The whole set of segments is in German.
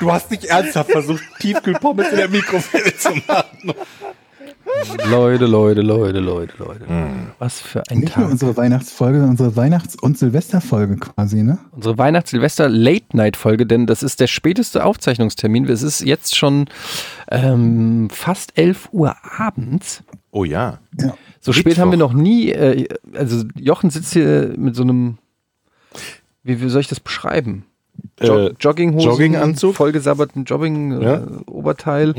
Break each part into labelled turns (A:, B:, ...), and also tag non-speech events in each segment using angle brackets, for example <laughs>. A: Du hast nicht ernsthaft versucht, Tiefkühlpommes in der Mikrofile zu machen.
B: Leute, Leute, Leute, Leute, Leute. Was für ein
C: Nicht nur
B: Tag.
C: unsere Weihnachtsfolge, sondern unsere Weihnachts- und Silvesterfolge quasi, ne?
B: Unsere Weihnachts-Silvester-Late-Night-Folge, denn das ist der späteste Aufzeichnungstermin. Es ist jetzt schon ähm, fast 11 Uhr abends.
A: Oh ja.
B: So spät
A: Mittwoch.
B: haben wir noch nie. Äh, also Jochen sitzt hier mit so einem. Wie, wie soll ich das beschreiben? Jo
A: Äh,
B: Jogginghose,
A: Jogginganzug? Mhm.
B: vollgesabberten äh, Jogging-Oberteil.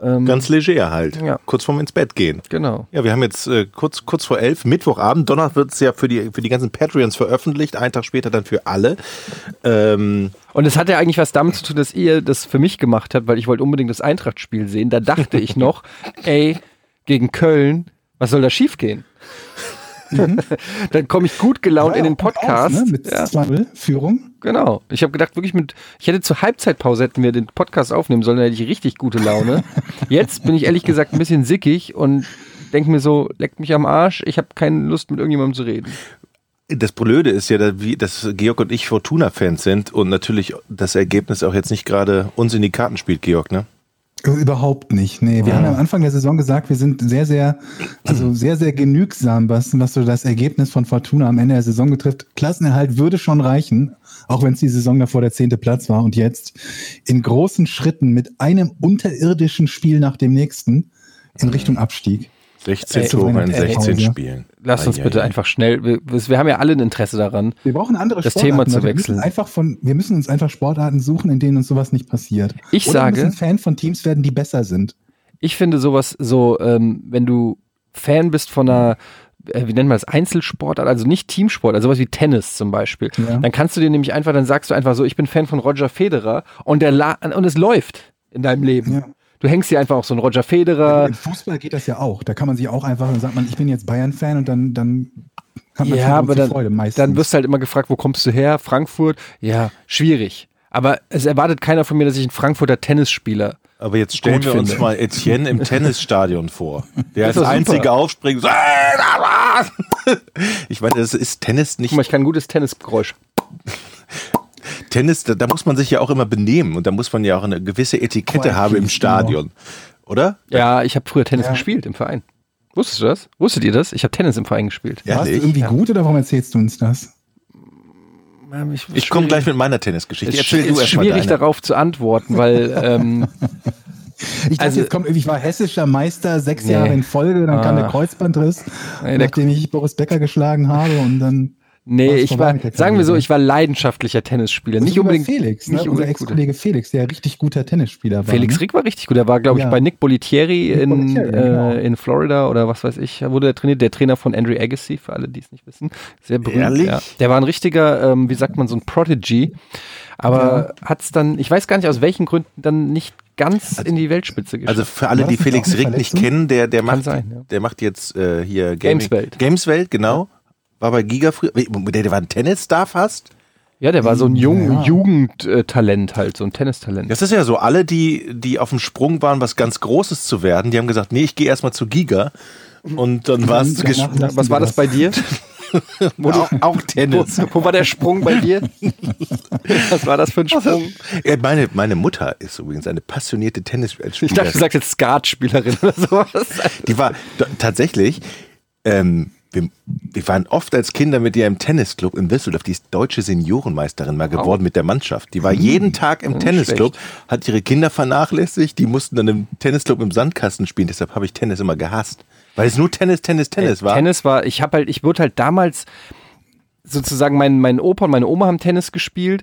B: ähm,
A: Ganz leger halt.
B: Ja.
A: Kurz vorm ins Bett gehen.
B: genau.
A: Ja, wir haben jetzt äh, kurz, kurz vor elf, Mittwochabend, Donnerstag wird es ja für die, für die ganzen Patreons veröffentlicht, einen Tag später dann für alle. Ähm,
B: Und es hat ja eigentlich was damit zu tun, dass ihr das für mich gemacht habt, weil ich wollte unbedingt das Eintracht-Spiel sehen. Da dachte ich
A: <laughs>
B: noch, ey, gegen Köln, was soll da schiefgehen?
A: Mhm.
B: <laughs> Dann komme ich gut gelaunt in den Podcast.
C: Aus, ne? Mit
B: ja,
C: 2-0 Führung.
B: genau. Ich habe gedacht, wirklich mit, ich hätte zur Halbzeitpause hätten wir den Podcast aufnehmen sollen, da hätte ich richtig gute
A: <laughs>
B: Laune. Jetzt bin ich ehrlich gesagt ein bisschen sickig und denke mir so, leckt mich am Arsch, ich habe keine Lust mit irgendjemandem zu reden.
A: Das Blöde ist ja, dass wir- dass Georg und ich Fortuna-Fans sind und natürlich das Ergebnis auch jetzt nicht gerade uns in die Karten spielt, Georg, ne?
C: Äh, Überhaupt nicht. Nee, wir haben am Anfang der Saison gesagt, wir sind sehr, sehr, also sehr, sehr genügsam, was, was so das Ergebnis von Fortuna am Ende der Saison betrifft. Klassenerhalt würde schon reichen, auch wenn es die Saison davor der zehnte Platz war und jetzt in großen Schritten mit einem unterirdischen Spiel nach dem nächsten in Richtung Abstieg.
A: 16
C: Ey,
A: Tore in
C: Moment, ey,
A: 16
C: Pause.
A: Spielen.
B: Lass uns
A: Ei, ei,
B: bitte
A: ei.
B: einfach schnell, wir, wir haben ja alle ein Interesse daran.
C: Wir brauchen andere
B: Das
C: Sportarten.
B: Thema zu
C: Leute. Wir
B: wechseln.
C: müssen, einfach von, wir müssen uns einfach Sportarten suchen, in denen uns sowas nicht passiert.
B: Ich
C: Oder
B: sage-
C: Wir müssen Fan von Teams werden, die besser sind.
B: Ich finde sowas so, ähm, wenn du Fan bist von einer, äh, wie nennt man das, Einzelsportart, also nicht Teamsport, also sowas wie Tennis zum Beispiel,
C: Ja.
B: dann kannst du dir nämlich einfach, dann sagst du einfach so, ich bin Fan von Roger Federer und, der La und es läuft in deinem Leben.
C: Ja.
B: Du hängst dir einfach auch so einen Roger Federer.
C: Im Fußball geht das ja auch. Da kann man sich auch einfach, dann sagt man, ich bin jetzt Bayern-Fan und dann, dann hat man schon
B: Ja, aber
C: große
B: dann,
C: halt Freude meistens.
B: dann wirst du halt immer gefragt, wo kommst du her? Frankfurt? Ja, schwierig. Aber es erwartet keiner von mir, dass ich ein Frankfurter Tennisspieler.
A: Aber jetzt stellen
B: Gut
A: wir uns
B: finde.
A: mal
B: <laughs>
A: Etienne im Tennisstadion vor, der als
B: Das ist doch super.
A: einziger aufspringt. so, "Äh, da war's." <laughs> Ich meine, das ist Tennis nicht.
B: Guck mal, ich kann ein gutes Tennisgeräusch.
A: Tennis, da, da muss man sich ja auch immer benehmen und da muss man ja auch eine gewisse Etikette
C: Quiet
A: haben im
C: please,
A: Stadion. Oder?
B: Ja, ich habe früher Tennis
C: Ja.
B: gespielt im Verein. Wusstest du das? Wusstet ihr das? Ich habe Tennis im Verein gespielt.
C: Warst du
A: Ehrlich?
C: irgendwie gut oder warum erzählst du uns das?
B: Ich,
A: Ich komme gleich mit meiner Tennisgeschichte.
B: Es ist,
A: Erzähl du
B: ist
A: erst mal
B: schwierig
A: deine.
B: darauf zu antworten, weil
A: <laughs>
B: ähm,
C: Ich dachte,
B: Also-
C: jetzt kommt, irgendwie, ich war hessischer Meister sechs
B: Nee.
C: Jahre in Folge, dann kam
B: Ah.
C: der Kreuzbandriss,
B: Nee, der-
C: nachdem ich Boris Becker geschlagen habe und dann.
B: nee,
C: War's
B: ich
C: vorbei
B: war,
C: mit der
B: sagen wir so,
C: Karriere.
B: ich war leidenschaftlicher Tennisspieler, nicht
C: So wie bei
B: unbedingt
C: Felix,
B: nicht
C: ne? unser
B: unbedingt gut.
C: Ex-Kollege Felix, der richtig guter Tennisspieler war.
B: Felix
C: ne?
B: Rick war richtig gut. Der war, glaube ich,
C: Ja.
B: bei Nick Bolitieri
C: Nick
B: in,
C: Bollettieri, genau.
B: äh, in Florida oder was weiß ich. Wurde er trainiert. Der Trainer von Andrew Agassi, für alle, die es nicht wissen. Sehr berühmt.
A: Ehrlich?
B: Ja. Der war ein richtiger, ähm, wie sagt man, so ein Prodigy. Aber hat's dann, ich weiß gar nicht, aus welchen Gründen dann nicht ganz in die Weltspitze geschafft.
A: Also für alle,
C: War
A: die
C: das
A: Felix
C: nicht auch eine
A: Rick nicht
C: Verletzung?
A: kennen, der, der,
B: Kann
A: macht,
B: sein, ja.
A: der macht jetzt äh, hier Gaming-
B: Gameswelt.
A: Gameswelt, genau. War bei Giga früher. Der, der war ein Tennis-Star fast.
B: ja, der war so ein
C: Ja.
B: jung, Jugendtalent halt, so ein Tennistalent.
A: Das ist ja so, alle, die, die auf dem Sprung waren, was ganz Großes zu werden, die haben gesagt, nee, ich gehe erstmal zu Giga. Und
B: Mhm.
A: dann war es
C: Danach lassen
A: gesch-
C: wir
B: was war das bei dir?
A: auch, auch
B: Wo,
A: Tennis.
B: wo war der Sprung bei dir? <laughs> Was war das für ein
A: Also,
B: Sprung?
A: Ja, meine, meine Mutter ist übrigens eine passionierte Tennisspielerin.
B: Ich dachte, du sagst jetzt Skatspielerin oder sowas.
A: Die war d- tatsächlich, ähm, wir, wir waren oft als Kinder mit ihr im Tennisclub in Düsseldorf. Die ist deutsche Seniorenmeisterin mal geworden mit der Mannschaft. Die war
B: Hm.
A: jeden Tag im Tennisclub, hat ihre Kinder vernachlässigt. Die mussten dann im Tennisclub im Sandkasten spielen. Deshalb habe ich Tennis immer gehasst. Weil es nur Tennis, Tennis, Tennis war.
B: Äh, Tennis war, ich habe halt, ich wurde halt damals sozusagen, mein, mein Opa und meine Oma haben Tennis gespielt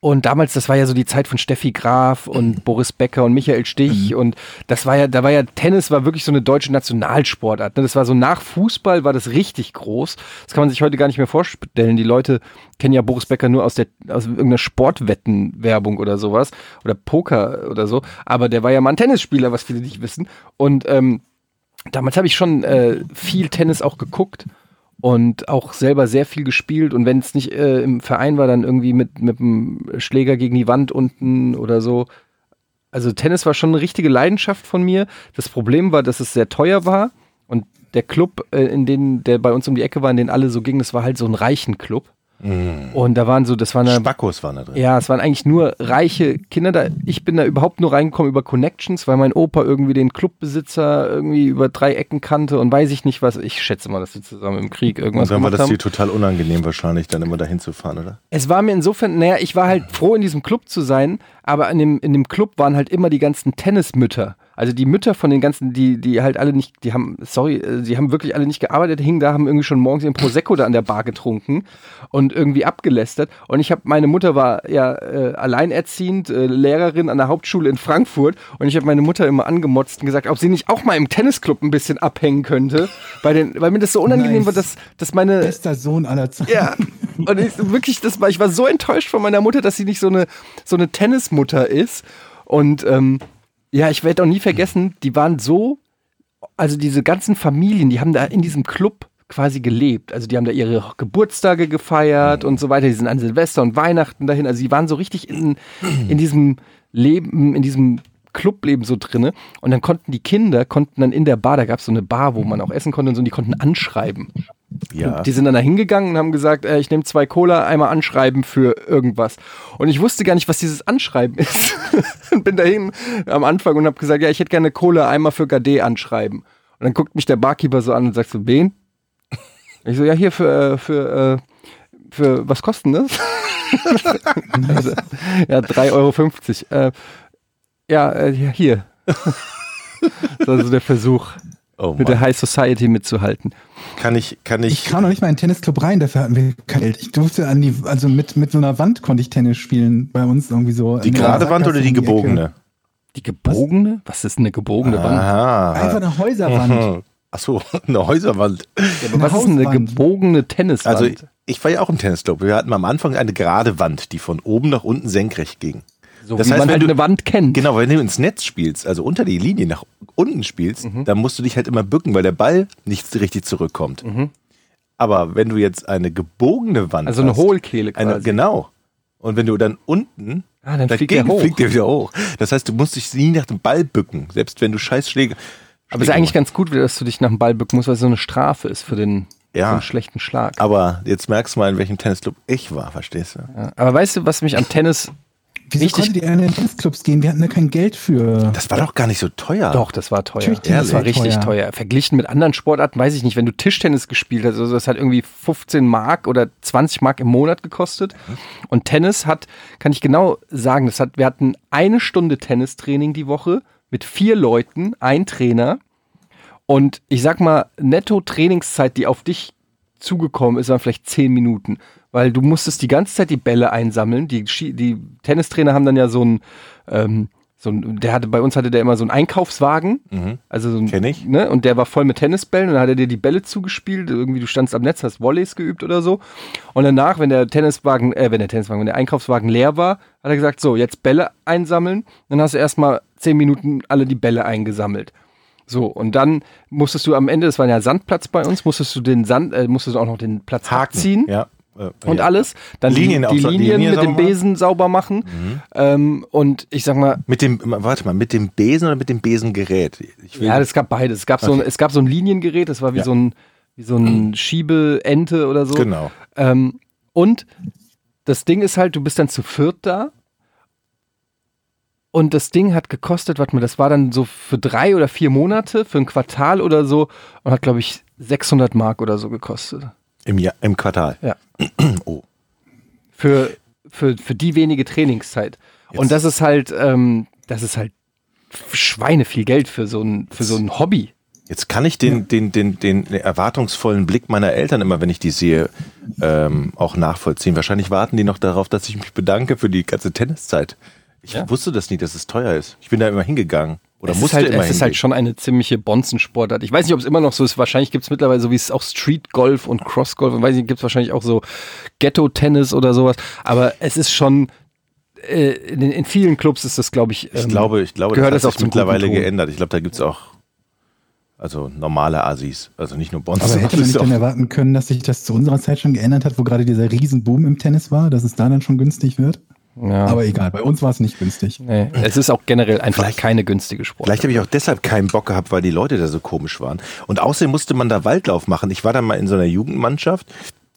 B: Und damals, das war ja so die Zeit von Steffi Graf und Boris Becker und Michael Stich.
A: Mhm.
B: Und das war ja, da war ja Tennis war wirklich so eine deutsche Nationalsportart. ne? Das war so nach Fußball war das richtig groß. Das kann man sich heute gar nicht mehr vorstellen. Die Leute kennen ja Boris Becker nur aus der, aus irgendeiner Sportwettenwerbung oder sowas. Oder Poker oder so. Aber der war ja mal ein Tennisspieler, was viele nicht wissen. Und, ähm, damals habe ich schon äh, viel Tennis auch geguckt und auch selber sehr viel gespielt. Und wenn es nicht äh, im Verein war, dann irgendwie mit, mit dem Schläger gegen die Wand unten oder so. Also Tennis war schon eine richtige Leidenschaft von mir. Das Problem war, dass es sehr teuer war. Und der Club, äh, in den, der bei uns um die Ecke war, in den alle so ging, das war halt so ein reichen Club. Und da waren so, das waren da
A: Spackos waren da drin.
B: ja, es waren eigentlich nur reiche Kinder da. Ich bin da überhaupt nur reingekommen über Connections, weil mein Opa irgendwie den Clubbesitzer irgendwie über drei Ecken kannte und weiß ich nicht was. Ich schätze mal, dass sie zusammen im Krieg
A: Und
B: irgendwas
A: dann war
B: gemacht
A: das
B: haben.
A: dir total unangenehm wahrscheinlich, dann immer dahin zu fahren, oder?
B: Es war mir insofern, naja, ich war halt froh, in diesem Club zu sein, aber in dem, in dem Club waren halt immer die ganzen Tennismütter. Also die Mütter von den ganzen, die, die halt alle nicht, die haben, sorry, äh, die haben wirklich alle nicht gearbeitet, hingen da, haben irgendwie schon morgens ihren Prosecco da an der Bar getrunken und irgendwie abgelästert. Und ich habe, meine Mutter war ja äh, alleinerziehend, äh, Lehrerin an der Hauptschule in Frankfurt und ich habe meine Mutter immer angemotzt und gesagt, ob sie nicht auch mal im Tennisclub ein bisschen abhängen könnte, bei den, weil mir das so unangenehm
C: Nice.
B: war, dass, dass meine...
C: Bester Sohn aller Zeiten.
B: Ja. Und ich, wirklich, das war, ich war so enttäuscht von meiner Mutter, dass sie nicht so eine, so eine Tennismutter ist. Und ähm, ja, ich werde auch nie vergessen, die waren so, also diese ganzen Familien, die haben da in diesem Club quasi gelebt. Also die haben da ihre Geburtstage gefeiert und so weiter. Die sind an Silvester und Weihnachten dahin. Also die waren so richtig in, in diesem Leben, in diesem Clubleben so drinne und dann konnten die Kinder konnten dann in der Bar, da gab es so eine Bar, wo man auch essen konnte und so, und die konnten anschreiben.
A: Ja.
B: Und die sind dann da hingegangen und haben gesagt, äh, ich nehme zwei Cola, einmal anschreiben für irgendwas. Und ich wusste gar nicht, was dieses Anschreiben <laughs> ist. und bin dahin am Anfang und habe gesagt, ja, ich hätte gerne Cola, einmal für Gade anschreiben. Und dann guckt mich der Barkeeper so an und sagt so, wen? Ich so, ja, hier für, äh, für, äh, für was kostet denn das? <laughs> also, ja, 3,50 Euro. Äh, ja, äh, ja, hier. <laughs> das war so der Versuch,
A: Oh
B: mit der
A: Mann.
B: High Society mitzuhalten.
A: Kann ich, kann ich,
C: Ich kam noch nicht mal in den Tennisclub rein, dafür hatten wir kein Geld. Ich durfte an die, also mit, mit so einer Wand konnte ich Tennis spielen bei uns irgendwie so.
A: die
C: in der
A: gerade Wand
C: Sackgasse
A: oder
C: um
A: die
C: Ecke.
A: gebogene?
B: Die gebogene? Was, ist denn eine gebogene
A: Ah.
B: Wand?
C: Einfach
A: Aha.
C: eine
A: Mhm.
C: Häuserwand.
A: Ach so, <laughs> eine Häuserwand.
C: eine
B: Was ist denn eine
C: Hauswand.
B: gebogene Tenniswand?
A: Also ich war ja auch im Tennisclub. Wir hatten am Anfang eine gerade Wand, die von oben nach unten senkrecht ging.
B: so
A: das
B: wie
A: heißt,
B: man
A: wenn
B: halt
A: du-
B: eine Wand kennt.
A: Genau, wenn du ins Netz spielst, also unter die Linie nach unten spielst,
B: Mhm.
A: dann musst du dich halt immer bücken, weil der Ball nicht richtig zurückkommt. Aber wenn du jetzt eine gebogene Wand
B: Mhm. Also eine
A: hast,
B: Hohlkehle quasi.
A: eine, genau. Und wenn du dann unten,
B: Ah, dann fliegt
A: dagegen
B: der hoch.
A: fliegt der wieder hoch. Das heißt, du musst dich nie nach dem Ball bücken, selbst wenn du scheiß Schläge.
B: Aber es ist eigentlich ganz gut, dass du dich nach dem Ball bücken musst, weil es so eine Strafe ist für den,
A: Ja.
B: für den schlechten Schlag.
A: Aber jetzt merkst du mal, in welchem Tennisclub ich war, verstehst du?
B: Ja. Aber weißt du, was mich am Tennis...
C: Wieso
B: Richtig-
C: konntet ihr in den Tennisclubs gehen? Wir hatten da kein Geld für.
A: Das war doch gar nicht so teuer.
B: Doch, das war teuer.
C: Natürlich,
B: das
C: Tennis
B: war
C: war
B: richtig teuer.
C: teuer.
B: Verglichen mit anderen Sportarten, weiß ich nicht, wenn du Tischtennis gespielt hast, also das hat irgendwie 15 Mark oder 20 Mark im Monat gekostet. Und Tennis hat, kann ich genau sagen, das hat, wir hatten eine Stunde Tennistraining die Woche mit vier Leuten, ein Trainer. Und ich sag mal, netto Trainingszeit, die auf dich zugekommen ist, waren vielleicht zehn Minuten. Weil du musstest die ganze Zeit die Bälle einsammeln. Die, Schi- die Tennistrainer haben dann ja so ein, ähm, so ein, der hatte, bei uns hatte der immer so einen Einkaufswagen. Also so ein,
A: Mhm. Kenn ich.
B: Ne? Und der war voll mit Tennisbällen und dann hat er dir die Bälle zugespielt. Irgendwie du standst am Netz, hast Volleys geübt oder so. Und danach, wenn der Tenniswagen, äh, wenn der Tenniswagen, wenn der Einkaufswagen leer war, hat er gesagt, so, jetzt Bälle einsammeln. Dann hast du erstmal zehn Minuten alle die Bälle eingesammelt. So, und dann musstest du am Ende, das war ja Sandplatz bei uns, musstest du den Sand, äh, musstest du auch noch den Platz
A: Haken.
B: abziehen
A: Ja. äh,
B: und
A: ja.
B: alles. Dann
A: Linien
B: die, die
A: aufsau- die
B: Linien
A: Linie
B: mit dem
A: sauber machen. Mhm.
B: Besen sauber machen. Ähm, und ich sag mal,
A: Mit dem, warte mal, mit dem Besen oder mit dem Besengerät? Ich will-
B: ja, es gab beides. Es gab, so ein, es gab so ein Liniengerät, das war wie
A: Ja. Mhm.
B: so ein, wie so ein Schiebeente oder so.
A: genau.
B: Ähm, und das Ding ist halt, du bist dann zu viert da. Und das Ding hat gekostet, warte mal, das war dann so für drei oder vier Monate, für ein Quartal oder so. Und hat, glaube ich, 600 Mark oder so gekostet.
A: Im, Jahr, Im Quartal.
B: Ja.
A: <clears throat> Oh.
B: Für, für, für die wenige Trainingszeit. Und
A: Jetzt-
B: das ist halt, ähm, das ist halt Schweine viel Geld für so ein, für so ein Hobby.
A: Jetzt kann ich den, den, den, den erwartungsvollen Blick meiner Eltern immer, wenn ich die sehe, ähm, auch nachvollziehen. Wahrscheinlich warten die noch darauf, dass ich mich bedanke für die ganze Tenniszeit. Ich wusste das nie, dass es teuer ist. Ich bin da immer hingegangen. Oder
B: Es ist,
A: musste
B: halt,
A: immer
B: es ist halt
A: hingehen.
B: schon eine ziemliche Bonzensportart. Ich weiß nicht, ob es immer noch so ist. Wahrscheinlich gibt es mittlerweile so wie es auch Street Golf und Cross Golf und weiß nicht, gibt es wahrscheinlich auch so Ghetto Tennis oder sowas. Aber es ist schon äh, in, den- in vielen Clubs ist das, glaube ich.
A: Ich
B: ähm,
A: glaube, ich glaube,
B: gehört das
A: das
B: auch
A: hat sich
B: zum guten
A: mittlerweile
B: Ton.
A: geändert. Ich glaube, da gibt's auch also normale Asis, also nicht nur Bonzen.
C: Aber hätte man
A: <laughs> Das ist
C: nicht dann
A: auch-
C: erwarten können, dass sich das zu unserer Zeit schon geändert hat, wo gerade dieser Riesenboom im Tennis war, dass es da dann schon günstig wird?
B: Ja.
C: Aber egal, bei uns war es nicht günstig.
B: nee, es ist auch generell einfach
A: Vielleicht-
B: keine günstige Sportart.
A: Vielleicht habe ich auch deshalb keinen Bock gehabt, weil die Leute da so komisch waren. Und außerdem musste man da Waldlauf machen. Ich war da mal in so einer Jugendmannschaft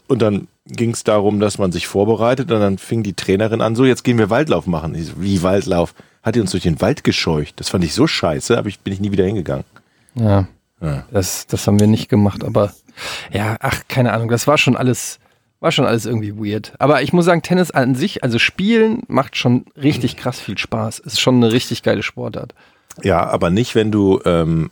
A: und dann ging es darum, dass man sich vorbereitet und dann fing die Trainerin an, so jetzt gehen wir Waldlauf machen. Ich so, wie Waldlauf? Hat die uns durch den Wald gescheucht. Das fand ich so scheiße, aber ich bin ich nie wieder hingegangen.
B: Ja.
A: Ja.
B: Das, das haben wir nicht gemacht, aber ja, ach, keine Ahnung, das war schon alles, war schon alles irgendwie weird. Aber ich muss sagen, Tennis an sich, also Spielen macht schon richtig krass viel Spaß. Ist schon eine richtig geile Sportart.
A: Ja, aber nicht, wenn du ähm,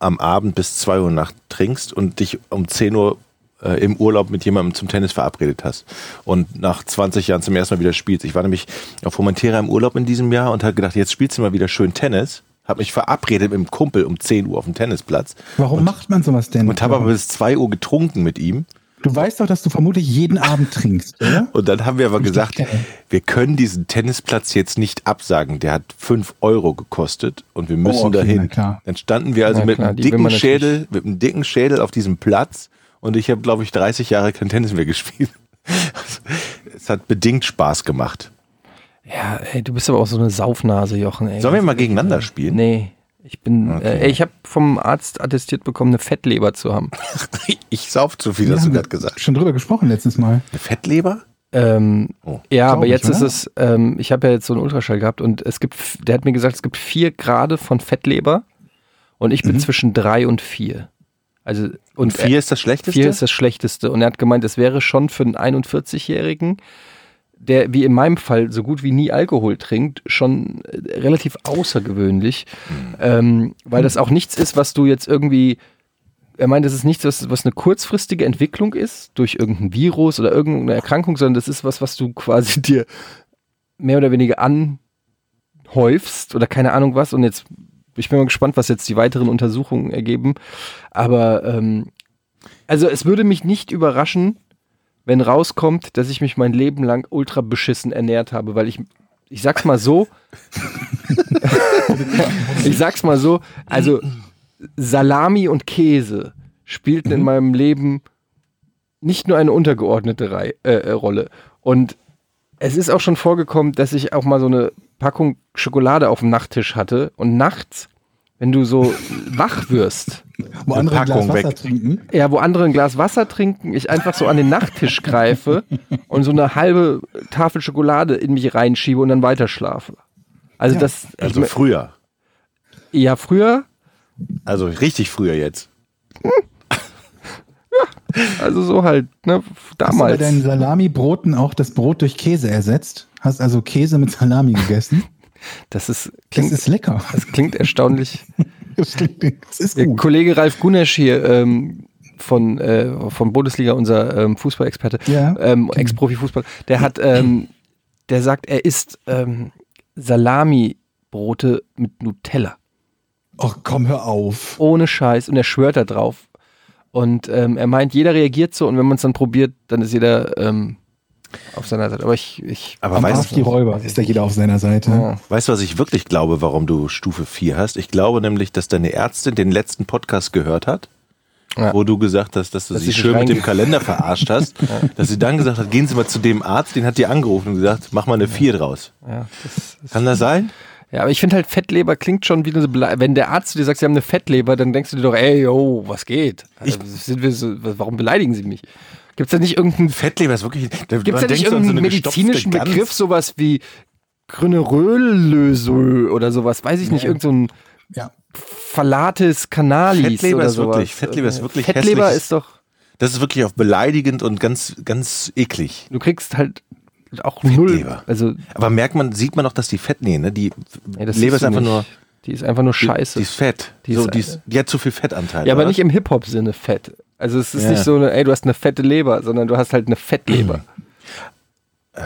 A: am Abend bis 2 Uhr Nacht trinkst und dich um 10 Uhr äh, im Urlaub mit jemandem zum Tennis verabredet hast und nach 20 Jahren zum ersten Mal wieder spielst. Ich war nämlich auf Formentera im Urlaub in diesem Jahr und habe gedacht, jetzt spielst du mal wieder schön Tennis. Habe mich verabredet mit dem Kumpel um 10 Uhr auf dem Tennisplatz
C: Warum macht man sowas denn?
A: und habe aber bis 2 Uhr getrunken mit ihm.
C: du weißt doch, dass du vermutlich jeden Abend trinkst, oder?
A: Und dann haben wir aber gesagt,
C: geil.
A: wir können diesen Tennisplatz jetzt nicht absagen. Der hat 5 Euro gekostet und wir müssen
C: Oh, okay, na
A: dahin.
C: klar.
A: Dann standen wir also
B: Na
A: mit,
B: klar,
A: einem
B: die will man
A: dicken
B: natürlich-
A: Schädel, mit einem dicken Schädel auf diesem Platz und ich habe, glaube ich, 30 Jahre kein Tennis mehr <laughs> gespielt. Es hat bedingt Spaß gemacht.
B: Ja, ey, du bist aber auch so eine Saufnase, Jochen, ey.
A: Sollen wir mal gegeneinander spielen?
B: Nee. Ich bin,
A: Okay.
B: äh, ey, ich habe vom Arzt attestiert bekommen, eine Fettleber zu haben.
A: Ich sauf zu viel,
C: Wir
A: hast du
C: haben
A: gerade gesagt.
C: Schon drüber gesprochen letztes Mal.
A: Eine Fettleber?
B: Ähm,
A: Oh,
B: ja, aber
C: ich,
B: jetzt ist
C: oder?
B: es, ähm, ich habe ja jetzt so einen Ultraschall gehabt und es gibt, f- der hat mir gesagt, es gibt vier Grade von Fettleber und ich bin
C: Mhm.
B: zwischen drei und vier. Also, und
A: Und vier ist das Schlechteste?
B: Vier ist das Schlechteste. Und er hat gemeint, es wäre schon für einen 41-Jährigen, der wie in meinem Fall so gut wie nie Alkohol trinkt, schon äh, relativ außergewöhnlich. Ähm, weil das auch nichts ist, was du jetzt irgendwie. Er meint, das ist nichts, was, was eine kurzfristige Entwicklung ist, durch irgendein Virus oder irgendeine Erkrankung, sondern das ist was, was du quasi <laughs> dir mehr oder weniger anhäufst oder keine Ahnung was. Und jetzt, ich bin mal gespannt, was jetzt die weiteren Untersuchungen ergeben. Aber ähm, also es würde mich nicht überraschen, wenn rauskommt, dass ich mich mein Leben lang ultra beschissen ernährt habe, weil ich, ich sag's mal so, <laughs> ich sag's mal so, also Salami und Käse spielten in meinem Leben nicht nur eine untergeordnete Rei äh, äh, Rolle. Und es ist auch schon vorgekommen, dass ich auch mal so eine Packung Schokolade auf dem Nachttisch hatte und nachts, wenn du so wach wirst,
C: Wo
A: Eine
C: andere ein Glas
A: Packung
C: Wasser
A: weg.
C: trinken.
B: ja, wo andere ein Glas Wasser trinken, ich einfach so an den Nachttisch greife und so eine halbe Tafel Schokolade in mich reinschiebe und dann weiterschlafe. Also
C: Ja.
B: das,
A: Also
B: ich,
A: früher.
B: mein- ja, früher,
A: Also richtig früher jetzt.
B: also so halt, ne,
C: Hast du bei
B: damals.
C: deinen Salami-Broten auch das Brot durch Käse ersetzt? Hast also Käse mit Salami gegessen?
B: Das ist,
C: Das
B: klingt, das,
C: ist Uh. lecker.
B: klingt erstaunlich.
C: Das ist
B: Der
C: gut.
B: Kollege Ralf Gunesch hier, ähm, von, äh, von Bundesliga, unser ähm, Fußballexperte,
C: Ja.
B: ähm, Ex-Profi-Fußball, der hat, ähm, der sagt, er isst ähm, Salami-Brote mit Nutella.
C: Och komm, hör auf.
B: ohne Scheiß und er schwört da drauf. Und ähm, er meint, jeder reagiert so und wenn man es dann probiert, dann ist jeder ähm, auf seiner Seite. Aber ich, ich
A: Aber
C: Am
A: weißt
C: Arsch die Räuber ist da jeder auf seiner Seite.
B: ja.
A: Weißt du, was ich wirklich glaube, warum du Stufe 4 hast? Ich glaube nämlich, dass deine Ärztin den letzten Podcast gehört hat,
B: Ja.
A: wo du gesagt hast, dass du
B: Dass
A: sie
B: ich nicht
A: schön mit dem
B: reinge-
A: Kalender
B: <laughs>
A: verarscht hast, dass sie dann gesagt hat, gehen Sie mal zu dem Arzt, den hat die angerufen und gesagt, mach mal eine 4 draus.
B: Ja, das, das,
A: Kann das sein?
B: ja, aber ich finde halt, Fettleber klingt schon wie eine Bele Wenn der Arzt zu dir sagt, sie haben eine Fettleber, dann denkst du dir doch, ey, yo, was geht? Also, sind wir so, warum beleidigen sie mich? Gibt es da nicht irgendeinen
A: Fettleber ist wirklich... Da,
B: Gibt es da nicht
A: an
B: irgendeinen
A: eine gestopfte
B: medizinischen
A: Gans.
B: Begriff, sowas wie Grüneröllösöl oder sowas? Weiß ich nicht, irgend so ein
C: Ja.
B: Falates Canalis
A: Fettleber
B: oder
A: ist
B: sowas.
A: wirklich- Fettleber ist wirklich
B: Fettleber
A: hässliches-
B: ist doch,
A: Das ist wirklich auch beleidigend und ganz, ganz eklig.
B: du kriegst halt auch null.
A: Fettleber.
B: Also,
A: Aber merkt man, sieht man auch, dass die Fett... Nee, ne? Die
B: das
A: Leber
B: siehst
A: ist
B: du
A: einfach
B: nicht.
A: nur...
B: Die ist einfach nur
A: Die-
B: scheiße.
A: Die ist fett.
B: Die
A: Die,
B: ist
A: so,
B: eine-
A: die, ist, die hat zu viel Fettanteil.
B: ja, aber
A: oder?
B: nicht im Hip-Hop-Sinne fett. Also es ist
A: Ja.
B: nicht so, eine, ey, du hast eine fette Leber, sondern du hast halt eine Fettleber.
C: Mhm.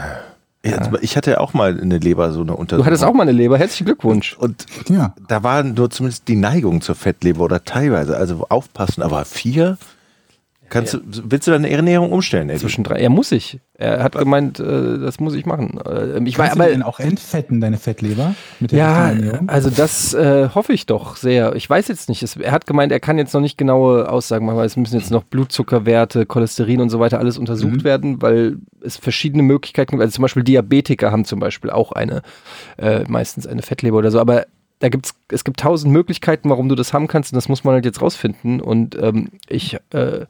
A: Ja, Ich hatte auch mal eine Leber, so eine Untersuchung.
B: Du hattest auch mal eine Leber, herzlichen Glückwunsch.
A: Und
C: Ja.
A: da war nur zumindest die Neigung zur Fettleber oder teilweise. Also aufpassen. Aber vier? Kannst Du, willst du deine Ernährung umstellen, Eddie?
B: Zwischen drei. Er muss ich. Er hat gemeint, äh, das muss ich machen. Äh, ich war
C: Kannst du
B: aber.
C: die denn auch entfetten, deine Fettleber? Mit
B: Ja,
C: richtigen Ernährung?
B: also das äh, hoffe ich doch sehr. Ich weiß jetzt nicht. Es, er hat gemeint, er kann jetzt noch nicht genaue Aussagen machen, weil es müssen jetzt noch Blutzuckerwerte, Cholesterin und so weiter alles untersucht werden, weil es verschiedene Möglichkeiten gibt. Also zum Beispiel Diabetiker haben zum Beispiel auch eine, äh, meistens eine Fettleber oder so. Aber da gibt's, es gibt tausend Möglichkeiten, warum du das haben kannst und das muss man halt jetzt rausfinden. Und ähm, ich äh,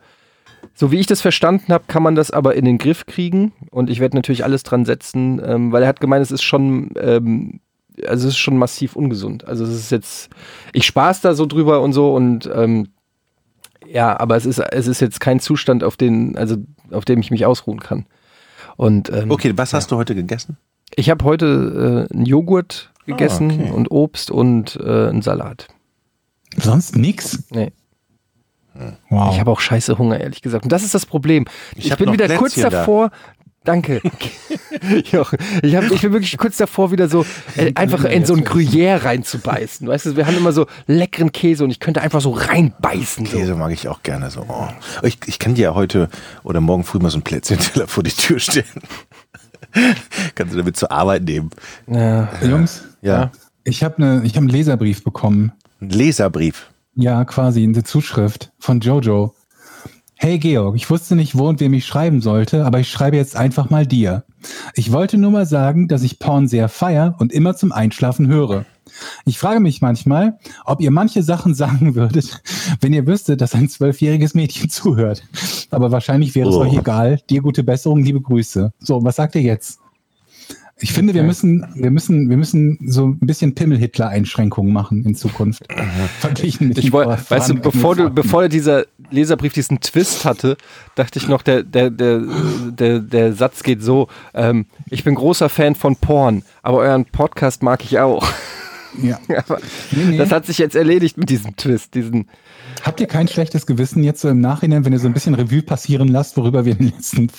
B: so wie ich das verstanden habe, kann man das aber in den Griff kriegen. Und ich werde natürlich alles dran setzen, ähm, weil er hat gemeint, es ist schon, ähm, also es ist schon massiv ungesund. Also es ist jetzt, ich spaß da so drüber und so und ähm, ja, aber es ist, es ist jetzt kein Zustand, auf den, also auf dem ich mich ausruhen kann. Und ähm,
A: Okay, was hast du heute gegessen?
B: ich habe heute äh, einen Joghurt gegessen
A: Ah, okay.
B: und Obst und äh, einen Salat.
C: Sonst nix?
B: Nee.
C: Wow.
B: Ich habe auch scheiße Hunger, ehrlich gesagt. Und das ist das Problem. Ich,
A: hab
B: bin
A: noch
B: wieder
A: Plätzchen
B: kurz
A: da.
B: davor. Danke. <laughs> Jochen, ich, hab, ich bin wirklich kurz davor, wieder so äh, einfach in so ein Gruyère reinzubeißen. Weißt du, wir haben immer so leckeren Käse und ich könnte einfach so reinbeißen. So.
A: Käse mag ich auch gerne so. Oh. Ich, ich kann dir ja heute oder morgen früh mal so einen Plätzchenteller <laughs> vor die Tür stellen. Kannst du damit zur Arbeit nehmen.
B: Ja.
C: Jungs,
A: Ja.
C: ich habe ne, ich hab einen Leserbrief bekommen.
A: Ein Leserbrief.
C: Ja, quasi eine Zuschrift von Jojo. Hey Georg, ich wusste nicht, wo und wem ich schreiben sollte, aber ich schreibe jetzt einfach mal dir. Ich wollte nur mal sagen, dass ich Porn sehr feier und immer zum Einschlafen höre. Ich frage mich manchmal, ob ihr manche Sachen <laughs> sagen würdet, wenn ihr wüsstet, dass ein zwölfjähriges Mädchen zuhört. Aber wahrscheinlich wäre es
A: Oh.
C: euch egal. Dir gute Besserung, liebe Grüße. So, was sagt ihr jetzt? Ich finde, wir müssen, wir müssen, wir müssen so ein bisschen Pimmel-Hitler-Einschränkungen machen in Zukunft. Verglichen mit
B: Ich
C: den
B: wollte, weißt du,
C: vorangegangenen
B: bevor, du,
C: Fakten.
B: bevor dieser Leserbrief diesen Twist hatte, dachte ich noch, der, der, der, der, der Satz geht so, ähm, ich bin großer Fan von Porn, aber euren Podcast mag ich auch. <laughs>
C: Ja.
B: Aber
C: Nee, nee.
B: Das hat sich jetzt erledigt mit diesem Twist. Diesen
C: Habt ihr kein schlechtes Gewissen jetzt so im Nachhinein, wenn ihr so ein bisschen Revue passieren lasst, worüber wir in den letzten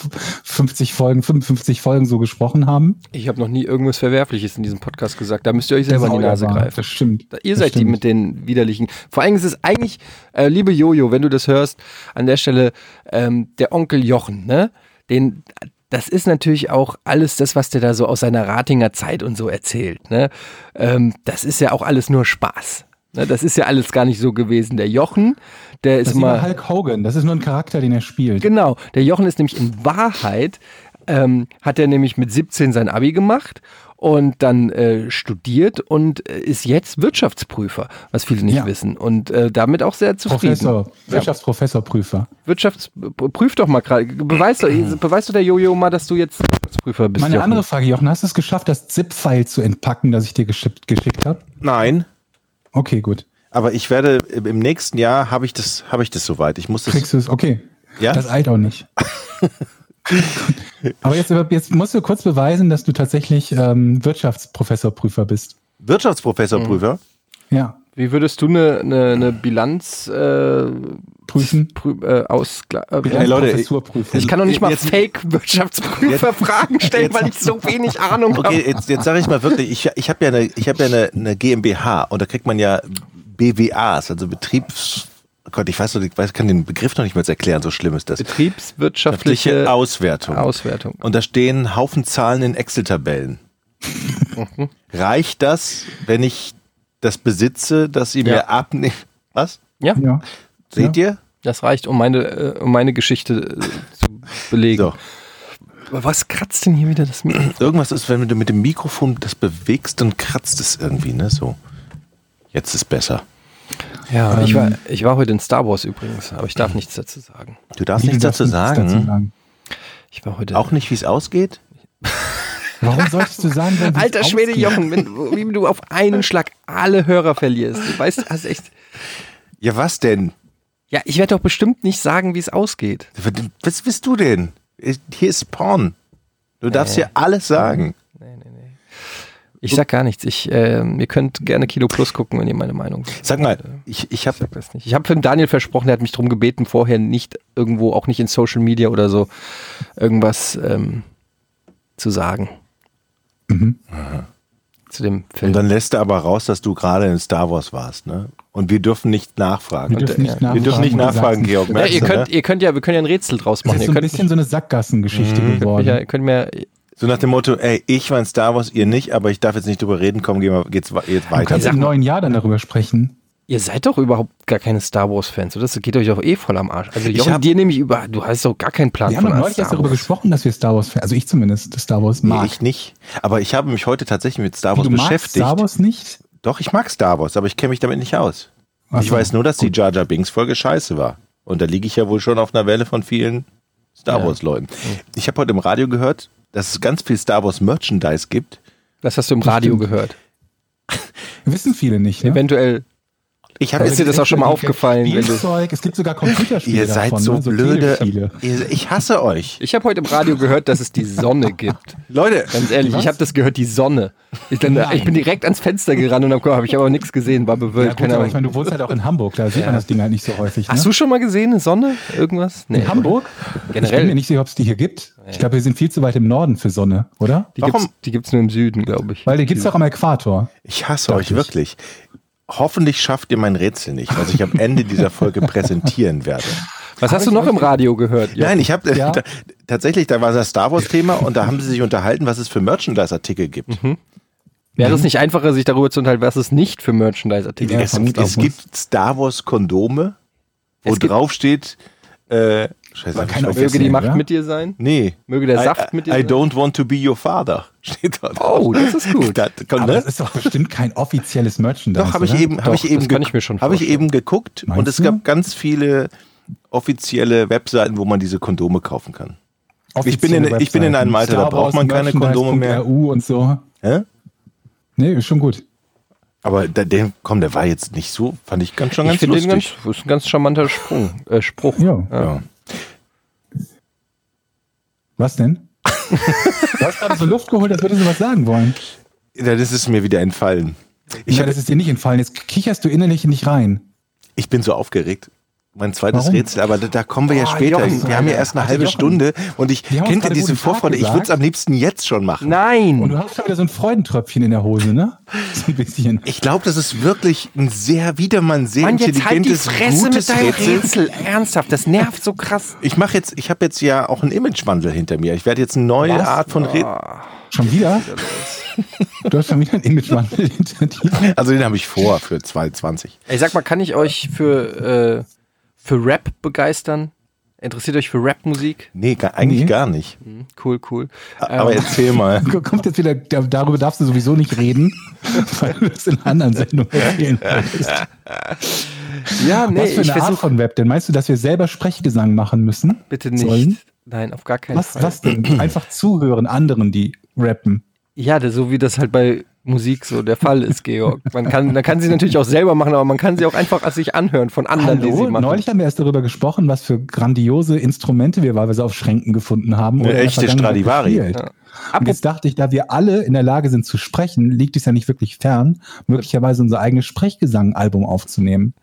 C: 50 Folgen, 55 Folgen so gesprochen haben?
B: ich habe noch nie irgendwas Verwerfliches in diesem Podcast gesagt. Da müsst ihr euch selber in die
C: Das
B: Nase
C: ist auch wahr.
B: greifen.
C: Das stimmt.
B: Da- Ihr
C: Das
B: seid die
C: stimmt.
B: mit den widerlichen. Vor allem ist es eigentlich, äh, liebe Jojo, wenn du das hörst, an der Stelle ähm, der Onkel Jochen, ne? Den, das ist natürlich auch alles das, was der da so aus seiner Ratinger Zeit und so erzählt, ne? Ähm, das ist ja auch alles nur Spaß. Ne? Das ist ja alles gar nicht so gewesen. Der Jochen, der ist
C: Das ist
B: mal.
C: immer Hulk Hogan. Das ist nur ein Charakter, den er spielt.
B: Genau, der Jochen ist nämlich in Wahrheit, ähm, hat er nämlich mit 17 sein Abi gemacht und dann äh, studiert und äh, ist jetzt Wirtschaftsprüfer, was viele nicht
C: Ja.
B: wissen und äh, damit auch sehr zufrieden.
C: Professor, Wirtschaftsprofessor, Prüfer.
B: Wirtschafts prüf doch mal gerade, beweis
C: <clears throat>
B: doch, beweis doch der Jojo mal, dass du jetzt Wirtschaftsprüfer bist.
C: Meine
B: Jochen.
C: andere Frage, Jochen, hast du es geschafft, das ZIP-File zu entpacken, das ich dir geschickt, geschickt habe?
A: Nein.
C: Okay, gut.
A: Aber ich werde im nächsten Jahr habe ich das habe ich das soweit. Ich muss das
C: Kriegst du es? Okay.
A: Ja?
C: Das eilt auch
A: <laughs>
C: nicht. Aber jetzt, jetzt musst du kurz beweisen, dass du tatsächlich ähm, Wirtschaftsprofessor, Prüfer bist.
B: Mhm.
A: Wirtschaftsprofessorprüfer.
C: Ja.
B: Wie würdest du eine, eine, eine Bilanz äh,
C: Hm. Prüfen.
B: prü- äh, ausgleichen?
A: Hey, Leute,
C: Professurprüfen.
B: ich kann doch nicht mal
A: Jetzt-
B: Fake-Wirtschaftsprüfer Fragen stellen, weil ich so wenig Ahnung habe.
A: Okay, jetzt, jetzt sage ich mal wirklich, ich, ich habe ja, eine, ich hab ja eine, eine GmbH und da kriegt man ja BWAs, also Betriebs Gott, ich weiß, noch nicht- ich weiß, kann den Begriff noch nicht mal jetzt erklären, so schlimm ist das.
B: betriebswirtschaftliche
A: Auswertung.
B: Auswertung.
A: Und da stehen Haufen Zahlen in Excel-Tabellen.
C: Mhm.
A: Reicht das, wenn ich das besitze, dass sie
B: Ja.
A: mir abnehmen? Was?
B: Ja,
C: ja.
A: Seht ihr?
B: das reicht, um meine, äh, um meine Geschichte äh, zu belegen.
A: So.
B: Aber was kratzt denn hier wieder das Mikro?
A: Irgendwas ist, wenn du mit dem Mikrofon das bewegst, dann kratzt es irgendwie, ne? So. Jetzt ist besser.
B: Ja, ich,
A: Ähm.
B: war, ich war heute in Star Wars übrigens, aber ich darf nichts dazu sagen.
A: Du darfst
C: Wie
A: nichts
C: du darfst
A: dazu
C: nichts
A: sagen.
C: dazu sagen.
B: Ich war heute.
A: Auch nicht, wie es ausgeht?
C: Warum solltest du sagen, wenn wie's
B: Alter Schwede,
C: ausgeht?
B: Jochen, wenn, du- wie du auf einen Schlag alle Hörer verlierst. Du weißt, hast echt.
A: Ja, was denn?
B: Ja, ich werde doch bestimmt nicht sagen, wie es ausgeht.
A: Was bist du denn? Hier ist Porn. Du darfst hier alles sagen.
B: Ich sag gar nichts. Ich, äh, ihr könnt gerne Kilo Plus gucken, wenn ihr meine Meinung seht.
A: Sag mal, ich, ich habe
B: Ich sag das nicht. Ich habe für den Daniel versprochen, er hat mich darum gebeten, vorher nicht irgendwo, auch nicht in Social Media oder so, irgendwas ähm, zu sagen.
C: Mhm.
B: Zu dem Film.
A: Und dann lässt er aber raus, dass du gerade in Star Wars warst, ne? Und wir dürfen nicht nachfragen.
C: Wir dürfen nicht
A: Wir
C: nachfragen.
A: dürfen nicht
C: und du sagst
A: nachfragen,
C: nicht.
A: Georg.
B: ja,
A: Merkst
B: ihr,
A: du,
B: könnt,
A: ne?
B: ihr könnt ja, wir können ja ein Rätsel draus
C: Das
B: machen.
C: ist
B: Ihr
C: so ein
B: könnt,
C: bisschen so eine Sackgassengeschichte
A: Mhm.
C: geworden.
B: mich ja, ihr könnt mir, ihr
A: So nach dem Motto, ey, ich war in Star Wars, ihr nicht, aber ich darf jetzt nicht drüber reden, komm, gehen wir, geht's wa- jetzt weiter.
C: Kannst du im neuen Jahr dann darüber sprechen?
B: seid doch überhaupt gar keine Star Wars Fans. oder? Das geht euch doch eh voll am Arsch. Also Jochen,
A: hab-
B: dir nehme ich über, du hast doch gar keinen Plan
C: Wir haben doch neulich
B: Star
C: erst darüber
B: Wars.
C: gesprochen, dass wir Star Wars, Fan- also ich zumindest, das Star Wars
A: Nee,
C: mag.
A: ich nicht. Aber ich habe mich heute tatsächlich mit Star
C: Wie,
A: Wars
C: du magst
A: beschäftigt.
C: Star Wars nicht?
A: Doch, ich mag Star Wars, aber ich kenne mich damit nicht aus.
C: Ach
A: ich
C: so.
A: weiß nur, dass die Jar Jar Binks Folge scheiße war. Und da liege ich ja wohl schon auf einer Welle von vielen Star
B: Ja.
A: Wars Leuten. Ich habe heute im Radio gehört, dass es ganz viel Star Wars Merchandise gibt.
B: Das hast du im Radio
C: stimmt.
B: gehört.
C: Wissen viele nicht. Ne?
B: Eventuell
A: Ich habe
B: Ist dir das auch schon mal aufgefallen, wenn du-
C: Spielzeug, es gibt sogar Computerspiele
A: Ihr seid
C: davon,
A: so
C: ne?
A: blöde.
C: Telespiele.
A: Ihr, ich hasse euch.
B: <laughs> Ich habe heute im Radio gehört, dass
C: <laughs>
B: es die Sonne gibt.
A: Leute,
B: Ganz ehrlich, ich habe das gehört, die Sonne. Ich, dann,
C: Nein.
B: ich bin direkt ans Fenster gerannt und habe hab ich aber nichts gesehen, war bewölkt.
C: Ja, gut,
B: keine
C: aber ich
B: Ahnung.
C: meine, du wohnst halt auch in Hamburg, da sieht man das Ding halt nicht so häufig. Ne?
B: Hast du schon mal gesehen, eine Sonne? Irgendwas? Nee.
C: in Hamburg? Ich bin mir
B: Generell.
C: nicht sicher, ob es die hier gibt. Ich glaube, wir sind viel zu weit im Norden für Sonne, oder?
B: Die
A: Warum?
B: gibt's, die gibt's nur im Süden, glaube ich.
C: Weil die gibt es doch am Äquator.
A: ich hasse euch wirklich. Hoffentlich schafft ihr mein Rätsel nicht, was ich am Ende dieser Folge präsentieren werde.
B: Was hast du noch im Radio gehört? Jörg?
A: Nein, ich habe
C: Ja.
A: <laughs> da, tatsächlich, da war das Star Wars-Thema und da haben sie sich unterhalten, was es für Merchandise-Artikel gibt.
B: Wäre es nicht einfacher, sich darüber zu unterhalten, was es nicht für Merchandise-Artikel
C: Ja,
B: gibt?
A: es es
C: muss.
A: gibt Star Wars-Kondome, wo
B: ne? Es gibt-
A: drauf steht, äh, scheiße, hab ich
C: keine
A: vergessen.
B: Möge die
C: ja.
B: Macht mit dir sein?
A: Nee.
B: Möge der
A: I-
B: Saft mit dir
A: I, I
B: sein?
A: don't want to be your father, <laughs> steht da drauf.
B: Oh, das ist gut.
A: Das, komm,
C: Aber
A: ne?
C: <laughs> das ist doch bestimmt kein offizielles Merchandise.
A: Doch, habe ich
C: oder?
A: eben, habe
B: Doch,
A: ich eben,
B: das kann
A: ge-
B: ich mir schon
A: habe ich
B: vorstellen.
A: eben geguckt und
C: Meinst
A: es
C: du?
A: gab ganz viele offizielle Webseiten, wo man diese Kondome kaufen kann. Ich bin in- ich bin in einem Alter, da braucht man keine Kondome mehr.
C: EU und so.
A: Hä?
C: Nee, ist schon gut.
A: Aber der, der, komm, der war jetzt nicht so, fand ich ganz schon
B: Ich
A: ganz
B: finde den
A: lustig.
B: ganz, das ist ein ganz charmanter Sprung, äh, Spruch.
C: Ja.
A: ja.
C: Was denn? du hast gerade so Luft geholt, als würdest du was sagen wollen.
A: Ja, das ist mir wieder entfallen.
C: Ich
A: Ich,
C: ja,
A: hab,
C: das ist dir nicht entfallen. Jetzt kicherst du innerlich nicht rein.
A: ich bin so aufgeregt. Mein zweites
C: Warum?
A: Rätsel, aber da, da kommen wir ja
B: Oh,
A: später.
B: Jochen,
A: wir haben ja erst eine
C: Alter,
A: halbe
C: Jochen.
A: Stunde und ich
C: Wir haben uns
A: kennt ihr
C: gerade
A: diese
C: guten Tag
A: Vorfreude. Ich
C: gesagt.
A: würde es am liebsten jetzt schon machen.
C: Und
B: Nein!
C: du hast schon wieder so ein Freudentröpfchen in der
B: <laughs>
C: Hose, ne? So ein bisschen.
A: Ich glaube, das ist wirklich ein sehr, wieder mal ein sehr
B: Mann, jetzt halt die
A: intelligentes,
B: Fresse mit
A: gutes
B: deinem
A: Rätsel.
B: Rätsel. Ernsthaft, das nervt so krass.
A: Ich mache jetzt, ich habe jetzt ja auch einen Imagewandel hinter mir. Ich werde jetzt eine neue
C: Was?
A: Art von
B: Ah.
A: Rätsel.
C: Schon wieder?
B: <laughs>
C: Du hast schon wieder einen Imagewandel
B: <laughs>
C: hinter dir.
A: Also den habe ich vor für 2020.
B: Ich sag mal, kann ich euch für, äh, für Rap begeistern? Interessiert euch für Rap-Musik?
A: Nee, gar, eigentlich
C: Nee.
A: gar nicht.
B: Hm, Cool, cool.
A: Aber
B: ähm,
A: erzähl mal.
C: Kommt jetzt wieder, da- darüber darfst du sowieso nicht reden, <laughs> weil du das in einer anderen Sendung erzählen wolltest.
B: ja, nee,
C: Was für
B: ich
C: eine Art
B: versuche
C: von Web denn? Meinst du, dass wir selber Sprechgesang machen müssen?
B: bitte nicht.
C: Sollen?
B: Nein, auf gar keinen
C: Was,
B: Fall.
C: was denn? Einfach zuhören anderen, die rappen.
B: Ja, das- so wie das halt bei Musik so der Fall ist, Georg. Man kann, man kann sie natürlich auch selber machen, aber man kann sie auch einfach sich anhören von anderen, die sie
C: Hallo,
B: machen.
C: neulich haben wir erst darüber gesprochen, was für grandiose Instrumente wir wahlweise auf Schränken gefunden haben.
A: Eine
C: oder in der
A: echte
C: Vergangenheit
A: Stradivari.
C: gespielt.
B: Ja.
C: Und jetzt dachte ich, da wir alle in der Lage sind zu sprechen, liegt es ja nicht wirklich fern, möglicherweise unser eigenes Sprechgesang-Album aufzunehmen.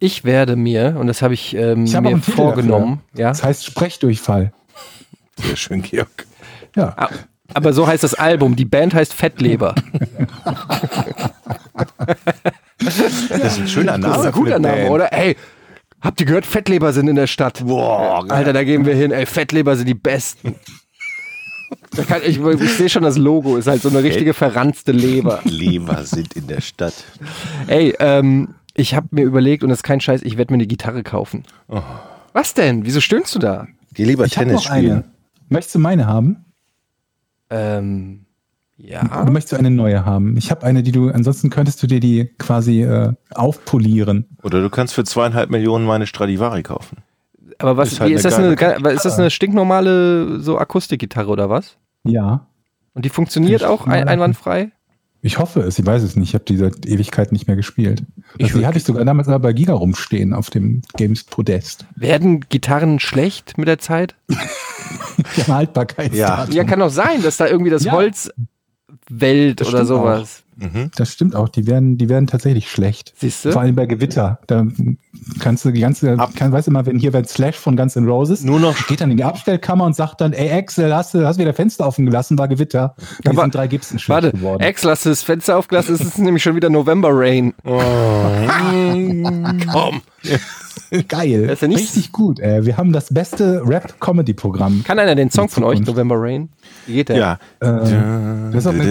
B: Ich werde mir, und das habe ich, ähm,
C: Ich habe auch
B: mir
C: einen Titel
B: vorgenommen, ja.
C: Das heißt Sprechdurchfall.
A: Sehr schön, Georg.
C: Ja.
B: Ah, Aber so heißt das Album. Die Band heißt Fettleber.
A: Das ist ein schöner Name.
B: Das ist ein
A: für
B: guter
A: eine
B: Name,
A: Band.
B: oder? Ey, habt ihr gehört? Fettleber sind in der Stadt.
A: Boah, geil.
B: Alter, da gehen wir hin. Ey, Fettleber sind die Besten. Da kann, ich ich sehe schon, das Logo ist halt so eine richtige verranzte Leber.
A: Leber sind in der Stadt.
B: Ey, ähm, ich habe mir überlegt, und das ist kein Scheiß, ich werde mir eine Gitarre kaufen.
A: Oh.
B: Was denn? Wieso stöhnst du da?
A: Die lieber
C: hab
A: Tennis spielen.
C: Möchtest du meine haben?
B: Ähm,
C: Oder
B: ja.
C: möchtest du eine neue haben? Ich habe eine, die du, ansonsten könntest du dir die quasi äh, aufpolieren.
A: Oder du kannst für zweieinhalb Millionen meine Stradivari kaufen.
B: Aber was,
A: Ist halt
B: wie, ist,
A: eine
B: das eine, ist das eine stinknormale so Akustikgitarre oder was?
C: Ja.
B: Und die funktioniert auch ein, einwandfrei?
C: Ich hoffe es, ich weiß es nicht. Ich habe die seit Ewigkeit nicht mehr gespielt.
B: Ich
C: Also, die hatte ich sogar damals aber bei Giga rumstehen auf dem Games Podest. <laughs>
B: Werden Gitarren schlecht mit der Zeit?
C: Die haben Haltbarkeitsdatum.
B: Ja, kann doch sein, dass da irgendwie das
C: Ja.
B: Holz Welt
C: Das
B: oder
C: stimmt auch.
B: sowas.
C: Das stimmt auch. Die werden, die werden tatsächlich schlecht.
B: Siehst du?
C: Vor allem bei Gewitter. Da kannst du die ganze,
A: Ab-
C: kann, weißt du immer, wenn hier wird Slash von Guns N' Roses,
A: Nur noch
C: geht dann in die Abstellkammer und sagt dann, ey Axel, hast du hast wieder Fenster offen gelassen, war Gewitter. Wir
B: Aber-
C: sind drei Gibson schlecht
B: Warte,
C: geworden.
B: Ex, lass das Fenster aufgelassen, es ist <laughs> nämlich schon wieder November Rain.
A: Komm.
C: Geil.
B: Das ist ja nicht-
C: Richtig gut, ey. Wir haben das beste Rap-Comedy-Programm.
B: Kann einer den Song von euch,
C: Zukunft.
B: November Rain? Wie geht der?
A: <laughs> Ja.
C: Ähm, das ist auch mit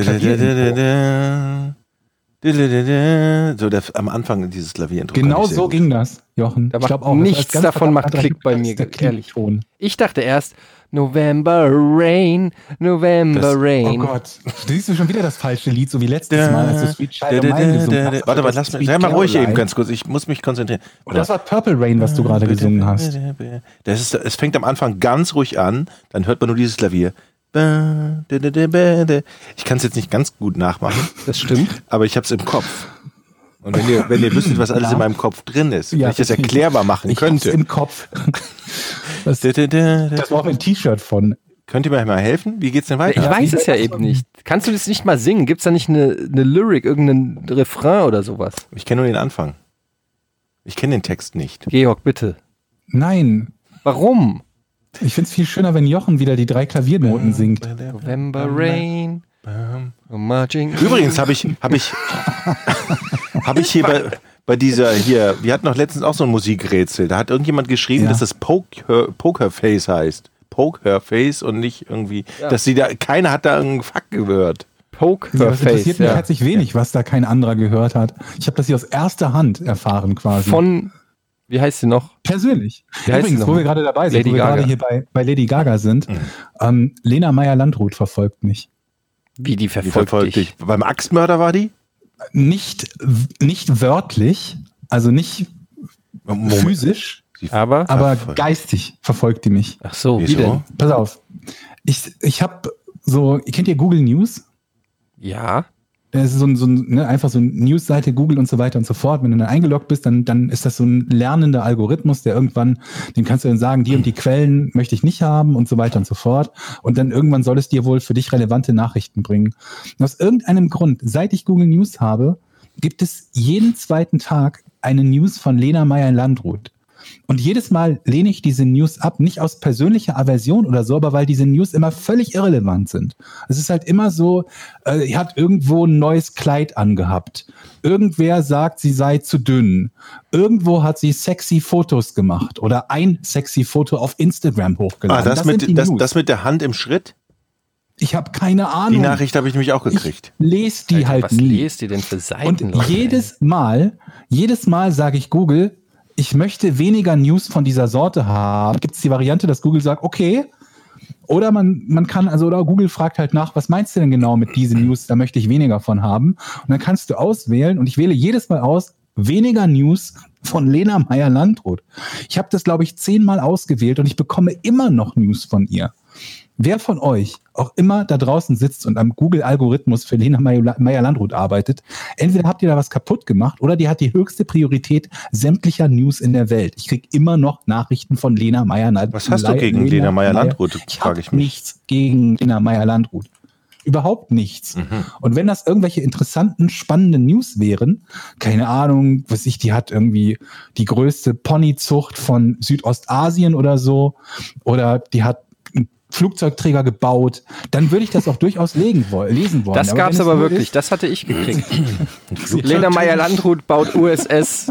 A: So, der, am Anfang dieses Klavierintro. fand
C: Genau
A: ich sehr
C: so
A: gut.
C: ging das, Jochen.
B: Da
C: Ich
B: macht
C: glaub auch, das
B: nichts
C: war das ganz
B: davon
C: verdammt
B: macht Klick bei mir,
C: attraktivste
B: ehrlich.
C: Klinton.
B: Ich dachte erst, November Rain, November
A: Das-
C: Oh
B: Rain.
C: Gott, siehst du schon wieder das falsche Lied, so wie letztes
A: Da,
C: Mal, als du Sweet Child
A: da,
C: of
A: da,
C: Mine
A: da,
C: gesungen
A: da, da.
C: hast.
A: Warte mal,
C: Das
A: lass mich,
C: Sweet
A: sei mal ruhig
C: Caroline.
A: eben ganz kurz. Ich muss mich konzentrieren.
C: Und das war Purple Rain, was du gerade gesungen hast.
A: Das ist, es fängt am Anfang ganz ruhig an, dann hört man nur dieses Klavier. Ich kann es jetzt nicht ganz gut nachmachen,
B: Das stimmt.
A: aber ich habe es im Kopf. Und wenn ihr, wenn ihr wüsstet, was alles in meinem Kopf drin ist, wenn ich das erklärbar machen
C: ich hab's
A: könnte.
C: im
A: <laughs>
C: Kopf. Das, das war auch ein T-Shirt von.
A: Könnt ihr mir mal helfen? Wie geht's denn
B: Ich
A: weiter?
B: weiß es ja eben nicht. Kannst du das nicht mal singen? Gibt es da nicht eine, eine Lyric, irgendeinen Refrain oder sowas?
A: Ich kenne nur den Anfang. Ich kenne den Text nicht.
B: Georg, bitte.
C: Nein,
B: Warum?
C: ich find's viel schöner, wenn Jochen wieder die drei Klaviernoten singt.
B: November Rain. Marching.
A: Übrigens habe ich, habe ich, habe ich hier bei, bei dieser hier, wir hatten noch letztens auch so ein Musikrätsel. Da hat irgendjemand geschrieben,
C: Ja.
A: dass das Poker, Pokerface heißt. Pokerface und nicht irgendwie, dass sie da, keiner hat da irgendeinen Fuck gehört.
B: Poke
C: Ja,
B: Her
C: das interessiert
B: Face.
C: mich
B: Ja.
C: herzlich wenig, was da kein anderer gehört hat. Ich habe das hier aus erster Hand erfahren quasi.
B: Von, wie heißt sie noch?
C: Persönlich.
B: Wie heißt
C: Übrigens,
B: sie
C: wo
B: noch?
C: wir gerade dabei sind,
B: Lady
C: wo wir gerade
B: Gaga. Mhm.
C: hier bei, bei Lady Gaga sind, ähm, Lena Meyer-Landrut verfolgt mich.
B: Wie die
A: Die
B: verfolgt,
A: verfolgt
B: dich.
A: dich. Beim Axtmörder war die?
C: Nicht, nicht wörtlich, also nicht physisch,
B: Aber,
C: aber
A: Verfolgt.
C: geistig verfolgt die mich.
B: ach so, wie
A: Wieso?
B: denn?
C: Pass auf. Ich, ich habe so, kennt ihr Google News?
B: Ja.
C: Es ist so, ein, so ein, ne, einfach so eine Newsseite, Google und so weiter und so fort. Wenn du dann eingeloggt bist, dann, dann ist das so ein lernender Algorithmus, der irgendwann, dem kannst du dann sagen, die und die Quellen möchte ich nicht haben und so weiter und so fort. Und dann irgendwann soll es dir wohl für dich relevante Nachrichten bringen. Und aus irgendeinem Grund, seit ich Google News habe, gibt es jeden zweiten Tag eine News von Lena Meyer in Landrut. Und jedes Mal lehne ich diese News ab, nicht aus persönlicher Aversion oder so, aber weil diese News immer völlig irrelevant sind. Es ist halt immer so, äh, ihr habt irgendwo ein neues Kleid angehabt. Irgendwer sagt, sie sei zu dünn. Irgendwo hat sie sexy Fotos gemacht oder ein sexy Foto auf Instagram hochgeladen.
A: Ah, das,
C: sind die
A: mit, das,
C: News. Ah,
A: das mit der Hand im Schritt?
C: ich habe keine
A: Die
C: Ahnung.
A: Nachricht habe ich nämlich auch gekriegt.
C: Lese die
B: Alter,
C: halt
B: was
C: nie.
B: lest ihr denn für Seiten?
C: Und
B: Leute,
C: jedes Mal, jedes Mal sage ich Google, ich möchte weniger News von dieser Sorte haben. Gibt es die Variante, dass Google sagt, okay, oder man, man kann, also oder Google fragt halt nach, was meinst du denn genau mit diesen News, da möchte ich weniger von haben. Und dann kannst du auswählen und ich wähle jedes Mal aus, weniger News von Lena Meyer-Landrut. Ich habe das, glaube ich, zehnmal ausgewählt und ich bekomme immer noch News von ihr. Wer von euch auch immer da draußen sitzt und am Google-Algorithmus für Lena Meyer- Meyer-Landrut arbeitet, entweder habt ihr da was kaputt gemacht oder die hat die höchste Priorität sämtlicher News in der Welt. Ich kriege immer noch Nachrichten von Lena Meyer-Landrut.
A: Was hast du gegen Lena Meyer-Landrut,
C: Ich
A: frage
C: habe
A: ich mich.
C: nichts gegen Lena Meyer-Landrut. Überhaupt nichts.
B: Mhm.
C: Und wenn das irgendwelche interessanten, spannenden News wären, keine Ahnung, was ich, die hat irgendwie die größte Ponyzucht von Südostasien oder so, oder die hat einen Flugzeugträger gebaut, dann würde ich das auch <laughs> durchaus legen, woll- lesen wollen.
B: Das gab's
C: wenn es
B: aber
C: nur
B: wirklich,
C: ist-
B: das hatte ich gekriegt. Lena Meyer-Landrut baut USS,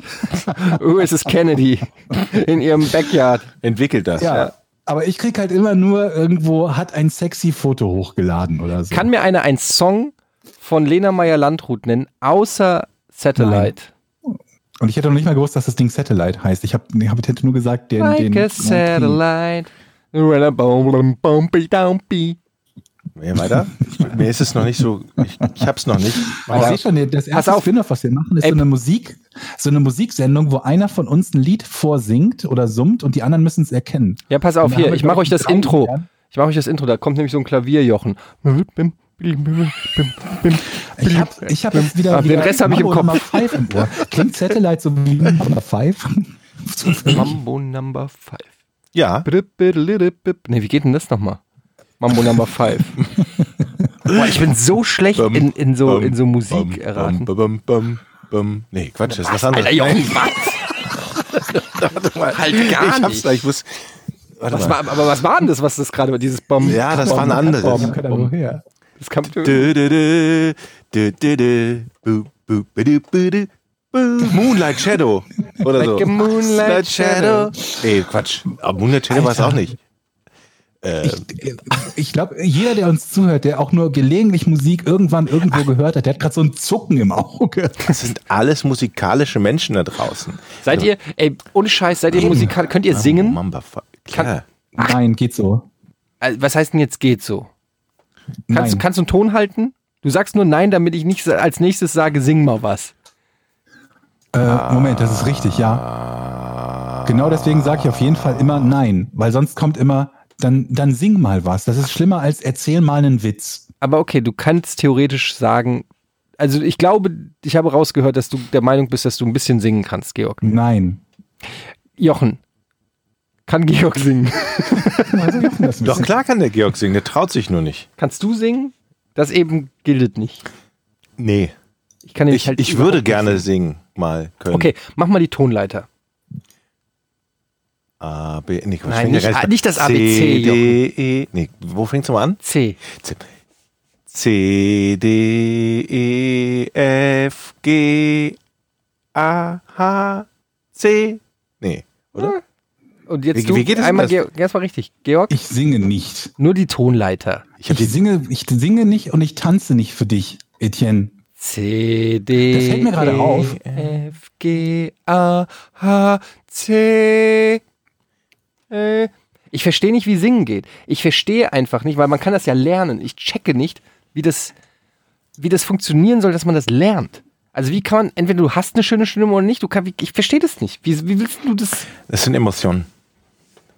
B: USS Kennedy in ihrem Backyard.
A: Entwickelt das.
C: Ja, aber ich krieg halt immer nur irgendwo, hat ein sexy Foto hochgeladen oder so.
B: Kann mir einer einen Song von Lena Meyer-Landrut nennen, außer Satellite?
C: Und ich hätte noch nicht mal gewusst, dass das Ding Satellite heißt. Ich habe ich hab, hätte nur gesagt, den.
B: Like
C: den
B: a satellite. When a bum- bum- bumpy dumpy.
A: Ja, weiter? Ich, mir ist es noch nicht so, ich, ich habe es noch nicht.
C: Ich sehe schon, das erste
B: auf.
C: Spin-off, was wir machen, ist
B: Ey.
C: so eine Musik, so eine Musiksendung, wo einer von uns ein Lied vorsingt oder summt und die anderen müssen es erkennen.
B: Ja, pass auf
C: Da
B: hier,
C: haben wir,
B: ich
C: glaub
B: mache euch das
C: drei
B: Intro.
C: Lieder.
B: Ich mache euch das Intro, da kommt nämlich so ein Klavierjochen.
C: Ich habe ich hab jetzt wieder,
B: Ah, den
C: wieder
B: Rest hab ich im
C: Mambo
B: Kopf.
C: Number Five im Ohr. Klingt Satellite so wie Number Five?
B: Um,
C: So für mich.
B: Mambo Number 5.
A: Ja, <laughs>
B: Ne, wie geht denn das nochmal? Mambo Number 5. Boah, ich bin so schlecht in, in, so, in so Musik erraten.
A: Bum, bum, bum, bum. Nee, Quatsch, das ist was anderes.
B: Alter, Jochen, was?
A: <laughs> Warte mal.
B: halt gar
A: ich hab's
B: nicht.
A: da, ich muss. Warte
B: was
A: mal.
B: war, aber was war denn das, was das gerade war? Dieses Bomben?
A: Ja, das war ein anderes.
B: um.
C: woher?
B: Das kam
A: Dö, dö, dö, dö, dö, dö, bu, bu, bu, bu, bu, bu. Moonlight Shadow. Oder so.
B: Like a moonlight
A: Ey, Quatsch. Aber Moonlight Shadow war es auch nicht.
C: Ich, ich glaube, jeder, der uns zuhört, der auch nur gelegentlich Musik irgendwann irgendwo gehört hat, der hat gerade so ein Zucken im Auge.
A: Das sind alles musikalische Menschen da draußen. Also
B: Seid ihr, ey, ohne Scheiß, seid ihr Musikal, könnt ihr singen?
A: Mamba, fuck.
B: Kann-
A: Klar.
C: Nein, geht so.
B: Also, was heißt denn jetzt geht so? Kannst,
C: Nein.
B: kannst du einen Ton halten? Du sagst nur nein, damit ich nicht sa- als nächstes sage, sing mal was.
C: äh, Moment, das ist richtig, ja. Genau deswegen sage ich auf jeden Fall immer nein, weil sonst kommt immer, dann, dann sing mal was. Das ist schlimmer als erzähl mal einen Witz.
B: Aber okay, du kannst theoretisch sagen, also ich glaube, ich habe rausgehört, dass du der Meinung bist, dass du ein bisschen singen kannst, Georg.
C: Nein.
B: Jochen, kann Georg singen?
C: Also, wir hoffen, dass wir
A: Doch
C: es-
A: klar kann der Georg singen, der traut sich nur nicht.
B: Kannst du singen? Das eben gilt nicht.
A: Nee.
B: Ich kann nämlich
A: Ich,
B: halt
A: ich
B: überhaupt
A: würde
B: nicht
A: gerne
B: singen.
A: singen mal können.
B: Okay, mach mal die Tonleiter.
A: A, B, nee, Quatsch,
B: Nein,
A: fängt ja
B: nicht
A: gar
B: A-
A: an.
B: nicht das ABC,
A: C, D, E. Nee, wo fängt's nochmal an?
B: C.
A: C, C, D, E, F, G, A, H, C. Nee, oder?
B: Und jetzt
A: Wie-
B: du
A: wie geht es
B: einmal
A: denn
B: Georg, erstmal richtig. Georg,
C: Ich singe nicht.
B: nur die Tonleiter.
A: Ich hab
C: Ich,
A: die
C: singe, ich singe nicht und ich tanze nicht für dich, Etienne.
B: C, D,
C: Das fällt mir gerade
B: E,
C: auf.
B: F, G, A, H, C. Äh. Ich verstehe nicht, wie singen geht. Ich verstehe einfach nicht, weil man kann das ja lernen. Ich checke nicht, wie das, wie das funktionieren soll, dass man das lernt. Also wie kann man, entweder du hast eine schöne Stimme oder nicht, du kann, ich verstehe das nicht. Wie, wie willst du das?
A: Das sind Emotionen.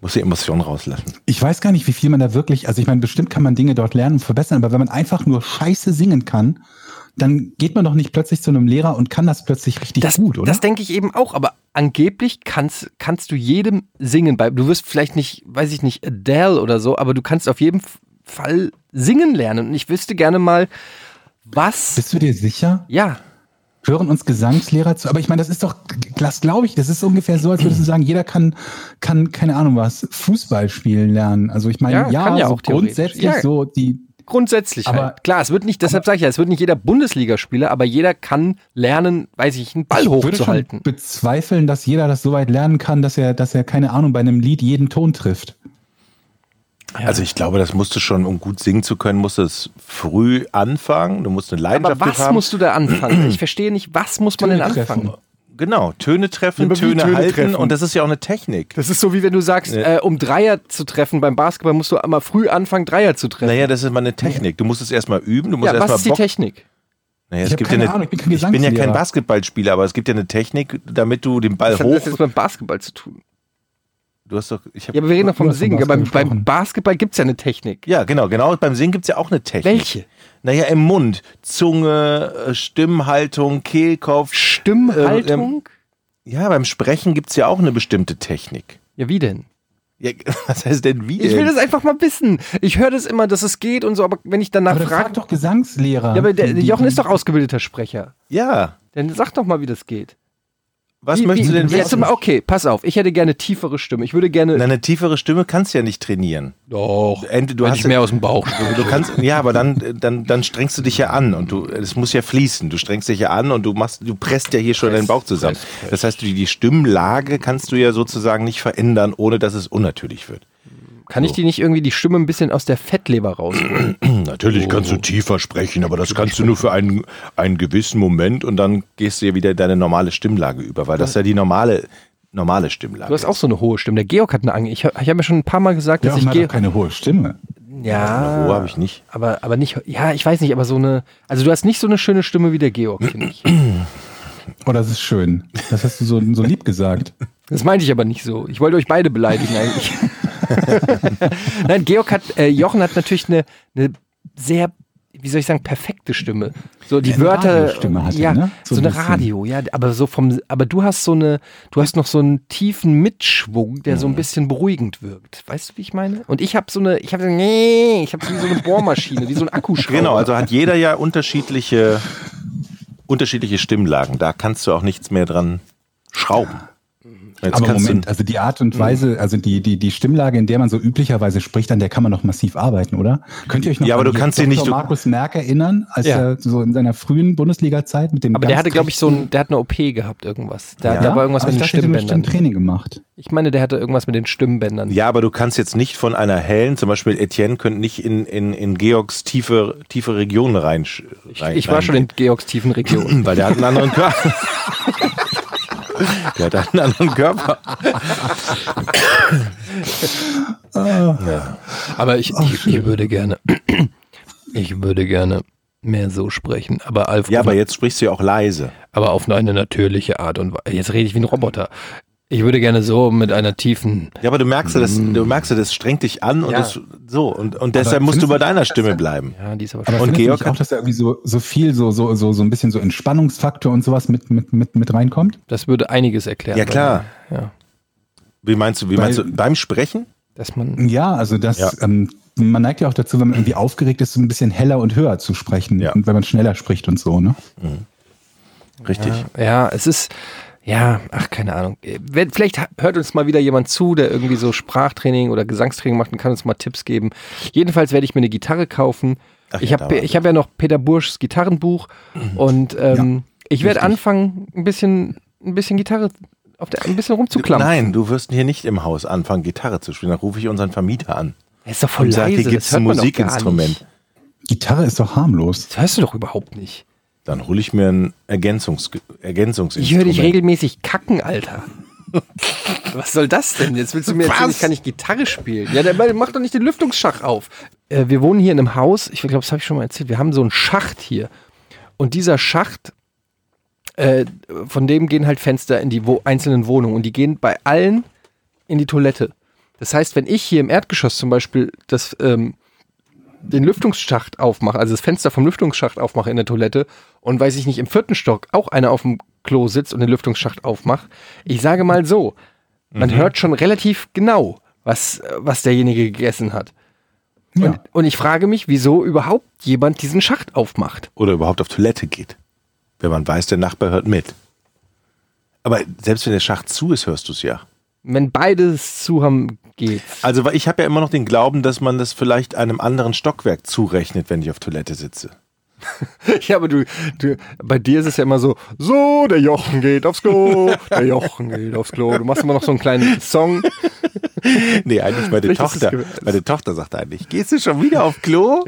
A: Muss die Emotionen rauslassen.
C: Ich weiß gar nicht, wie viel man da wirklich, also ich meine, bestimmt kann man Dinge dort lernen und verbessern, aber wenn man einfach nur Scheiße singen kann, dann geht man doch nicht plötzlich zu einem Lehrer und kann das plötzlich richtig
B: Das,
C: gut, oder?
B: das denke ich eben auch, aber angeblich kannst, kannst du jedem singen. Bei, du wirst vielleicht nicht, weiß ich nicht, Adele oder so, aber du kannst auf jeden F- Fall singen lernen. Und ich wüsste gerne mal, was.
C: Bist du dir sicher?
B: Ja,
C: Hören uns Gesangslehrer zu? Aber ich meine, das ist doch, das glaube ich, das ist ungefähr so, als würdest du sagen, jeder kann, kann, keine Ahnung was, Fußball spielen lernen. Also ich meine,
B: Ja,
C: ja,
B: kann ja
C: so
B: auch theoretisch.
C: grundsätzlich
B: Ja.
C: so die,
B: grundsätzlich.
C: Aber-
B: halt. Klar, es wird nicht, deshalb sage ich ja, es wird nicht jeder Bundesligaspieler, aber jeder kann lernen, weiß ich, einen Ball
C: Ich würde schon
B: hochzuhalten.
C: bezweifeln, dass jeder das so weit lernen kann, dass er, dass er, keine Ahnung, bei einem Lied jeden Ton trifft.
A: Also ich glaube, das musst du schon, um gut singen zu können, musst du es früh anfangen. Du musst eine Leidenschaft
B: Aber was
A: haben.
B: musst du da anfangen? Ich verstehe nicht, was muss man denn
C: Töne treffen.
B: anfangen?
A: Genau, Töne treffen,
B: Aber wie
A: Töne,
B: Töne
A: halten
B: treffen?
A: und das ist ja auch eine Technik.
B: Das ist so, wie wenn du sagst,
A: Ja.
B: äh, um Dreier zu treffen beim Basketball, musst du einmal früh anfangen, Dreier zu treffen.
A: Naja, das ist mal eine Technik. Du musst es erstmal üben, du musst
B: ja, was
A: erstmal
B: ist die
A: Bock.
B: Technik?
A: Naja,
C: Ich
A: es
C: hab
A: gibt ja
C: keine
A: eine,
C: Ahnung, ich bin kein
A: ich bin ja kein
C: Gesangslehrer.
A: Basketballspieler, aber es gibt ja eine Technik, damit du den Ball
B: Was hat das
A: hoch.
B: jetzt mit Basketball zu tun?
A: Du hast doch, ich hab,
B: Ja, aber wir reden doch
C: Du
B: vom
C: hast vom
B: Singen. Ja, beim,
C: Basketball
B: beim
C: gesprochen.
B: Basketball gibt es ja eine Technik.
A: ja, genau, genau. Beim Singen gibt es ja auch eine Technik.
B: Welche?
A: Naja, im Mund. Zunge, äh, Stimmhaltung, Kehlkopf. Ähm, ähm,
B: Stimmhaltung?
A: ja, beim Sprechen gibt es ja auch eine bestimmte Technik.
B: ja, wie denn?
A: Ja, <laughs> was heißt denn wie?
B: Ich will
A: denn?
B: das einfach mal wissen. Ich höre das immer, dass es geht und so, aber wenn ich danach
C: Aber das
B: frage.
C: fragt doch Gesangslehrer.
B: Ja, aber der,
C: Die- die-
B: Jochen ist doch ausgebildeter Sprecher.
A: ja.
B: Dann sag doch mal, wie das geht.
A: Was
B: wie,
A: möchtest
B: wie,
A: du denn
B: jetzt
A: wissen?
B: mal, Okay, pass auf. Ich hätte gerne tiefere Stimme. Ich würde gerne.
A: Na, Eine tiefere Stimme kannst du ja nicht trainieren.
B: doch.
A: Ent- Du
B: wenn
A: hast
B: ich
A: ja-
B: mehr aus dem Bauch. spreche.
A: <laughs> Du kannst, ja, aber dann, dann, dann strengst du dich ja an und du, es muss ja fließen. Du strengst dich ja an und du machst, du presst ja hier schon deinen Bauch zusammen. Das heißt, die, die Stimmlage kannst du ja sozusagen nicht verändern, ohne dass es unnatürlich wird.
B: Kann ich die nicht irgendwie die Stimme ein bisschen aus der Fettleber rausholen?
A: Hm, Natürlich kannst du tiefer sprechen, aber das kannst du nur für einen, einen gewissen Moment und dann gehst du ja wieder in deine normale Stimmlage über, weil das ist ja die normale, normale Stimmlage.
B: Du hast auch so eine hohe Stimme. Der Georg hat eine Angst. Ich, hab- ich habe mir schon ein paar Mal gesagt, dass
C: Jochen
B: ich
C: hat doch
B: Georg.
C: keine hohe Stimme.
B: Ja.
A: Wo habe ich nicht?
B: Aber, aber nicht, ja, ich weiß nicht, aber so eine, also du hast nicht so eine schöne Stimme wie der Georg, finde
C: <clears throat>
B: ich.
C: Oh, das ist schön. Das hast du so, so lieb gesagt.
B: Das meinte ich aber nicht so. Ich wollte euch beide beleidigen
C: <laughs>
B: eigentlich. Nein, Georg hat, äh, Jochen hat natürlich eine, eine sehr, wie soll ich sagen, perfekte Stimme. So die
C: Ja, eine
B: Wörter.
C: Radiostimme hat er,
B: ja,
C: ne?
B: so,
C: So ein
B: eine
C: bisschen.
B: Radio, ja, aber so vom, aber du hast so eine, du hast noch so einen tiefen Mitschwung, der so ein bisschen beruhigend wirkt. Weißt du, wie ich meine? Und ich habe so eine, ich habe so, nee, ich habe so wie so eine Bohrmaschine, wie so ein Akkuschrauber.
A: Genau, also hat jeder ja unterschiedliche, unterschiedliche Stimmlagen. Da kannst du auch nichts mehr dran schrauben.
B: Mhm.
A: Jetzt
C: Aber
A: kannst Mhm.
C: Moment, also die Art und Weise, also die, die, die Stimmlage, in der man so üblicherweise spricht, an der kann man noch massiv arbeiten, oder? Könnt ihr euch noch
A: Ja, aber
C: an
A: du kannst
C: Dr.
A: dir nicht-
C: Markus Merck erinnern, als
B: Ja.
C: er so in seiner frühen Bundesliga-Zeit mit dem.
B: aber der hatte, glaube ich, so ein, der hat eine OP gehabt, irgendwas. Da,
A: Ja?
B: da war irgendwas mit den Stimmbändern.
C: bestimmt Training gemacht.
B: Ich meine, der hatte irgendwas mit den Stimmbändern.
A: Ja, aber du kannst jetzt nicht von einer hellen, zum Beispiel Etienne könnte nicht in, in, in Georgs tiefe, tiefe Region rein,
B: ich, ich war schon in Georgs tiefen
A: <clears throat>
B: Region.
A: <laughs> Weil der hat einen
B: <laughs>
A: anderen Körper. der hat einen anderen Körper.
B: Aber ich, ich, ich würde gerne, <clears throat> ich würde gerne mehr so sprechen. Aber Alf,
A: Ja, aber jetzt sprichst du ja auch leise.
B: aber auf eine natürliche Art und Weise. Jetzt rede ich wie ein Roboter. Ich würde gerne so mit einer tiefen.
A: Ja, aber du merkst ja, das, du merkst ja, das strengt dich an und
B: Mhm. Ja.
A: das, so. Und, und deshalb musst du bei deiner Stimme bleiben.
B: Ja, die ist aber
C: Aber
A: Und
C: und Georg
A: Georg
C: auch, dass da irgendwie so, so viel, so, so, so, so ein bisschen so Entspannungsfaktor und sowas mit, mit, mit, mit reinkommt?
B: Das würde einiges erklären.
A: Ja, klar.
B: Ja,
A: Wie meinst du, wie
C: Weil-
A: meinst du, beim Sprechen?
B: dass man.
C: Ja, also das,
A: Ja.
C: Ähm, man neigt ja auch dazu, wenn man irgendwie aufgeregt ist, so ein bisschen heller und höher zu sprechen.
A: Ja.
C: Und wenn man schneller spricht und so, ne?
A: Richtig.
B: Ja, es ist. Ja, ach, keine Ahnung. Wenn- Vielleicht hört uns mal wieder jemand zu, der irgendwie so Sprachtraining oder Gesangstraining macht und kann uns mal Tipps geben. Jedenfalls werde ich mir eine Gitarre kaufen.
A: Ach
B: ich
A: ja,
B: habe
A: da war Mhm.
B: ich hab ja noch Peter Burschs Gitarrenbuch und ähm, ich werde anfangen, ein bisschen, ein bisschen Gitarre, auf der, ein bisschen rumzuklammern.
A: Nein, du wirst hier nicht im Haus anfangen, Gitarre zu spielen. Dann rufe ich unseren Vermieter an.
B: Er ist doch voll
A: Und sagt,
B: leise.
A: hier gibt's
B: das hört
A: ein
B: man doch
A: Musikinstrument.
B: Gar nicht.
C: Gitarre ist doch harmlos.
B: Das hörst du doch überhaupt nicht.
A: Dann hole ich mir ein Ergänzungs Ergänzungsinstrument.
B: Ich höre dich regelmäßig kacken, Alter. <laughs> Was soll das denn? Jetzt willst du mir erzählen, ich kann nicht Gitarre spielen. Ja, dann mach doch nicht den Lüftungsschacht auf. Äh, wir wohnen hier in einem Haus, ich glaube, das habe ich schon mal erzählt, wir haben so einen Schacht hier. Und dieser Schacht, äh, von dem gehen halt Fenster in die wo einzelnen Wohnungen und die gehen bei allen in die Toilette. Das heißt, wenn ich hier im Erdgeschoss zum Beispiel das, ähm, den Lüftungsschacht aufmache, also das Fenster vom Lüftungsschacht aufmache in der Toilette und weiß ich nicht, im vierten Stock auch einer auf dem Klo sitzt und den Lüftungsschacht aufmacht, ich sage mal so, man hört schon relativ genau, was, äh, was derjenige gegessen hat.
C: Ja.
B: Und, und ich frage mich, wieso überhaupt jemand diesen Schacht aufmacht.
A: Oder überhaupt auf Toilette geht. Wenn man weiß, der Nachbar hört mit. Aber selbst wenn der Schacht zu ist, hörst du es ja.
B: Wenn beides zu haben geht.
A: Also weil ich habe ja immer noch den Glauben, dass man das vielleicht einem anderen Stockwerk zurechnet, wenn ich auf Toilette sitze.
B: <laughs> Ja, aber du, du, bei dir ist es ja immer so, so, der Jochen geht aufs Klo, der Jochen geht aufs Klo. Du machst immer noch so einen kleinen Song.
A: Nee, eigentlich meine
B: Vielleicht ist es
A: Tochter.
B: gewesen.
A: Meine Tochter sagt eigentlich, gehst du schon wieder auf Klo?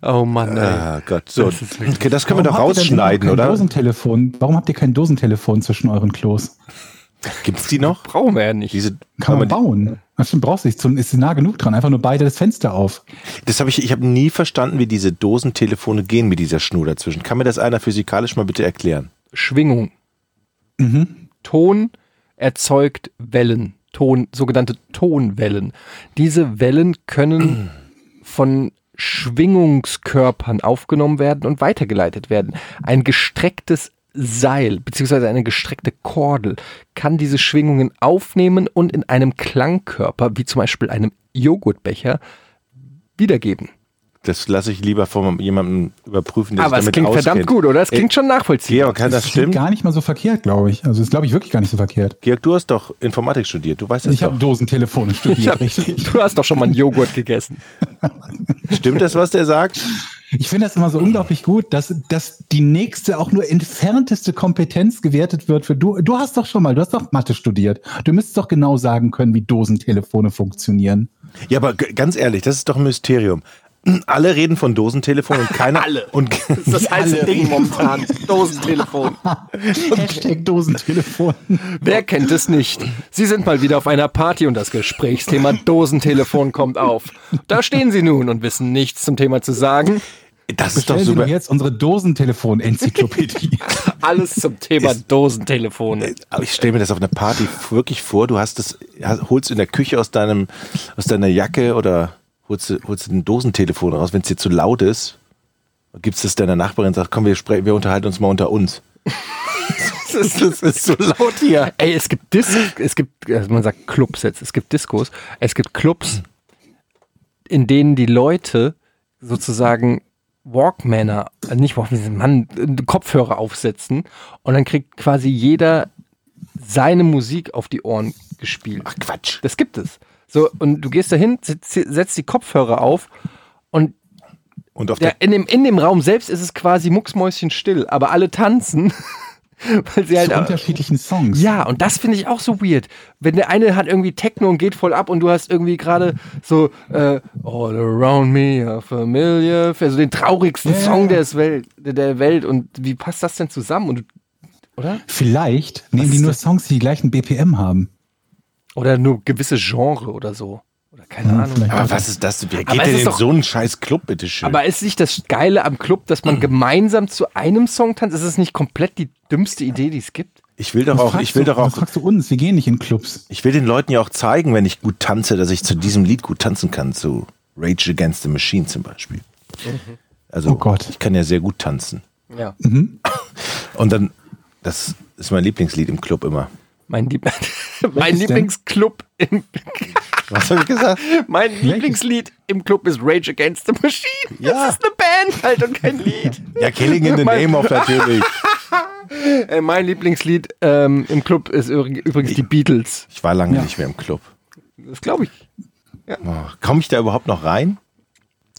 B: Oh Mann, ey.
A: Ah Gott, so.
B: Das ist wirklich-
A: Okay, das können wir doch
C: Warum habt ihr denn immer noch
A: rausschneiden,
C: kein
A: oder?
C: Dosentelefon? Warum habt ihr kein Dosentelefon zwischen euren Klos?
A: Gibt's die noch?
B: Brauchen wir ja nicht.
A: Diese,
C: Kann man
A: aber
C: bauen. Das stimmt, brauchst du nicht. Zum- Ist nah genug dran. Einfach nur beide das Fenster auf.
A: die- das habe ich, ich habe nie verstanden, wie diese Dosentelefone gehen mit dieser Schnur dazwischen. Kann mir das einer physikalisch mal bitte erklären?
B: Schwingung.
A: Mhm.
B: Ton erzeugt Wellen. Ton, sogenannte Tonwellen. Diese Wellen
A: <clears throat>
B: können von Schwingungskörpern aufgenommen werden und weitergeleitet werden. Ein gestrecktes Seil beziehungsweise eine gestreckte Kordel kann diese Schwingungen aufnehmen und in einem Klangkörper, wie zum Beispiel einem Joghurtbecher, wiedergeben.
A: Das lasse ich lieber von jemandem überprüfen, der
B: Aber
A: sich
B: es
A: damit
B: klingt
A: auskennt. Äh,
B: verdammt gut, oder? Es klingt schon nachvollziehbar.
A: Georg, kann das
C: Klingt
A: stimmen?
C: Gar nicht mal so verkehrt, glaube ich. Also, das glaube ich wirklich gar nicht so verkehrt.
A: Georg, du hast doch Informatik studiert. Du weißt das
C: Ich habe
A: doch. <laughs>
C: Dosentelefone
B: Ich hab,
C: studiert, richtig.
B: <laughs> du hast doch schon mal einen Joghurt gegessen.
A: Stimmt das, was der sagt?
C: Ich finde das immer so unglaublich gut, dass, dass die nächste, auch nur entfernteste Kompetenz gewertet wird für du. Du hast doch schon mal, du hast doch Mathe studiert. Du müsstest doch genau sagen können, wie Dosentelefone
A: <laughs>
C: funktionieren.
A: Ja, aber g- ganz ehrlich, das ist doch ein Mysterium. Alle reden von Dosentelefon
B: <laughs>
A: und keiner. Alle. Und
B: Das ist heiße
C: alle.
B: Ding momentan. Dosentelefon.
C: Hashtag Dosentelefon.
B: Wer kennt es nicht? Sie sind mal wieder auf einer Party und das Gesprächsthema Dosentelefon kommt auf. Da stehen sie nun und wissen nichts zum Thema zu sagen.
A: <laughs> das ist doch
C: Stellen Sie
A: super.
C: doch jetzt unsere Dosentelefon-Enzyklopädie.
B: Alles zum Thema Dosentelefon.
A: Aber ich stelle mir das auf einer Party wirklich vor. Du hast es, hast- holst in der Küche aus deinem, aus deiner Jacke oder holst du, holst du ein Dosentelefon raus, wenn es dir zu laut ist, gibst es deiner Nachbarin und sagst, komm, wir, spre- wir unterhalten uns mal unter uns. <laughs> das, ist, das ist so laut hier.
B: Ey, es gibt Dis es gibt, also man sagt Clubs jetzt, es gibt Diskos, es gibt Clubs, in denen die Leute sozusagen Walkmaner, also nicht Walkmaner, Mann, äh, Kopfhörer aufsetzen und dann kriegt quasi jeder seine Musik auf die Ohren gespielt.
A: Ach Quatsch.
B: Das gibt es. So, und du gehst dahin, setzt setzt die Kopfhörer auf und
A: Und auf
B: ja,
A: der,
B: in, dem, in dem Raum selbst ist es quasi mucksmäuschenstill, aber alle tanzen, <laughs> weil sie
C: Zu
B: halt.
C: unterschiedlichen Songs.
B: ja, und das finde ich auch so weird. Wenn der eine hat irgendwie Techno und geht voll ab und du hast irgendwie gerade so äh, All around me are familiar, also den traurigsten
C: Ja, ja,
B: Song
C: ja.
B: des Welt, der Welt. Und wie passt das denn zusammen? Und, oder?
C: Vielleicht nehmen die
B: ist
C: nur
B: das?
C: Songs, die die gleichen BPM haben.
B: Oder nur gewisse Genre oder so. Oder keine
C: Ja,
B: Ahnung.
C: Hm, vielleicht.
A: aber was ist das? Wer
B: Aber
A: geht
B: es
A: denn
B: ist
A: in
B: doch-
A: so einen scheiß Club, bitteschön?
B: Aber ist nicht das Geile am Club, dass
C: Hm.
B: man gemeinsam zu einem Song tanzt? Ist es nicht komplett die dümmste Idee, die es gibt?
A: ich will doch
C: Das
A: auch,
C: fragst
A: ich will
C: du,
A: doch auch
C: Das fragst du uns, wir gehen nicht in Clubs.
A: Ich will den Leuten ja auch zeigen, wenn ich gut tanze, dass ich zu diesem Lied gut tanzen kann, zu Rage Against the Machine zum Beispiel.
B: Mhm.
A: Also
C: Oh Gott.
A: ich kann ja sehr gut tanzen.
B: Ja.
A: Und dann, das ist mein Lieblingslied im Club immer.
B: Mein, Lieb <laughs> mein
C: denn?
B: Lieblingsclub im
A: Was habe ich gesagt?
B: mein Lieblingslied im Club ist Rage Against the Machine.
A: Ja.
B: Das ist eine Band halt und kein Lied.
A: Ja, Killing in the
B: Mein-
A: Name of natürlich.
B: Äh, mein Lieblingslied ähm, im Club ist übrig- übrigens die Beatles.
A: Ich war lange
C: Ja.
A: nicht mehr im Club.
B: Das glaube ich.
A: Oh, Komme ich da überhaupt noch rein?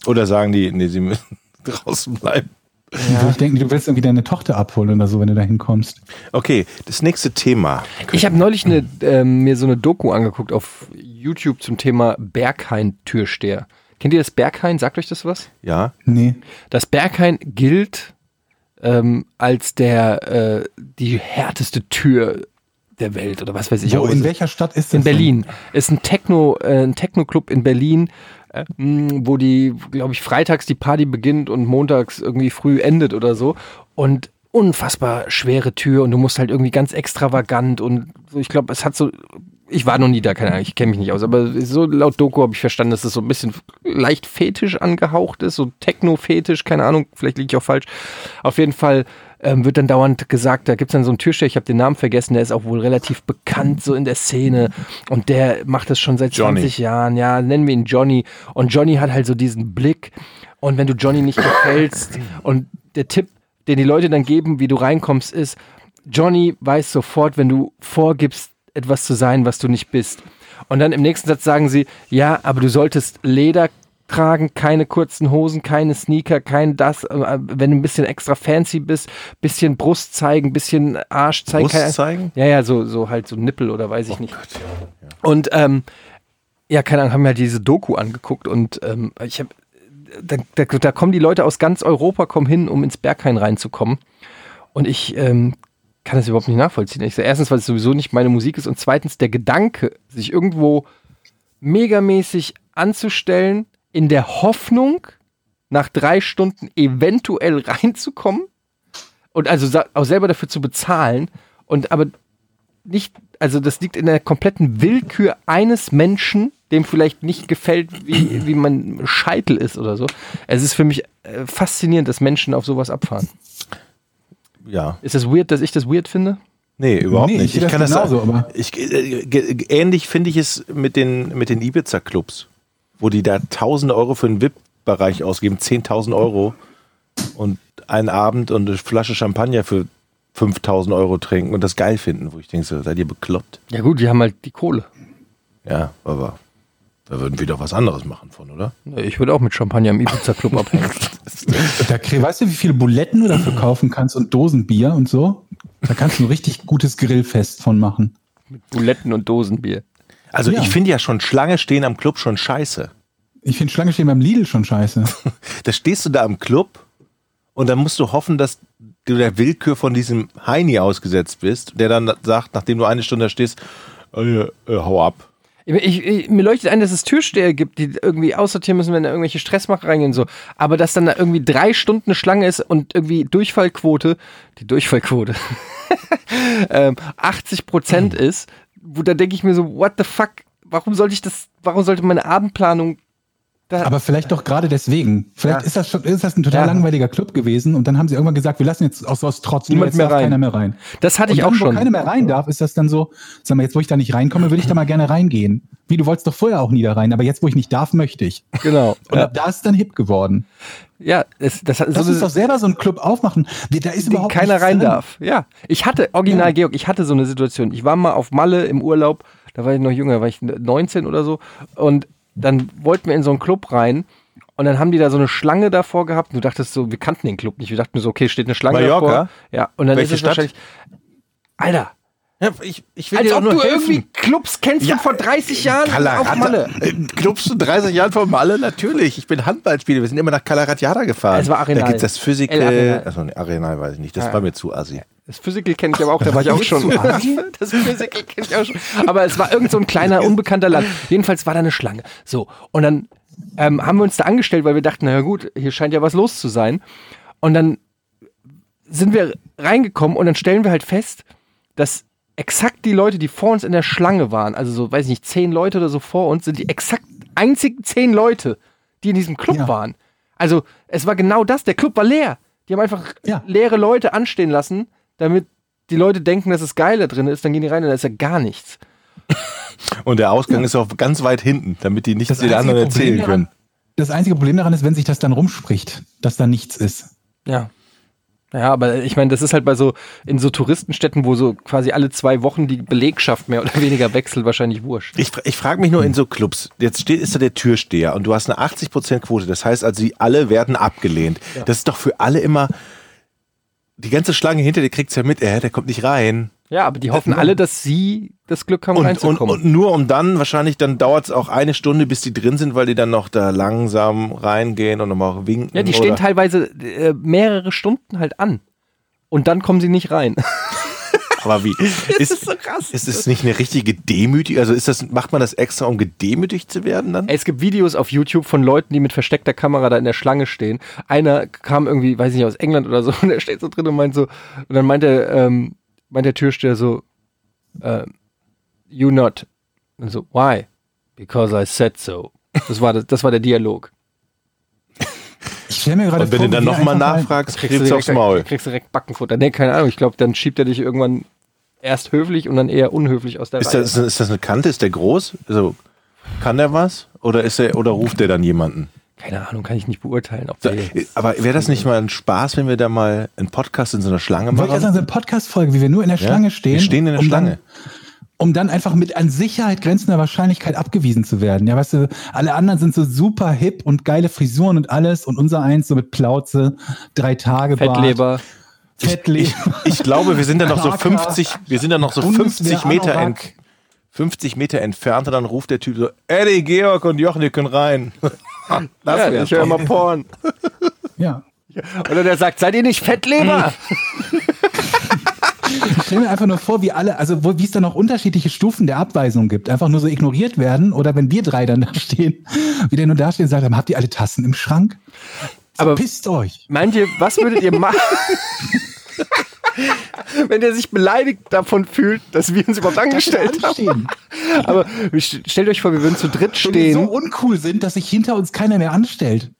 A: Oder sagen die, nee, sie müssen <laughs> draußen bleiben?
C: Wo ich denke, du willst irgendwie deine Tochter abholen oder so, wenn du da hinkommst.
A: Okay, das nächste Thema.
B: Ich habe neulich eine, ähm, mir so eine Doku angeguckt auf YouTube zum Thema Berghain-Türsteher. Kennt ihr das Berghain? Sagt euch das was?
A: Ja,
C: Nee.
B: Das Berghain gilt ähm, als der äh, die härteste Tür der Welt oder was weiß ich.
C: Wo,
B: auch.
C: in welcher Stadt ist das?
B: in
C: denn?
B: Berlin. Ist ein Techno, äh, ein Techno-Club in Berlin, äh, mh, wo die, glaube ich, freitags die Party beginnt und montags irgendwie früh endet oder so. Und unfassbar schwere Tür und du musst halt irgendwie ganz extravagant und so, ich glaube, es hat so. Ich war noch nie da, keine Ahnung, ich kenne mich nicht aus, aber so laut Doku habe ich verstanden, dass es so ein bisschen leicht fetisch angehaucht ist, so Techno-fetisch, keine Ahnung, vielleicht liege ich auch falsch. Auf jeden Fall ähm, wird dann dauernd gesagt, da gibt es dann so einen Türsteher, ich habe den Namen vergessen, der ist auch wohl relativ bekannt so in der Szene und der macht das schon seit
A: Johnny.
B: 20 Jahren, ja, nennen wir ihn Johnny. Und Johnny hat halt so diesen Blick und wenn du Johnny nicht gefällst und der Tipp, den die Leute dann geben, wie du reinkommst, ist, Johnny weiß sofort, wenn du vorgibst, etwas zu sein, was du nicht bist. Und dann im nächsten Satz sagen sie, ja, aber du solltest Leder tragen, keine kurzen Hosen, keine Sneaker, kein das, äh, wenn du ein bisschen extra fancy bist, bisschen Brust zeigen, bisschen Arsch zeigen.
A: Brust
B: keine-
A: zeigen?
B: Ja, ja, so, so halt so Nippel oder weiß ich nicht. Und ähm, ja, keine Ahnung, haben wir halt diese Doku angeguckt und ähm, ich habe da, da, da kommen die Leute aus ganz Europa kommen hin, um ins Berghain reinzukommen. Und ich ähm, kann das überhaupt nicht nachvollziehen. Ich sag, erstens, weil es sowieso nicht meine Musik ist und zweitens der Gedanke, sich irgendwo megamäßig anzustellen, in der Hoffnung, nach drei Stunden eventuell <laughs> reinzukommen und also sa- auch selber dafür zu bezahlen und aber nicht, also das liegt in der kompletten Willkür eines Menschen, dem vielleicht nicht gefällt, wie, wie man Scheitel ist oder so. Es ist für mich äh, faszinierend, dass Menschen auf sowas abfahren.
A: ja.
B: Ist es das weird, dass ich das weird finde?
A: Nee, überhaupt
C: Nee, ich
A: nicht.
C: sehe das genauso,
A: sagen.
C: aber-
A: ich, äh, ge- ge- ähnlich finde ich es mit den, mit den Ibiza-Clubs, wo die da tausende Euro für den VIP-Bereich ausgeben, 10.000 Euro und einen Abend und eine Flasche Champagner für 5.000 Euro trinken und das geil finden, wo ich denke, so, seid ihr bekloppt?
B: Ja gut, die haben halt die Kohle.
A: Ja, aber da würden wir doch was anderes machen von, oder?
B: Ich würde auch mit Champagner im <laughs> Ibiza-Club abhängen.
C: Da, krieg- weißt du, wie viele Buletten du dafür kaufen kannst und Dosenbier und so? Da kannst du ein richtig gutes Grillfest von machen.
B: Buletten und Dosenbier.
A: Also
C: Ja.
A: ich finde ja schon Schlange stehen am Club schon scheiße.
C: Ich finde Schlange stehen beim Lidl schon scheiße.
A: Da stehst du da am Club und dann musst du hoffen, dass du der Willkür von diesem Heini ausgesetzt bist, der dann sagt, nachdem du eine Stunde da stehst, äh, äh, hau ab.
B: Ich, ich, mir leuchtet ein, dass es Türsteher gibt, die irgendwie aussortieren müssen, wenn da irgendwelche Stressmacher reingehen und so. Aber dass dann da irgendwie drei Stunden eine Schlange ist und irgendwie Durchfallquote, die Durchfallquote, <laughs> ähm, 80
C: <laughs>
B: Prozent ist, wo da denke ich mir so, what the fuck, warum sollte ich das, warum sollte meine Abendplanung Da-
C: Aber vielleicht doch gerade deswegen. Vielleicht
B: Ja.
C: ist, das schon, ist das ein total
B: Ja.
C: langweiliger Club gewesen und dann haben sie irgendwann gesagt, wir lassen jetzt aus, aus Trotz nur
B: Niemand
C: jetzt
B: mehr
C: darf
B: rein.
C: keiner mehr rein.
B: Das hatte
C: und
B: ich
C: dann,
B: auch
C: wo
B: schon.
C: keiner mehr rein darf, ist das dann so, sag mal, jetzt wo ich da nicht reinkomme, würde ich da mal gerne reingehen. Wie, du wolltest doch vorher auch nie da rein, aber jetzt wo ich nicht darf, möchte ich.
B: Genau.
C: Und ab da ist dann hip geworden.
B: Ja, es, Also das, hat-
C: Lass
B: so
C: uns
B: eine-
C: doch selber so einen Club aufmachen. Da ist
B: den
C: überhaupt
B: keiner
C: nichts
B: rein
C: drin.
B: darf. Ja, ich hatte, original Georg, ich hatte so eine Situation. Ich war mal auf Malle im Urlaub, da war ich noch jünger, war ich 19 oder so. Und dann wollten wir in so einen Club rein. Und dann haben die da so eine Schlange davor gehabt. Und du dachtest so, wir kannten den Club nicht. Wir dachten so, okay, steht eine Schlange
A: Mallorca?
B: davor. Ja, und dann
A: Welche
B: ist es
A: Stadt?
B: wahrscheinlich. Alter,
A: Ja, ich, ich will
B: als
A: dir
B: ob
A: doch
B: du
A: nur helfen.
B: irgendwie Clubs kennst
A: Ja, Äh,
B: von vor 30 Jahren auf Malle.
A: Clubs zu 30 Jahren von Malle, natürlich. Ich bin Handballspieler. Wir sind immer nach Kalaratjada gefahren.
B: Es war Arenal.
A: Da gibt's das
B: El Arenal.
A: Physical. Achso, nee, Arenal weiß ich nicht. Das war mir zu assi.
B: Das Physical kenne ich aber auch, da war ich auch schon. <laughs> Das Physical kenne ich auch schon. Aber es war irgend so ein kleiner, unbekannter Land. Jedenfalls war da eine Schlange. So, und dann ähm, haben wir uns da angestellt, weil wir dachten, naja gut, hier scheint ja was los zu sein. Und dann sind wir reingekommen und dann stellen wir halt fest, dass exakt die Leute, die vor uns in der Schlange waren, also so, weiß ich nicht, zehn Leute oder so vor uns, sind die exakt einzigen zehn Leute, die in diesem Club
C: Ja.
B: waren. Also es war genau das, der Club war leer. Die haben einfach
C: Ja.
B: leere Leute anstehen lassen, damit die Leute denken, dass es geil da drin ist, dann gehen die rein und da ist ja gar nichts.
A: Und der Ausgang ist auch ganz weit hinten, damit die nichts den anderen erzählen
C: daran,
A: können.
C: Das einzige Problem daran ist, wenn sich das dann rumspricht, dass da nichts ist.
B: Ja. Ja, aber ich meine, das ist halt bei so, in so Touristenstädten, wo so quasi alle zwei Wochen die Belegschaft mehr oder <laughs> weniger wechselt, wahrscheinlich wurscht.
A: Ich, fra- ich frage mich nur in so Clubs. Jetzt steht, ist da der Türsteher und du hast eine 80% Quote. Das heißt also, die alle werden abgelehnt. Das ist doch für alle immer. Die ganze Schlange hinter dir kriegt's ja mit, äh, der kommt nicht rein.
B: Ja, aber die hoffen alle, dass sie das Glück haben,
A: Und, und,
B: reinzukommen.
A: und nur um dann, wahrscheinlich dann dauert's auch eine Stunde, bis die drin sind, weil die dann noch da langsam reingehen und nochmal winken.
B: ja, die stehen
A: oder-
B: teilweise äh, mehrere Stunden halt an. Und dann kommen sie nicht rein. <laughs>
A: Aber wie? ist,
B: so krass.
A: ist es nicht eine richtige Demütigung? Also ist das, macht man das extra, um gedemütigt zu werden dann?
B: Es gibt Videos auf YouTube von Leuten, die mit versteckter Kamera da in der Schlange stehen. Einer kam irgendwie, weiß ich nicht, aus England oder so, <laughs> und er steht so drin und meint so, und dann meint der, ähm, meint der Türsteher so, äh, you not. Und so, why? Because I said so. Das war, das, das war der Dialog.
C: Ich stelle mir gerade
A: Und wenn
C: vor,
A: du dann
C: wie wir
A: nochmal
C: einfach mal-
A: nachfragst, kriegst du aufs
B: direkt,
A: Maul.
B: kriegst du direkt Backenfutter. Nee, keine Ahnung, ich glaube, dann schiebt er dich irgendwann erst höflich und dann eher unhöflich aus der
A: Ist
B: Reihe.
A: das, ist das eine Kante? Ist der groß? Also, kann der was? Oder, ist er, oder ruft der dann jemanden?
B: Keine Ahnung, kann ich nicht beurteilen, ob
A: So,
B: der
A: äh,
B: jetzt
A: Aber wäre das nicht mal ein Spaß, wenn wir da mal einen Podcast in so einer Schlange
C: Wollte ich erst mal
A: machen?
C: so eine Podcast-Folge, wie wir nur in der
A: Ja?
C: Schlange stehen.
A: Wir stehen in der
C: um
A: Schlange.
C: Dann, um dann einfach mit an Sicherheit grenzender Wahrscheinlichkeit abgewiesen zu werden. Ja, weißt du, alle anderen sind so super hip und geile Frisuren und alles und unser eins so mit Plauze, drei Tage Bart,
B: Fettleber.
A: Ich,
C: Fettleber.
A: ich glaube, wir sind da noch so
C: Barker.
A: 50, wir sind da noch so
C: Bundeswehr
A: 50 Meter,
C: Anorak.
A: ent, 50 Meter entfernt und dann ruft der Typ so, Eddie, Georg und Jochen, ihr könnt rein. <laughs> Das
B: Ja,
A: wär's
B: ich höre immer
A: doch.
B: Porn.
C: <laughs> Ja.
B: Oder der sagt, seid ihr nicht
A: <laughs>
B: Fettleber?
C: Ich stelle mir einfach nur vor, wie alle, also wo, wie es dann noch unterschiedliche Stufen der Abweisung gibt. Einfach nur so ignoriert werden oder wenn wir drei dann da stehen, <laughs> wie der nur da steht und sagt, habt ihr alle Tassen im Schrank?
B: Aber-
C: Verpisst euch.
B: Meint ihr, was würdet ihr machen? <laughs> Wenn der sich beleidigt davon fühlt, dass wir uns überhaupt angestellt haben.
C: Stehen.
B: Aber st- stellt euch vor, wir würden zu dritt
C: Wenn die so um-
B: stehen.
C: uncool sind, dass sich hinter uns keiner mehr anstellt.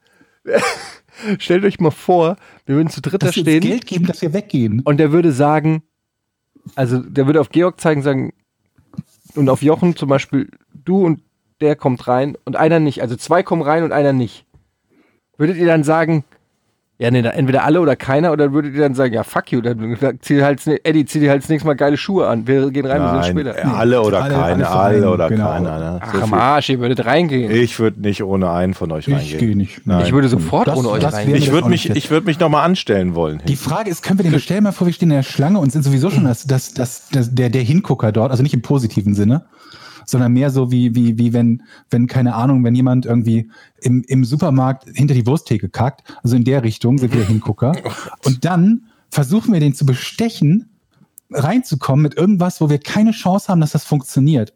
B: Stellt euch mal vor, wir würden zu dritt da
C: Dass sie uns
B: stehen.
C: Geld geben, dass wir weggehen.
B: Und der würde sagen, also der würde auf Georg zeigen, sagen, und auf Jochen zum Beispiel, du und der kommt rein und einer nicht. Also zwei kommen rein und einer nicht. Würdet ihr dann sagen, ja, nee, da- entweder alle oder keiner, oder würdet ihr dann sagen, ja, fuck you, dann dann zieh dir halt, ne- Eddie, zieh dir halt das nächste Mal geile Schuhe an. Wir gehen rein, wir sind
A: Nein,
B: später.
A: äh, alle oder
C: Alle-
A: keine,
C: alle
A: alle
C: vereinen,
A: oder
C: genau.
A: keiner. Ne?
B: Ach,
A: So
B: am
A: viel-
B: Arsch, ihr würdet reingehen. Ich,
A: ich würde nicht ohne einen von euch reingehen.
C: Ich gehe nicht.
A: Nein. Ich
B: würde sofort
C: Das-
B: ohne euch
C: das
B: reingehen.
C: wäre-
A: Ich würde mich, ich würd mich nochmal anstellen wollen.
C: Die Frage ist, können wir den stellen mal vor, wir stehen in der Schlange und sind sowieso schon das, das, das, das, der, der Hingucker dort, also nicht im positiven Sinne, sondern mehr so wie, wie, wie wenn, wenn, keine Ahnung, wenn jemand irgendwie im, im Supermarkt hinter die Wursttheke kackt, also in der Richtung sind wir
A: <laughs>
C: Hingucker.
A: Oh
C: Und dann versuchen wir den zu bestechen, reinzukommen mit irgendwas, wo wir keine Chance haben, dass das funktioniert.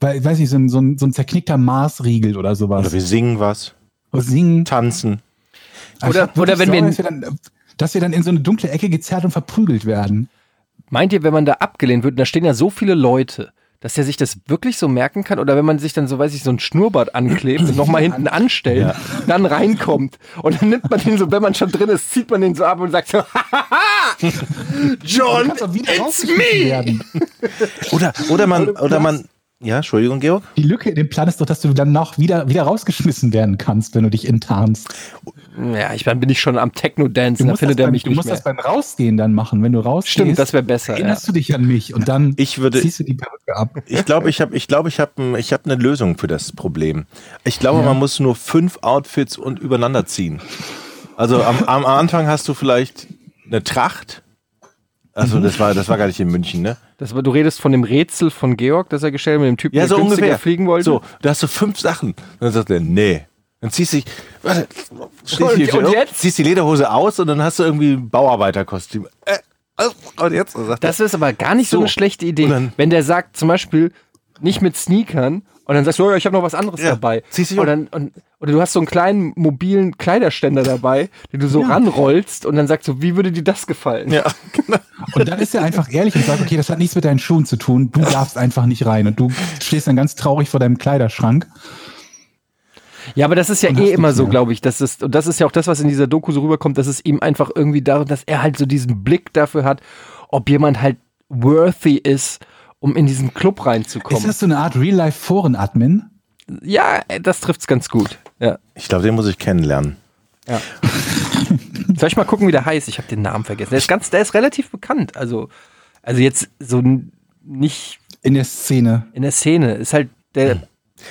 C: Weil, ich weiß nicht, so ein, so ein, so ein zerknickter Maßriegel oder
A: Oder
C: sowas.
A: wir singen was,
C: Oder singen.
A: tanzen.
C: Aber ich
B: Oder-
C: hab wirklich
B: oder wenn wir-
C: Sorge, dass wir dann, äh, dass wir dann in so eine dunkle Ecke gezerrt und verprügelt werden.
B: Meint ihr, wenn man da abgelehnt wird, und da stehen ja so viele Leute, dass der sich das wirklich so merken kann oder wenn man sich dann so, weiß ich, so ein Schnurrbart anklebt und nochmal hinten anstellt, dann reinkommt und dann nimmt man den so, wenn man schon drin ist, zieht man den so ab und sagt so, <laughs> "Hahaha, John,
C: Kannst auch wieder
B: it's
C: rausgeschmissen
B: me!
C: werden.
A: Oder, oder man, oder man, ja, Entschuldigung, Georg.
C: Die Lücke in dem Plan ist doch, dass du dann noch wieder, wieder rausgeschmissen werden kannst, wenn du dich enttarnst.
B: Ja, ich dann bin ich schon am Techno-Dance,
C: Du
B: dann
C: musst, das
B: findet er
C: beim,
B: mich
C: du
B: nicht
C: musst
B: mehr.
C: das beim Rausgehen dann machen. Wenn du rausgehst,
B: Stimmt, das wäre besser. Ja.
C: erinnerst du dich an mich und dann
A: Ich würde,
C: ziehst du die Perücke ab.
A: Ich glaube, ich habe ich glaub, ich hab ein- ich hab eine Lösung für das Problem. Ich glaube, man muss nur fünf Outfits und übereinander ziehen. Also am, am Anfang hast du vielleicht eine Tracht. Also
C: Mhm.
A: das war, das war gar nicht in München, ne?
B: Das, war- du redest von dem Rätsel von Georg, das er gestellt hat, mit dem Typen,
A: Ja,
B: der
A: so
B: günstiger
A: ungefähr.
B: fliegen wollte.
A: So, da hast du fünf Sachen. Dann sagt er, nee. Dann ziehst du dich, warte, stehst
B: Und-
A: die,
B: und jetzt?
A: ziehst die Lederhose aus und dann hast du irgendwie ein Bauarbeiterkostüm. Äh, äh, und jetzt? Und sagt
B: Das ist aber gar nicht so,
A: So.
B: eine schlechte Idee.
A: Und dann-
B: wenn der sagt, zum Beispiel, nicht mit Sneakern und dann sagst du, oh ja, ich habe noch was anderes
A: Ja,
B: dabei.
A: ziehst dich
B: und dann, und, oder du hast so einen kleinen mobilen Kleiderständer dabei, den du so ranrollst und dann sagst du, wie würde dir das gefallen?
A: er, ja, <laughs> genau.
C: Und dann ist er einfach ehrlich und sagt, okay, das hat nichts mit deinen Schuhen zu tun. Du darfst einfach nicht rein. Und du stehst dann ganz traurig vor deinem Kleiderschrank.
B: Ja, aber das ist ja
C: Und
B: eh
C: hast
B: immer
C: nichts
B: so,
C: mehr.
B: glaube ich. Das ist, und das ist ja auch das, was in dieser Doku so rüberkommt, dass es ihm einfach irgendwie darum, dass er halt so diesen Blick dafür hat, ob jemand halt worthy ist, um in diesen Club
C: Ist
B: reinzukommen.
C: das so eine Art Real-Life-Foren-Admin?
B: ja, das trifft's ganz gut. Ja.
A: Ich glaube, den muss ich kennenlernen.
B: Soll ich mal gucken, wie der heißt? Ich habe den Namen vergessen. Der ist, ganz, der ist relativ bekannt. Also, also jetzt so n- nicht
C: In der Szene.
B: in der Szene. Ist halt der. Ist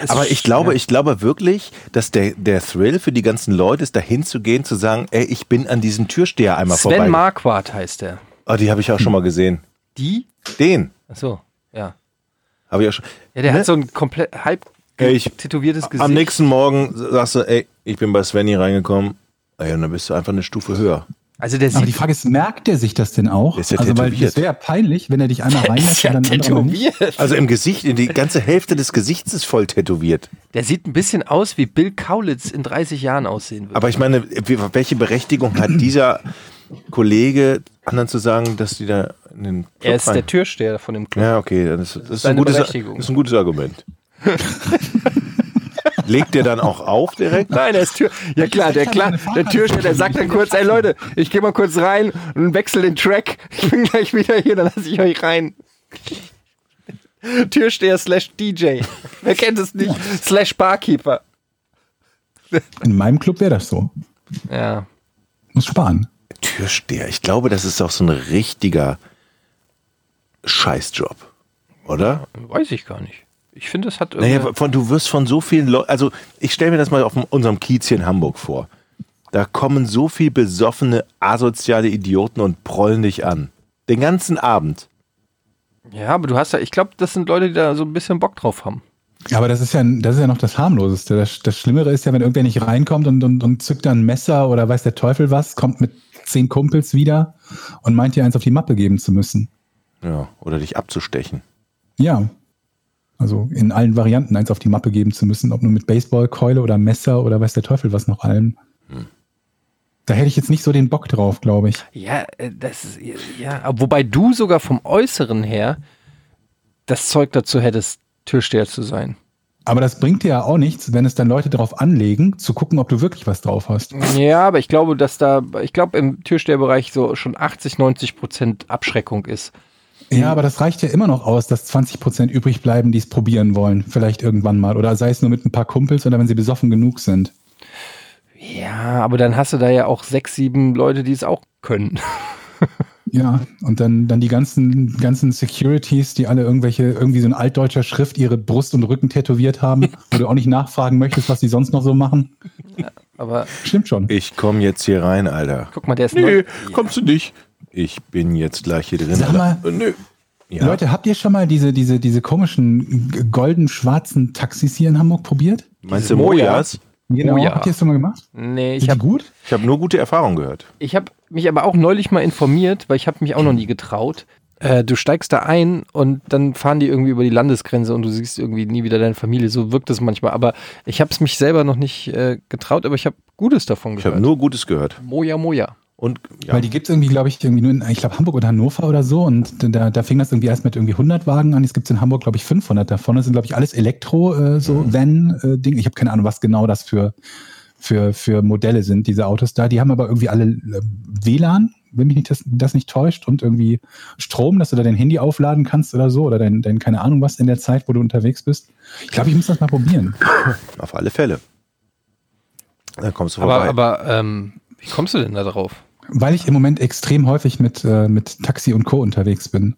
A: Hm. Aber ich glaube, ich glaube wirklich, dass der, der Thrill für die ganzen Leute ist, dahin zu gehen, zu sagen, ey, ich bin an diesem Türsteher einmal vorbei.
B: Sven Marquardt heißt der.
A: oh, die habe ich auch schon mal gesehen.
B: Die?
A: Den
B: Achso, ja.
A: habe ich auch schon.
B: Ja, der
A: Ne?
B: hat so ein komplett halb
A: Ey, ich-
B: tätowiertes Gesicht.
A: Am nächsten Morgen sagst du, ey, ich bin bei Svenny reingekommen. Ey, und dann bist du einfach eine Stufe höher.
B: Also der
C: Aber die
B: sieht <laughs>
C: Frage ist, merkt er sich das denn auch?
A: Der ist ja
C: also, weil
A: tätowiert.
C: das wäre ja peinlich, wenn er dich
A: <laughs>
C: einmal reinlässt und dann andere nicht.
A: Also im Gesicht, in die ganze Hälfte des Gesichts ist voll tätowiert.
B: Der sieht ein bisschen aus, wie Bill Kaulitz in 30 Jahren aussehen würde.
A: Aber ich meine, wie- welche Berechtigung hat dieser Kollege, anderen zu sagen, dass die da in den Club
B: er ist
A: rein-
B: der Türsteher von dem Club.
A: Ja, okay, dann ist, das ist, ein,
B: seine
A: gutes, das
B: Berechtigung.
A: ist ein gutes
B: <laughs>
A: Argument. Legt der dann auch auf direkt?
B: Nein, der ist <laughs> Tür. Ja klar, der, klar, der Türsteher, der sagt dann kurz, ey Leute, ich gehe mal kurz rein und wechsle den Track. <laughs> Ich bin gleich wieder hier, dann lasse ich euch rein. <laughs> Türsteher slash DJ. Wer kennt es <laughs> nicht? Slash Barkeeper.
C: In meinem Club wäre das so.
B: Ja.
C: Muss sparen.
A: Türsteher, ich glaube, das ist auch so ein richtiger Scheißjob, oder?
B: Weiß ich gar nicht. Ich finde, es hat
A: Naja, von, du wirst von so vielen Leuten, also ich stelle mir das mal auf dem- unserem Kiez hier in Hamburg vor. Da kommen so viel besoffene, asoziale Idioten und prollen dich an. Den ganzen Abend.
B: ja, aber du hast ja, ich glaube, das sind Leute, die da so ein bisschen Bock drauf haben.
C: Ja, Aber das ist ja, das ist ja noch das harmloseste. Das, das Schlimmere ist ja, wenn irgendwer nicht reinkommt und, und, und zückt dann ein Messer oder weiß der Teufel was, kommt mit zehn Kumpels wieder und meint dir eins auf die Mappe geben zu müssen.
A: Ja, oder dich abzustechen.
C: Ja. Also in allen Varianten eins auf die Mappe geben zu müssen, ob nur mit Baseballkeule oder Messer oder weiß der Teufel was noch allem.
A: Hm.
C: Da hätte ich jetzt nicht so den Bock drauf, glaube ich.
B: Ja, äh, das ist, ja, aber wobei du sogar vom Äußeren her das Zeug dazu hättest, Türsteher zu sein.
C: Aber das bringt dir ja auch nichts, wenn es dann Leute darauf anlegen, zu gucken, ob du wirklich was drauf hast.
B: Ja, aber ich glaube, dass da, ich glaube, im Türsteherbereich so schon 80, 90 Prozent Abschreckung ist.
C: Ja, aber das reicht ja immer noch aus, dass 20 Prozent übrig bleiben, die es probieren wollen. Vielleicht irgendwann mal. Oder sei es nur mit ein paar Kumpels oder wenn sie besoffen genug sind.
B: Ja, aber dann hast du da ja auch sechs, sieben Leute, die es auch können. <laughs>
C: Ja, und dann, dann die ganzen, ganzen Securities, die alle irgendwelche, irgendwie so in altdeutscher Schrift ihre Brust und Rücken tätowiert haben, wo du auch nicht nachfragen möchtest, was die sonst noch so machen.
B: Aber
C: Stimmt schon.
A: Ich komm jetzt hier rein, Alter.
B: guck mal, der ist
A: Nee,
B: neu.
A: kommst du nicht. Ich bin jetzt gleich hier drin.
C: Sag mal,
A: Äh, Nö. Ja.
C: Leute, habt ihr schon mal diese, diese, diese komischen g- golden-schwarzen Taxis hier in Hamburg probiert?
A: meinst du Mojas?
C: Genau.
B: ja.
C: Habt ihr das schon mal gemacht?
B: Nee,
C: Sind
B: ich
C: die
B: habe
C: gut?
A: Ich habe nur gute Erfahrungen gehört.
B: ich hab mich aber auch neulich mal informiert, weil ich habe mich auch noch nie getraut. Äh, du steigst da ein und dann fahren die irgendwie über die Landesgrenze und du siehst irgendwie nie wieder deine Familie. So wirkt es manchmal. Aber ich habe es mich selber noch nicht äh, getraut, aber ich habe Gutes davon
A: Ich habe
B: gehört.
A: nur Gutes gehört.
B: Moja, Moja.
A: Und ja,
C: Weil die gibt es irgendwie, glaube ich, irgendwie nur in, ich glaube, Hamburg oder Hannover oder so. Und da, da fing das irgendwie erst mit irgendwie 100 Wagen an. Jetzt gibt es in Hamburg, glaube ich, 500 davon. Das sind, glaube ich, alles Elektro-Van-Ding. Äh, so Van-Ding. ich habe keine Ahnung, was genau das für, für, für Modelle sind, diese Autos da. Die haben aber irgendwie alle äh, WLAN, wenn mich nicht das, das nicht täuscht. Und irgendwie Strom, dass du da dein Handy aufladen kannst oder so. Oder dein, dein keine Ahnung was in der Zeit, wo du unterwegs bist. Ich glaube, ich muss das mal probieren.
A: auf alle Fälle. Dann kommst du
B: Aber,
A: vorbei.
B: aber ähm, wie kommst du denn da drauf?
C: Weil ich im Moment extrem häufig mit, äh, mit Taxi und Co. unterwegs bin.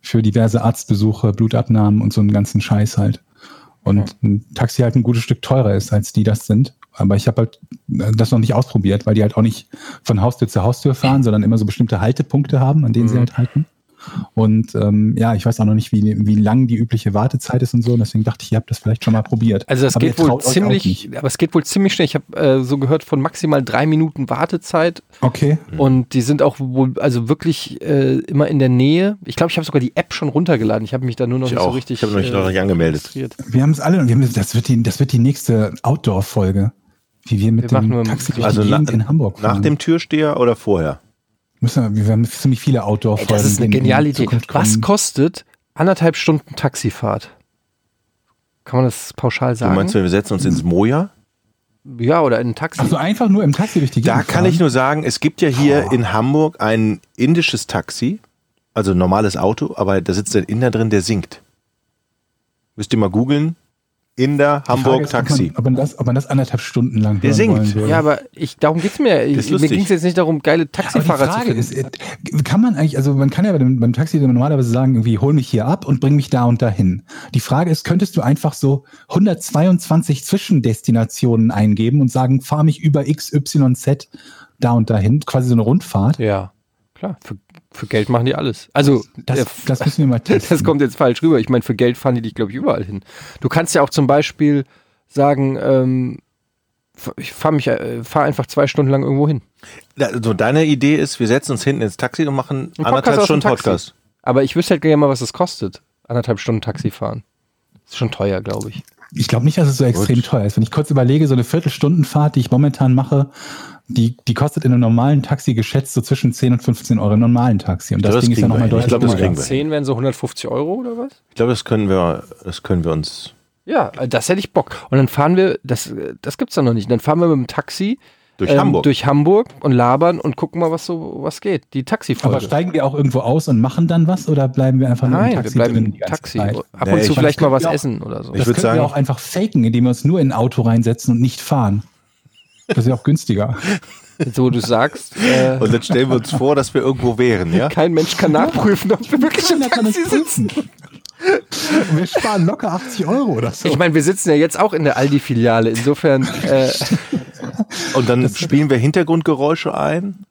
C: Für diverse Arztbesuche, Blutabnahmen und so einen ganzen Scheiß halt. Und ein Taxi halt ein gutes Stück teurer ist, als die das sind. Aber ich habe halt äh, das noch nicht ausprobiert, weil die halt auch nicht von Haustür zu Haustür fahren, sondern immer so bestimmte Haltepunkte haben, an denen sie
B: Mhm.
C: halt halten. Und ähm, ja, ich weiß auch noch nicht, wie, wie lang die übliche Wartezeit ist und so. Und deswegen dachte ich, ihr habt das vielleicht schon mal probiert.
B: Also das
C: Aber
B: geht
C: ihr
B: wohl
C: traut euch auch nicht.
B: ziemlich, aber es geht wohl ziemlich schnell. Ich habe äh, so gehört von maximal drei Minuten Wartezeit
C: Okay.
A: Mhm.
B: und die sind auch wohl, also wirklich äh, immer in der Nähe. Ich glaube, ich habe sogar die App schon runtergeladen. Ich habe mich da nur noch
A: ich
B: nicht so
A: auch.
B: richtig.
A: ich habe mich
B: äh,
A: noch nicht angemeldet.
B: registriert.
C: Wir haben es alle. Wir haben, das, wird die, das wird die nächste Outdoor-Folge. Wie wir mit
B: Wir machen nur
C: dem Taxi durch
A: Also
C: die
A: na-
C: Gegend in Hamburg
A: Nach dem Türsteher oder vorher?
C: Müssen wir, wir haben ziemlich viele
B: Ey,
C: Outdoor-Folgen.
B: das ist eine
C: die in
B: geniale Idee.
C: Zukunft
B: Was
C: kommen.
B: kostet anderthalb Stunden Taxifahrt? Kann man das pauschal
A: Du
B: sagen?
A: meinst, wir setzen uns ins Moja?
B: ja, oder in ein Taxi.
C: Ach so, einfach nur im Taxi durch die Gegend
A: Da kann
C: fahren?
A: ich nur sagen, es gibt ja hier in Hamburg ein indisches Taxi, also ein normales Auto, aber da sitzt ein Inder drin, der singt. Müsst ihr mal googeln. Inder,
C: Die Frage
A: Hamburg,
C: ist, ob man-
A: Taxi.
C: Ob man, das, ob man das anderthalb Stunden lang
A: Der
C: hören
A: singt.
C: wollen würde.
B: ja, aber ich, darum geht's mir. Ich,
A: Das ist
B: mir
A: lustig.
B: ging's jetzt nicht darum, geile
C: Aber die
B: Taxifahrer zu
C: Frage
B: finden.
C: ist, äh, kann man eigentlich, also man kann ja beim, beim Taxi dann normalerweise sagen, irgendwie hol mich hier ab und bring mich da und dahin. Die Frage ist, könntest du einfach so 122 Zwischendestinationen eingeben und sagen, fahr mich über XYZ da und dahin, quasi so eine Rundfahrt?
B: Ja, klar. Für, für Geld machen die alles. Also,
C: Das,
B: äh,
C: das müssen
B: <laughs>
C: wir mal testen.
B: das kommt jetzt falsch rüber. Ich meine, für Geld fahren die dich, glaube ich, überall hin. Du kannst ja auch zum Beispiel sagen, ähm, f- ich fahre mich, äh, fahr einfach zwei Stunden lang irgendwo hin.
A: Da- Also deine Idee ist, wir setzen uns hinten ins Taxi und machen
B: Ein Podcast
A: anderthalb
B: aus dem
A: Stunden
B: Taxi.
A: Podcast.
B: Aber ich wüsste halt gerne mal, was das kostet. Anderthalb Stunden Taxi fahren. Ist schon teuer, glaube ich.
C: Ich glaube nicht, dass es so extrem teuer ist. Wenn ich kurz überlege, so eine Viertelstundenfahrt, die ich momentan mache, die, die kostet in einem normalen Taxi geschätzt so zwischen 10 und 15 Euro im normalen Taxi. Und das,
A: glaube, das
C: Ding ist ja
A: kriegen wir
C: nochmal
A: hin. Ich
C: deutlich
A: glaube, das
C: teurer.
A: kriegen wir.
B: Zehn wären so 150 Euro oder was?
A: Ich glaube, das können wir, das können wir uns
B: Ja, äh, das hätte ich Bock. Und dann fahren wir, das, äh, das gibt's dann noch nicht. Dann fahren wir mit dem Taxi
A: durch
B: ähm,
A: Hamburg.
B: durch Hamburg und labern und gucken mal, was so was geht. Die
C: Aber
B: Taxifolge.
C: steigen wir auch irgendwo aus und machen dann was oder bleiben wir einfach nur im
B: Nein,
C: Taxi?
B: wir bleiben
C: drin
B: im
C: die ganze
B: Taxi.
C: Zeit?
B: Ab
A: Nee,
B: und
A: ich
B: zu
A: meine,
B: vielleicht
C: das
B: mal was
C: geht ja auch.
B: essen oder so.
A: Ich
C: Das
A: würd
C: können
A: sagen-
C: wir auch einfach faken, indem wir uns nur in ein Auto reinsetzen und nicht fahren. Das ist ja
B: <laughs>
C: auch günstiger.
B: So du sagst, äh,
A: <laughs> Und dann stellen wir uns vor, dass wir irgendwo wären, ja?
B: kein Mensch kann nachprüfen, ob wir wirklich im
C: Keiner kann es
B: Taxi sitzen.
C: prüfen. Und wir sparen locker 80 Euro oder so.
B: Ich meine, wir sitzen ja jetzt auch in der Aldi-Filiale. Insofern,
A: <laughs>
B: äh,
A: Und dann spielen wir Hintergrundgeräusche ein.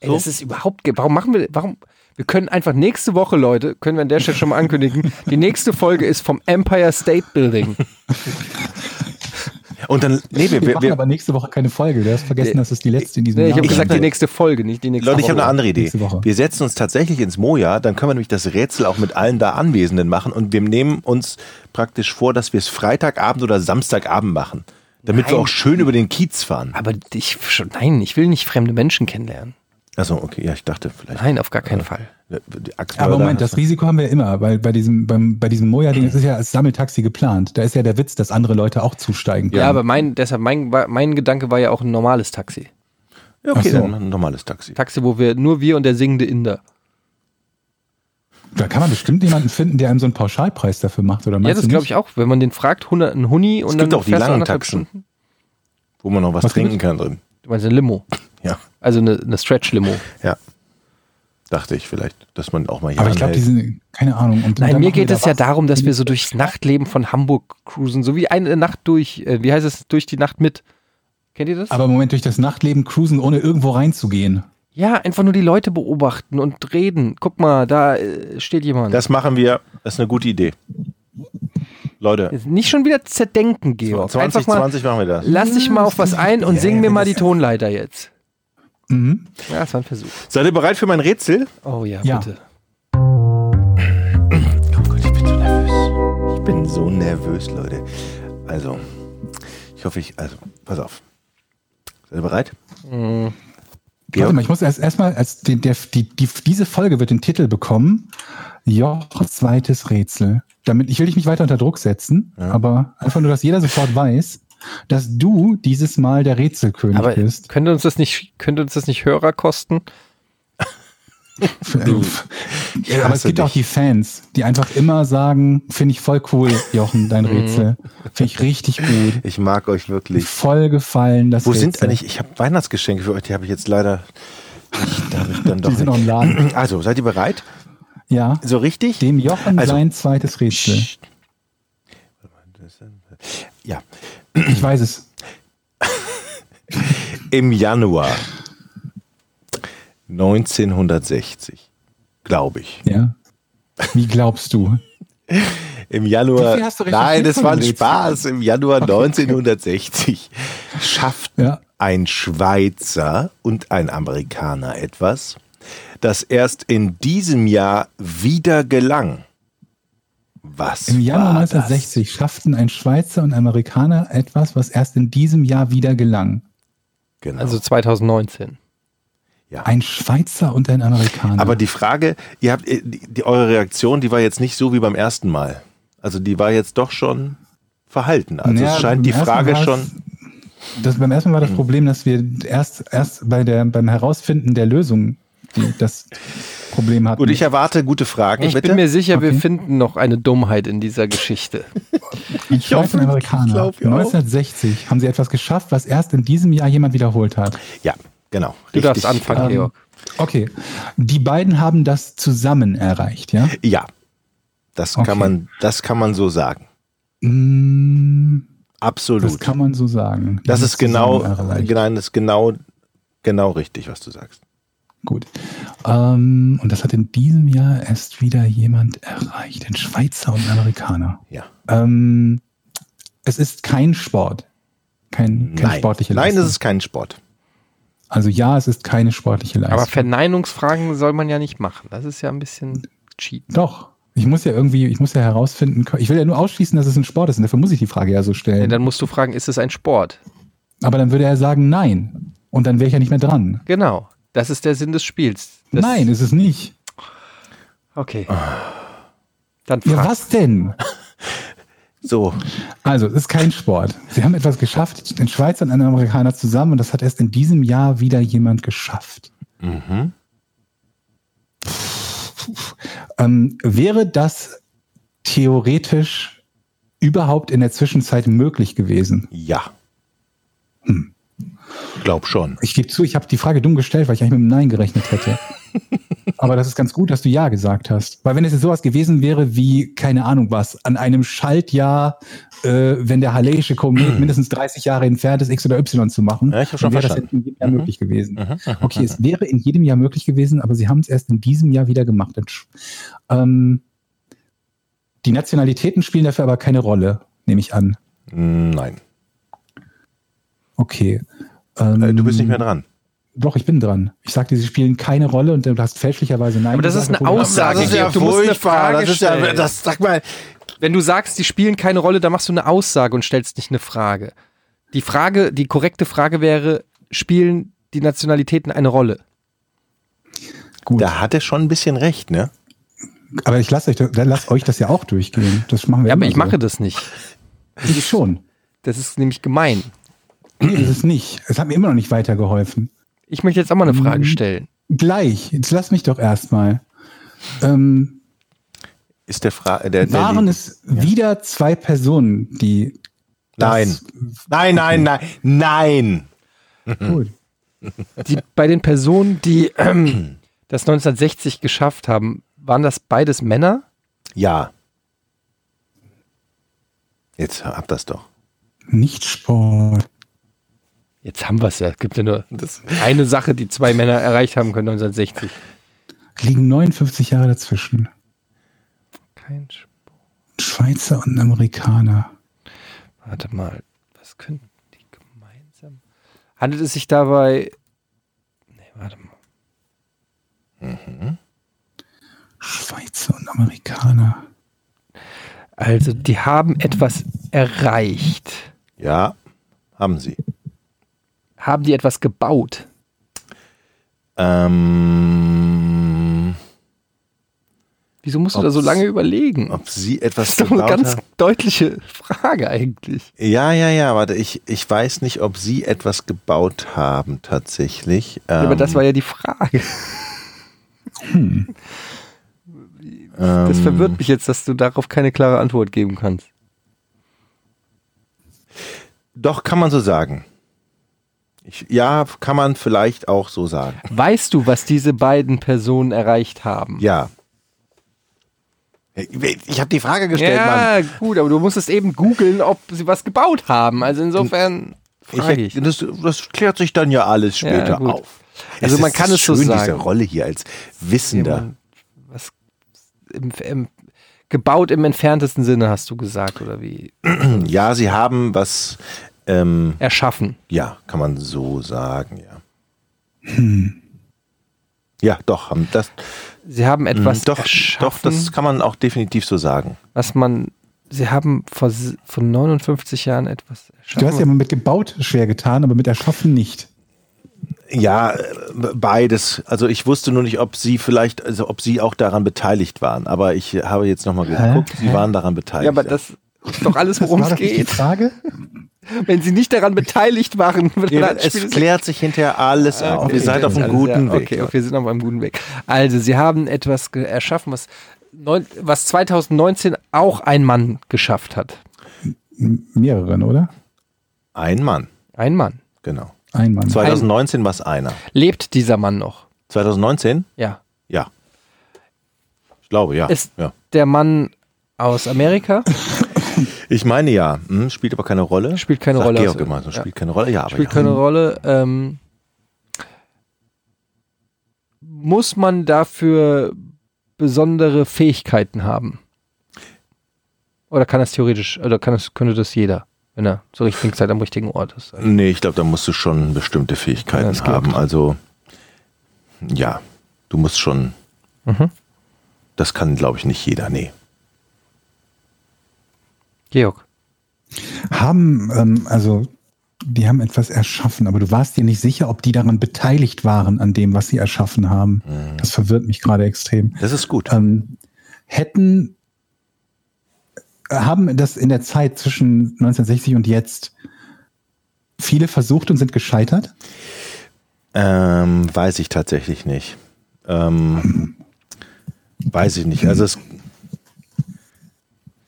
B: ey, das ist überhaupt, ge- warum machen wir, warum, wir können einfach nächste Woche, Leute, können wir an der Stelle schon mal
A: <laughs>
B: ankündigen, die nächste Folge ist vom Empire State Building.
A: Und dann, nee,
C: wir,
A: wir, wir,
C: machen
A: wir
C: aber nächste Woche keine Folge. Du hast vergessen, dass es die letzte in diesem
B: Nee, Ne, ich
C: Jahr
B: habe gesagt,
C: sein
B: die
C: wird.
B: nächste Folge, nicht die nächste
A: Leute, ich habe
B: Woche.
A: eine andere Idee.
C: Nächste Woche.
A: Wir setzen uns tatsächlich ins Moja, dann können wir nämlich das Rätsel auch mit allen da Anwesenden machen und wir nehmen uns praktisch vor, dass wir es Freitagabend oder Samstagabend machen, damit wir
B: Nein.
A: auch schön über den Kiez fahren.
B: Aber ich, schon- nein, ich will nicht fremde Menschen kennenlernen.
A: Also okay, ja, ich dachte vielleicht.
B: Nein, auf gar keinen Fall.
A: äh, die Axtmörder-
C: Aber Moment, das Risiko haben wir immer, weil bei diesem, beim, bei diesem Moja-Ding, es ist ja als Sammeltaxi geplant. Da ist ja der Witz, dass andere Leute auch zusteigen
B: Ja,
C: können.
B: aber mein, deshalb, mein, mein Gedanke war ja auch ein normales Taxi.
A: Ja, okay,
C: Ach so.
A: dann ein normales Taxi.
B: Taxi, wo wir nur wir und der singende Inder.
C: Da kann man bestimmt jemanden finden, der einem so einen Pauschalpreis dafür macht, oder
B: Ja, das glaube ich auch. Wenn man den fragt, 100, ein Huni und
A: Es
B: dann
A: gibt auch die
B: fährst du
A: langen
B: anderthalb
A: Taxen.
B: Stunden.
A: Wo man noch was,
C: Was
A: trinken kann drin.
B: Du meinst eine Limo.
A: Ja,
B: Also eine, eine Stretch-Limo.
A: ja. Dachte ich vielleicht, dass man auch mal hier
C: Aber ich glaube, die sind, keine Ahnung.
B: Nein,
C: Und dann
B: mir
C: machen wir
B: geht
C: da
B: es ja
C: was.
B: darum, dass wir so durchs Nachtleben von Hamburg cruisen. So wie eine Nacht durch, äh, wie heißt es, durch die Nacht mit. Kennt ihr das?
C: Aber im Moment durch das Nachtleben cruisen, ohne irgendwo reinzugehen.
B: ja, einfach nur die Leute beobachten und reden. Guck mal, da äh, steht jemand.
A: das machen wir, das ist eine gute Idee. Leute,
B: Nicht schon wieder zerdenken, Georg. einfach mal,
A: 2020 machen wir das.
B: lass dich mal auf
C: Hm.
B: was ein und sing mir mal die Tonleiter jetzt.
C: Mhm.
B: Ja, das war ein Versuch.
A: Seid ihr bereit für mein Rätsel?
B: Oh ja,
C: Ja.
B: bitte.
A: Oh Gott, ich bin so nervös. Ich bin so nervös, Leute. Also, ich hoffe, ich. Also, pass auf. Seid ihr bereit? Georg?
C: Warte mal, ich muss erst erstmal, als die, der, die, die, diese Folge wird den Titel bekommen, Joch zweites Rätsel. Damit, ich will dich nicht weiter unter Druck setzen, aber einfach nur, dass jeder sofort weiß, dass du dieses Mal der Rätselkönig
B: Aber
C: bist.
B: könnte uns das nicht, könnte uns das nicht Hörer kosten?
C: Ja, aber es
A: hasse
C: gibt auch
A: dich.
C: die Fans, die einfach immer sagen, finde ich voll cool, Jochen,
B: <laughs> Mhm.
C: dein Rätsel. Finde ich richtig gut.
A: Ich mag euch wirklich.
C: Voll gefallen, das
A: Wo
C: Rätsel.
A: sind eigentlich, ich habe Weihnachtsgeschenke für euch, die habe ich jetzt leider nicht, da hab ich dann doch
C: Die sind noch im
A: nicht.
C: Laden.
A: Also, seid ihr bereit?
C: Ja.
A: So richtig?
C: Dem Jochen
A: Also-
C: sein zweites Rätsel.
A: Psst. Ja,
C: Ich weiß es.
A: im Januar 1960, glaube ich.
C: Ja. Wie glaubst du?
A: Im
C: Wie
A: Januar,
C: viel hast du recherchiert
A: nein, das
C: von
A: war ein
C: den letzten?
A: Spaß. Im Januar 1960 schafft
C: Ja.
A: ein Schweizer und ein Amerikaner etwas, das erst in diesem Jahr wieder gelang. Was?
C: Im Januar
A: war
C: 1960 schafften ein Schweizer und Amerikaner etwas, was erst in diesem Jahr wieder gelang.
A: Das? Genau.
B: Also 2019.
A: ja.
C: Ein Schweizer und ein Amerikaner.
A: Aber die Frage, ihr habt, äh, die, die, eure Reaktion, die war jetzt nicht so wie beim ersten Mal. Also die war jetzt doch schon verhalten. Also
C: Naja,
A: es scheint die
C: beim ersten
A: Frage
C: Mal-
A: schon. Mhm.
C: das, beim ersten Mal war das Problem, dass wir erst, erst bei der, beim Herausfinden der Lösung die, das Problem hatten.
A: Gut, ich erwarte gute Fragen,
B: Ich
A: bitte.
B: bin mir sicher, wir finden noch eine Dummheit in dieser Geschichte.
C: ein Schweizer und
A: hoffe, ich
C: Amerikaner.
A: glaub ja auch.
C: 1960 haben sie etwas geschafft, was erst in diesem Jahr jemand wiederholt hat.
A: ja, genau.
B: Du darfst anfangen,
C: Ähm,
B: Georg.
C: Okay. Die beiden haben das zusammen erreicht, ja?
A: Ja. Das
C: Okay.
A: kann man, das kann man so sagen.
C: Mm, Das
A: Absolut.
C: kann man so sagen. Die
A: Das
C: haben
A: ist
C: zusammen
A: genau,
C: erreicht.
A: nein, das ist genau, genau richtig, was du sagst.
C: Gut. Ähm, und das hat in diesem Jahr erst wieder jemand erreicht. Ein Schweizer und ein Amerikaner.
A: Ja.
C: Ähm, es ist kein Sport. Kein, keine
A: Nein.
C: sportliche
A: Nein,
C: Leistung.
A: es ist kein Sport.
C: also ja, es ist keine sportliche Leistung.
B: Aber Verneinungsfragen soll man ja nicht machen. Das ist ja ein bisschen cheat.
C: Doch. Ich muss ja irgendwie, ich muss ja herausfinden, können- ich will ja nur ausschließen, dass es ein Sport ist und dafür muss ich die Frage ja so
B: Ja,
C: stellen.
B: dann musst du fragen, ist es ein Sport?
C: Aber dann würde er sagen, nein. Und dann wäre ich ja nicht mehr dran.
B: Genau. Das ist der Sinn des Spiels. Das,
C: nein, ist es nicht.
B: Okay. Dann
C: Ja,
B: frag-
C: was denn?
A: So,
C: Also, es ist kein Sport. Sie haben etwas geschafft, den Schweizer und einen Amerikaner zusammen, und das hat erst in diesem Jahr wieder jemand geschafft. Ähm, wäre das theoretisch überhaupt in der Zwischenzeit möglich gewesen?
A: ja.
C: Hm.
A: Glaub schon.
C: Ich gebe zu, ich habe die Frage dumm gestellt, weil ich eigentlich mit einem Nein gerechnet
A: <laughs>
C: hätte. Aber das ist ganz gut, dass du Ja gesagt hast. Weil wenn es jetzt sowas gewesen wäre wie, keine Ahnung was, an einem Schaltjahr, äh, wenn der Halley'sche
A: <clears throat>
C: Komet mindestens 30 Jahre entfernt ist, X oder Y zu machen,
A: Ja, ich hab schon
C: dann wäre
A: verstanden. Mhm.
C: das in jedem Jahr möglich gewesen. Okay, es wäre in jedem Jahr möglich gewesen, aber sie haben es erst in diesem Jahr wieder gemacht. Entsch- Ähm, die Nationalitäten spielen dafür aber keine Rolle, nehme ich an.
A: Nein.
C: Okay.
A: Äh, Du
C: Ähm,
A: bist nicht mehr dran.
C: Doch, ich bin dran. Ich sagte, sie spielen keine Rolle und du hast fälschlicherweise Nein.
B: Aber das ist
C: gesagt,
B: eine
C: obwohl du-
B: Aussage. Das ist ja Du musst eine furchtbar. Frage
A: Das ist ja,
B: stellen.
A: das, sag mal,
B: Wenn du sagst, die spielen keine Rolle, dann machst du eine Aussage und stellst nicht eine Frage. Die Frage, die korrekte Frage wäre, spielen die Nationalitäten eine Rolle?
C: Gut.
A: da hat er schon ein bisschen recht, ne?
C: Aber ich lasse euch, das- dann lasst euch das ja auch durchgehen. Das machen wir
B: Ja, aber
C: immer
B: ich
C: so.
B: mache das nicht.
C: Ich schon.
B: Das ist nämlich gemein.
C: Nee, das ist nicht. Es hat mir immer noch nicht weitergeholfen.
B: Ich möchte jetzt auch mal eine
C: Mhm.
B: Frage stellen.
C: Gleich. Jetzt lass mich doch erstmal. Ähm,
A: Ist der Frage, der, der
C: waren
A: die-
C: es wieder zwei Personen, die.
A: Nein.
C: das-
A: Nein, nein, nein, nein.
C: Gut.
B: Die, bei den Personen, die <clears throat> ähm, das 1960 geschafft haben, waren das beides Männer?
A: Ja. Jetzt hab das doch.
C: Nicht Sport.
B: Jetzt haben wir es ja. Es gibt ja nur eine Sache, die zwei Männer erreicht haben können 1960.
C: Liegen 59 Jahre dazwischen.
B: Kein Sch
C: Schweizer und ein Amerikaner.
B: Warte mal, was könnten die gemeinsam? Handelt es sich dabei. Nee, warte mal.
C: Schweizer und Amerikaner.
B: Also, die haben etwas erreicht.
A: Ja, haben sie.
B: Haben die etwas gebaut?
A: Ähm,
B: Wieso musst du da
A: Ob's-
B: so lange überlegen?
A: ob sie
B: Das
A: etwas
B: ist doch eine
A: gebaut
B: ganz
A: hat?
B: deutliche Frage eigentlich.
A: Ja, ja, ja, warte, ich, ich weiß nicht, ob sie etwas gebaut haben tatsächlich.
B: Ja, aber
A: Ähm, Hm.
B: das war ja die Frage. Das
A: ähm,
B: verwirrt mich jetzt, dass du darauf keine klare Antwort geben kannst.
A: Doch, kann man so sagen. Ich, ja, kann man vielleicht auch so sagen.
B: Weißt du, was diese beiden Personen erreicht haben?
A: Ja. Ich habe die Frage gestellt,
B: Ja,
A: Mann.
B: gut, aber du musstest eben googeln, ob sie was gebaut haben. Also insofern frage ich.
A: Ich, das, das klärt sich dann ja alles
B: Ja,
A: später
B: gut.
A: auf.
B: Also man
A: ist
B: kann es so
A: schön, diese
B: sagen.
A: Rolle hier als Wissender.
B: Jemand, was im, im, gebaut im entferntesten Sinne hast du gesagt oder wie?
A: Ja, sie haben was, ähm,
B: Erschaffen.
A: ja, kann man so sagen, ja. Hm. Ja, doch, haben das,
B: Sie haben etwas
A: Hm, doch,
B: erschaffen,
A: doch, das kann man auch definitiv so sagen.
B: was man. Sie haben vor, s- vor 59 Jahren etwas erschaffen.
C: Du hast ja mit gebaut schwer getan, aber mit erschaffen nicht.
A: Ja, äh, beides. Also ich wusste nur nicht, ob sie vielleicht, also ob sie auch daran beteiligt waren. Aber ich habe jetzt nochmal geguckt, sie waren daran beteiligt.
B: ja, aber das ist doch alles,
A: <laughs>
B: worum
C: War
B: es
C: das nicht die
B: geht.
C: Frage?
B: Wenn sie nicht daran beteiligt waren, <laughs>
A: Ja,
B: dann
A: es
B: spielt es
A: klärt sich hinterher alles ab.
B: Okay,
A: Ihr seid auf einem
B: alles,
A: guten
B: Also, ja,
A: Weg.
B: Okay, okay, wir sind auf einem guten Weg. Also, sie haben etwas ge- erschaffen, was, neun, was 2019 auch ein Mann geschafft hat.
C: Mehreren, oder?
A: Ein Mann,
B: Ein Mann.
A: genau.
C: Ein Mann.
A: 2019 war es einer.
B: Lebt dieser Mann noch?
A: 2019?
B: Ja.
A: Ja. Ich glaube, ja.
B: Ist
A: ja.
B: der Mann aus Amerika?
A: Ich meine ja. Hm, spielt aber keine Rolle.
B: Spielt keine
A: Sagt
B: Rolle,
A: Georg
B: also,
A: immer so,
B: ja.
A: spielt keine Rolle. Ja, aber
B: Spielt
A: ja.
B: keine Rolle. Ähm, muss man dafür besondere Fähigkeiten haben? Oder kann das theoretisch, oder kann das, könnte das jeder, wenn er zur richtigen Zeit am richtigen Ort ist?
A: Nee, ich glaube, da musst du schon bestimmte
B: Ja,
A: Fähigkeiten
B: das geht.
A: haben. Also, ja, du musst schon.
B: Mhm.
A: Das kann, glaube ich, nicht jeder. Nee.
B: Georg.
C: Haben, ähm, also, die haben etwas erschaffen, aber du warst dir nicht sicher, ob die daran beteiligt waren, an dem, was sie erschaffen haben. Das verwirrt mich gerade extrem.
A: Das ist gut.
C: Ähm, hätten, äh, haben das in der Zeit zwischen 1960 und jetzt viele versucht und sind gescheitert?
A: Ähm, weiß ich tatsächlich nicht. Ähm, weiß ich nicht. Also, es.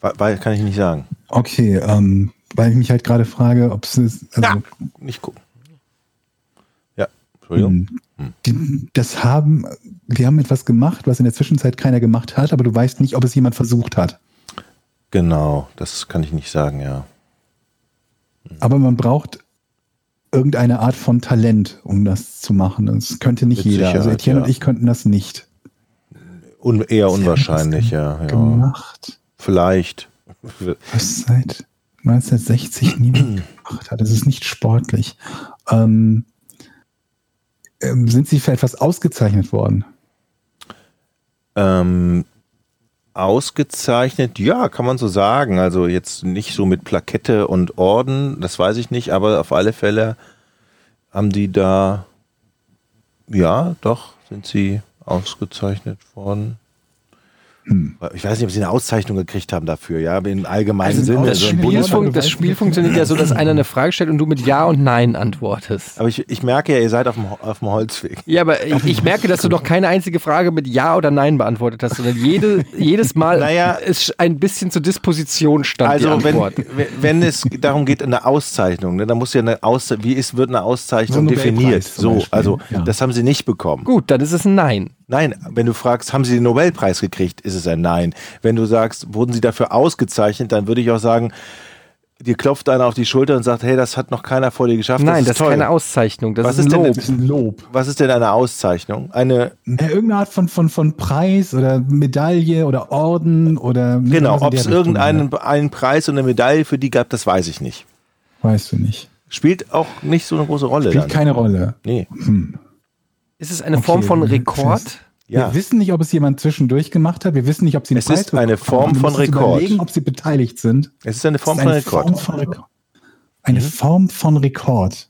A: Wa- wa- Kann ich nicht sagen.
C: Okay, ähm, weil ich mich halt gerade frage, ob es ist. Also,
A: Ja. Nicht gucken.
C: Mhm.
A: Ja, Hm. Entschuldigung.
C: Die, das haben, wir haben etwas gemacht, was in der Zwischenzeit keiner gemacht hat, aber du weißt nicht, ob es jemand versucht hat.
A: Genau, das kann ich nicht sagen, ja. Hm.
C: Aber man braucht irgendeine Art von Talent, um das zu machen. Das könnte nicht
A: Mit
C: jeder. also
A: Sicherheit,
C: Etienne
A: ja.
C: und ich könnten das nicht
A: Un eher unwahrscheinlich, ja.
C: genau.
A: ja.
C: gemacht.
A: Vielleicht.
C: Was seit 1960
A: Hm.
C: niemand gemacht hat. Das ist nicht sportlich. Ähm, ähm, sind sie für etwas ausgezeichnet worden?
A: Ähm, ausgezeichnet, ja, kann man so sagen. Also jetzt nicht so mit Plakette und Orden, das weiß ich nicht, aber auf alle Fälle haben die da, ja, doch, sind sie ausgezeichnet worden.
C: Hm.
A: Ich weiß nicht, ob sie eine Auszeichnung gekriegt haben dafür, ja, im allgemeinen
C: Also ein
A: Sinne.
C: Aus-
B: Das
A: so ein
C: Spiel-
B: Spiel,
A: Bundes-
B: fun das Spiel funktioniert ja so, dass einer eine Frage stellt und du mit Ja und Nein antwortest.
A: aber ich, ich merke ja, ihr seid auf dem, Ho- auf dem Holzweg.
B: Ja, aber ich, ich merke, dass du noch keine einzige Frage mit Ja oder Nein beantwortet hast, sondern jede, jedes <laughs> Mal
A: Naja.
B: ist ein bisschen zur Disposition stand
A: Also
B: die
A: wenn,
B: Antwort.
A: <laughs> wenn- wenn es darum geht, eine Auszeichnung, ne, dann muss ja eine Auszeichnung, wie ist, wird eine Auszeichnung
C: So ein Nobelpreis
A: definiert?
C: zum
A: So,
C: Beispiel,
A: also
C: ja.
A: das haben sie nicht bekommen.
B: Gut, dann ist es ein Nein.
A: Nein, wenn du fragst, haben sie den Nobelpreis gekriegt, ist es ein Nein. Wenn du sagst, wurden sie dafür ausgezeichnet, dann würde ich auch sagen, dir klopft einer auf die Schulter und sagt, hey, das hat noch keiner vor dir geschafft.
B: Nein,
A: ist
B: das ist
A: toll.
B: keine Auszeichnung, das
A: Was
B: ist
A: ist
B: ein Lob.
A: denn-
C: Das ist ein Lob.
A: Was ist denn eine Auszeichnung? Eine
C: Ja, irgendeine Art von, von, von Preis oder Medaille oder Orden oder.
A: genau,
C: was in
A: ob es
C: der Richtung,
A: irgendeinen einen Preis und eine Medaille für die gab, das weiß ich nicht.
C: ne? Weißt du nicht.
A: Spielt auch nicht so eine große Rolle.
C: Spielt
A: dann.
C: keine Rolle.
A: nee,
B: Ist es eine Form
C: Okay,
B: von
C: wir-
B: Rekord?
A: ja.
C: Wir wissen nicht, ob es jemand zwischendurch gemacht hat. Wir wissen nicht, ob sie einen
A: Es ist eine
C: bekommen
A: Form
C: haben. Wir
A: von
C: müssen uns
A: Rekord.
C: überlegen, ob sie beteiligt sind.
A: Es ist eine Form
C: Es ist
A: von Mhm.
C: eine
A: Rekord. Mhm.
C: Form von Rekord. Eine Form von Rekord.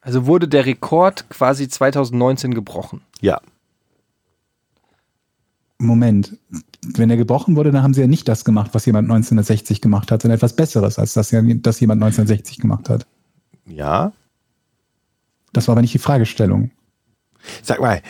B: Also wurde der Rekord quasi 2019 gebrochen.
A: Ja.
C: Moment, wenn er gebrochen wurde, dann haben sie ja nicht das gemacht, was jemand 1960 gemacht hat, sondern etwas Besseres, als das, ja- das jemand 1960 gemacht hat.
A: Ja.
C: Das war aber nicht die Fragestellung.
A: Sag mal,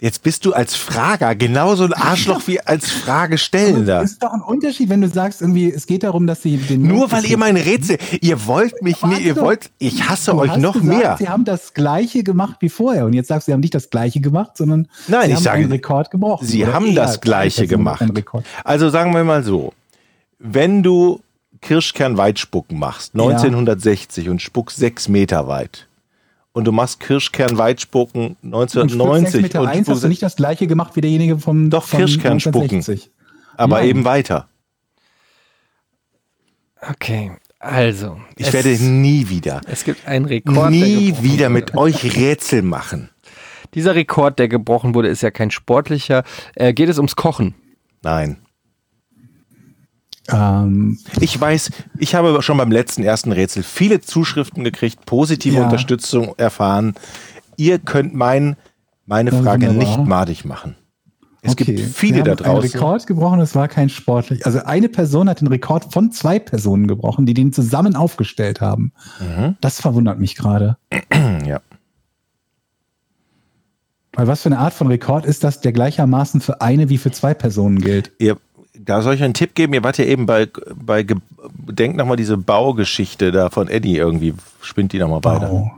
A: jetzt bist du als Frager genauso ein Arschloch wie als Fragestellender.
C: Ist doch ein Unterschied, wenn du sagst, irgendwie, es geht darum, dass sie den.
A: Nur weil ihr mein Rätsel, ihr wollt mich nie, ihr wollt, ich hasse
C: Du
A: euch
C: hast
A: noch
C: gesagt,
A: mehr.
C: Sie haben das Gleiche gemacht wie vorher. Und jetzt sagst du, sie haben nicht das Gleiche gemacht, sondern sie
A: Nein, ich
C: haben eh
A: sage,
C: einen Rekord gebrochen.
A: Sie
C: Oder
A: haben
C: eher
A: das Gleiche
C: einen
A: gemacht.
C: Rekord.
A: Also sagen wir mal so, wenn du Kirschkern-Weitspucken machst, 1960 und spuckst sechs Meter weit und du machst Kirschkern-Weitspucken
C: Und
A: 1990
C: 90
A: und,
C: und eins hast
A: spuckst-
C: du nicht das Gleiche gemacht wie derjenige vom.
A: Doch,
C: vom
A: Kirschkern spucken.
C: 1960.
A: aber
C: Nein.
A: eben weiter.
B: Okay, also.
A: Ich
B: es-
A: werde nie wieder,
B: Es gibt einen Rekord. der
A: nie
B: gebrochen
A: wieder
B: wurde.
A: mit euch Rätsel machen.
B: Dieser Rekord, der gebrochen wurde, ist ja kein sportlicher. Äh, geht es ums Kochen?
A: Nein.
C: Ähm,
A: Ich weiß, ich habe schon beim letzten ersten Rätsel viele Zuschriften gekriegt, positive
C: Ja.
A: Unterstützung erfahren. Ihr könnt mein, meine
C: Ja,
A: Frage
C: wunderbar.
A: nicht madig machen. Es
C: okay.
A: gibt viele
C: Wir
A: da
C: haben einen
A: draußen.
C: Rekord gebrochen, es war kein sportlich. Also eine Person hat den Rekord von zwei Personen gebrochen, die den zusammen aufgestellt haben.
A: Mhm.
C: Das verwundert mich gerade.
A: Ja.
C: Weil was für eine Art von Rekord ist das, der gleichermaßen für eine wie für zwei Personen gilt?
A: Ihr, da soll ich euch einen Tipp geben. Ihr wart ja eben bei, bei Ge- denkt nochmal diese Baugeschichte da von Eddie irgendwie. Spinnt die nochmal weiter.
C: Oh.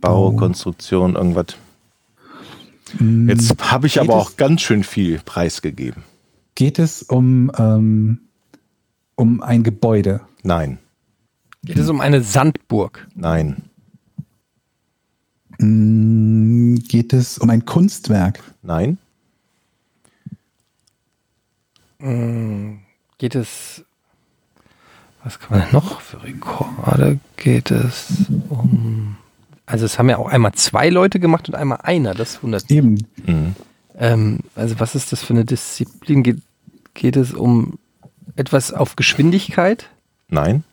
A: Bau, Konstruktion, irgendwas. Jetzt habe ich
C: Mm. Geht
A: aber
C: es-
A: auch ganz schön viel preisgegeben.
C: Geht es um, ähm, um ein Gebäude?
A: Nein,
B: Geht es um eine Sandburg?
A: nein,
C: Mm, Geht es um ein Kunstwerk?
A: nein.
B: Geht es. Was kann man denn noch für Rekorde? Geht es um. Also, es haben ja auch einmal zwei Leute gemacht und einmal einer. Das wundert mich.
C: Eben.
B: Ähm, also, was ist das für eine Disziplin? Geht, geht es um etwas auf Geschwindigkeit?
A: Nein,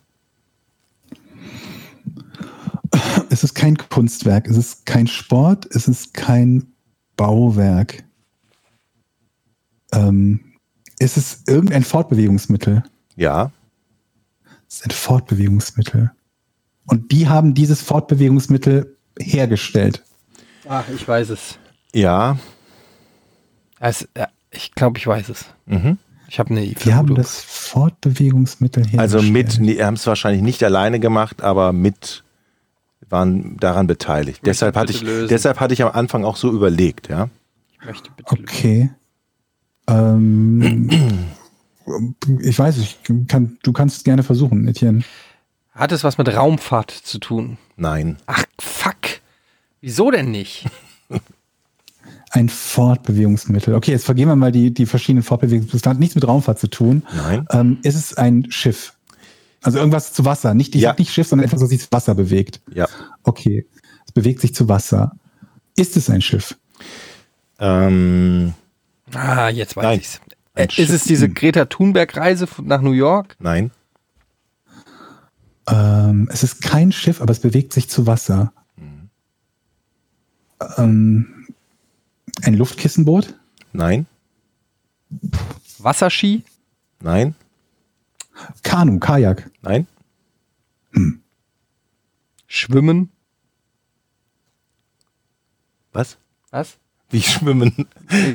C: Es ist kein Kunstwerk, es ist kein Sport, es ist kein Bauwerk. Ähm, es ist irgendein Fortbewegungsmittel.
A: ja,
C: Es sind Fortbewegungsmittel. Und die haben dieses Fortbewegungsmittel hergestellt.
B: Ah, ich weiß es.
A: ja.
B: Also, ja, ich glaube, ich weiß es.
A: Mhm.
B: Ich habe eine
C: Die haben
B: Vermutung.
C: das Fortbewegungsmittel hergestellt.
A: Also mit, nee, haben es wahrscheinlich nicht alleine gemacht, aber mit waren daran beteiligt.
B: Möchte
A: deshalb hatte ich,
B: bitte lösen.
A: deshalb hatte ich am Anfang auch so überlegt, ja.
B: Ich möchte bitte
C: Okay. Ähm, ich weiß, ich kann, du kannst gerne versuchen, Etienne.
B: Hat es was mit Raumfahrt zu tun?
A: Nein,
B: Ach, fuck. Wieso denn
A: <laughs>
B: nicht?
C: Ein Fortbewegungsmittel. Okay, jetzt vergehen wir mal die, die verschiedenen Fortbewegungsmittel. Das hat nichts mit Raumfahrt zu tun.
A: nein,
C: Ähm, ist es ein Schiff? Also irgendwas zu Wasser. Nicht, ich
A: Ja.
C: sag nicht Schiff, sondern etwas, was sich zu Wasser bewegt.
A: ja.
C: Okay, es bewegt sich zu Wasser. Ist es ein Schiff?
A: Ähm,
B: Ah, jetzt weiß
A: Nein.
B: ich's. Äh,
A: Ein
B: ist es diese Greta Thunberg-Reise von- nach New York?
A: nein,
C: Ähm, es ist kein Schiff, aber es bewegt sich zu Wasser.
B: Mhm.
C: Ähm, ein Luftkissenboot?
A: nein,
B: Wasserski?
A: nein,
C: Kanu, Kajak.
A: nein,
B: Schwimmen?
A: was?
B: Was?
A: Wie <laughs> schwimmen?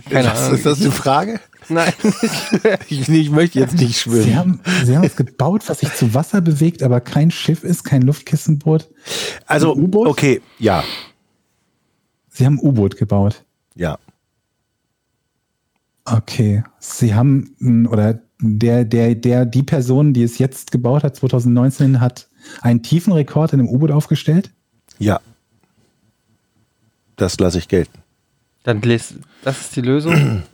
B: Keine
A: was,
B: Ahnung.
A: Ist <laughs> das eine Frage?
B: Nein. <laughs>
A: Ich, ich möchte jetzt nicht
C: Sie
A: schwimmen.
C: haben, Sie haben es gebaut, was sich zu Wasser bewegt, aber kein Schiff ist, kein Luftkissenboot.
A: Also,
C: ein U-Boot?
A: okay, ja,
C: Sie haben ein U-Boot gebaut.
A: ja,
C: Okay. Sie haben, mh, oder der, der, der, die Person, die es jetzt gebaut hat, 2019, hat einen tiefen Rekord in einem U-Boot aufgestellt.
A: ja. Das lasse ich gelten.
B: Dann les, das ist die Lösung.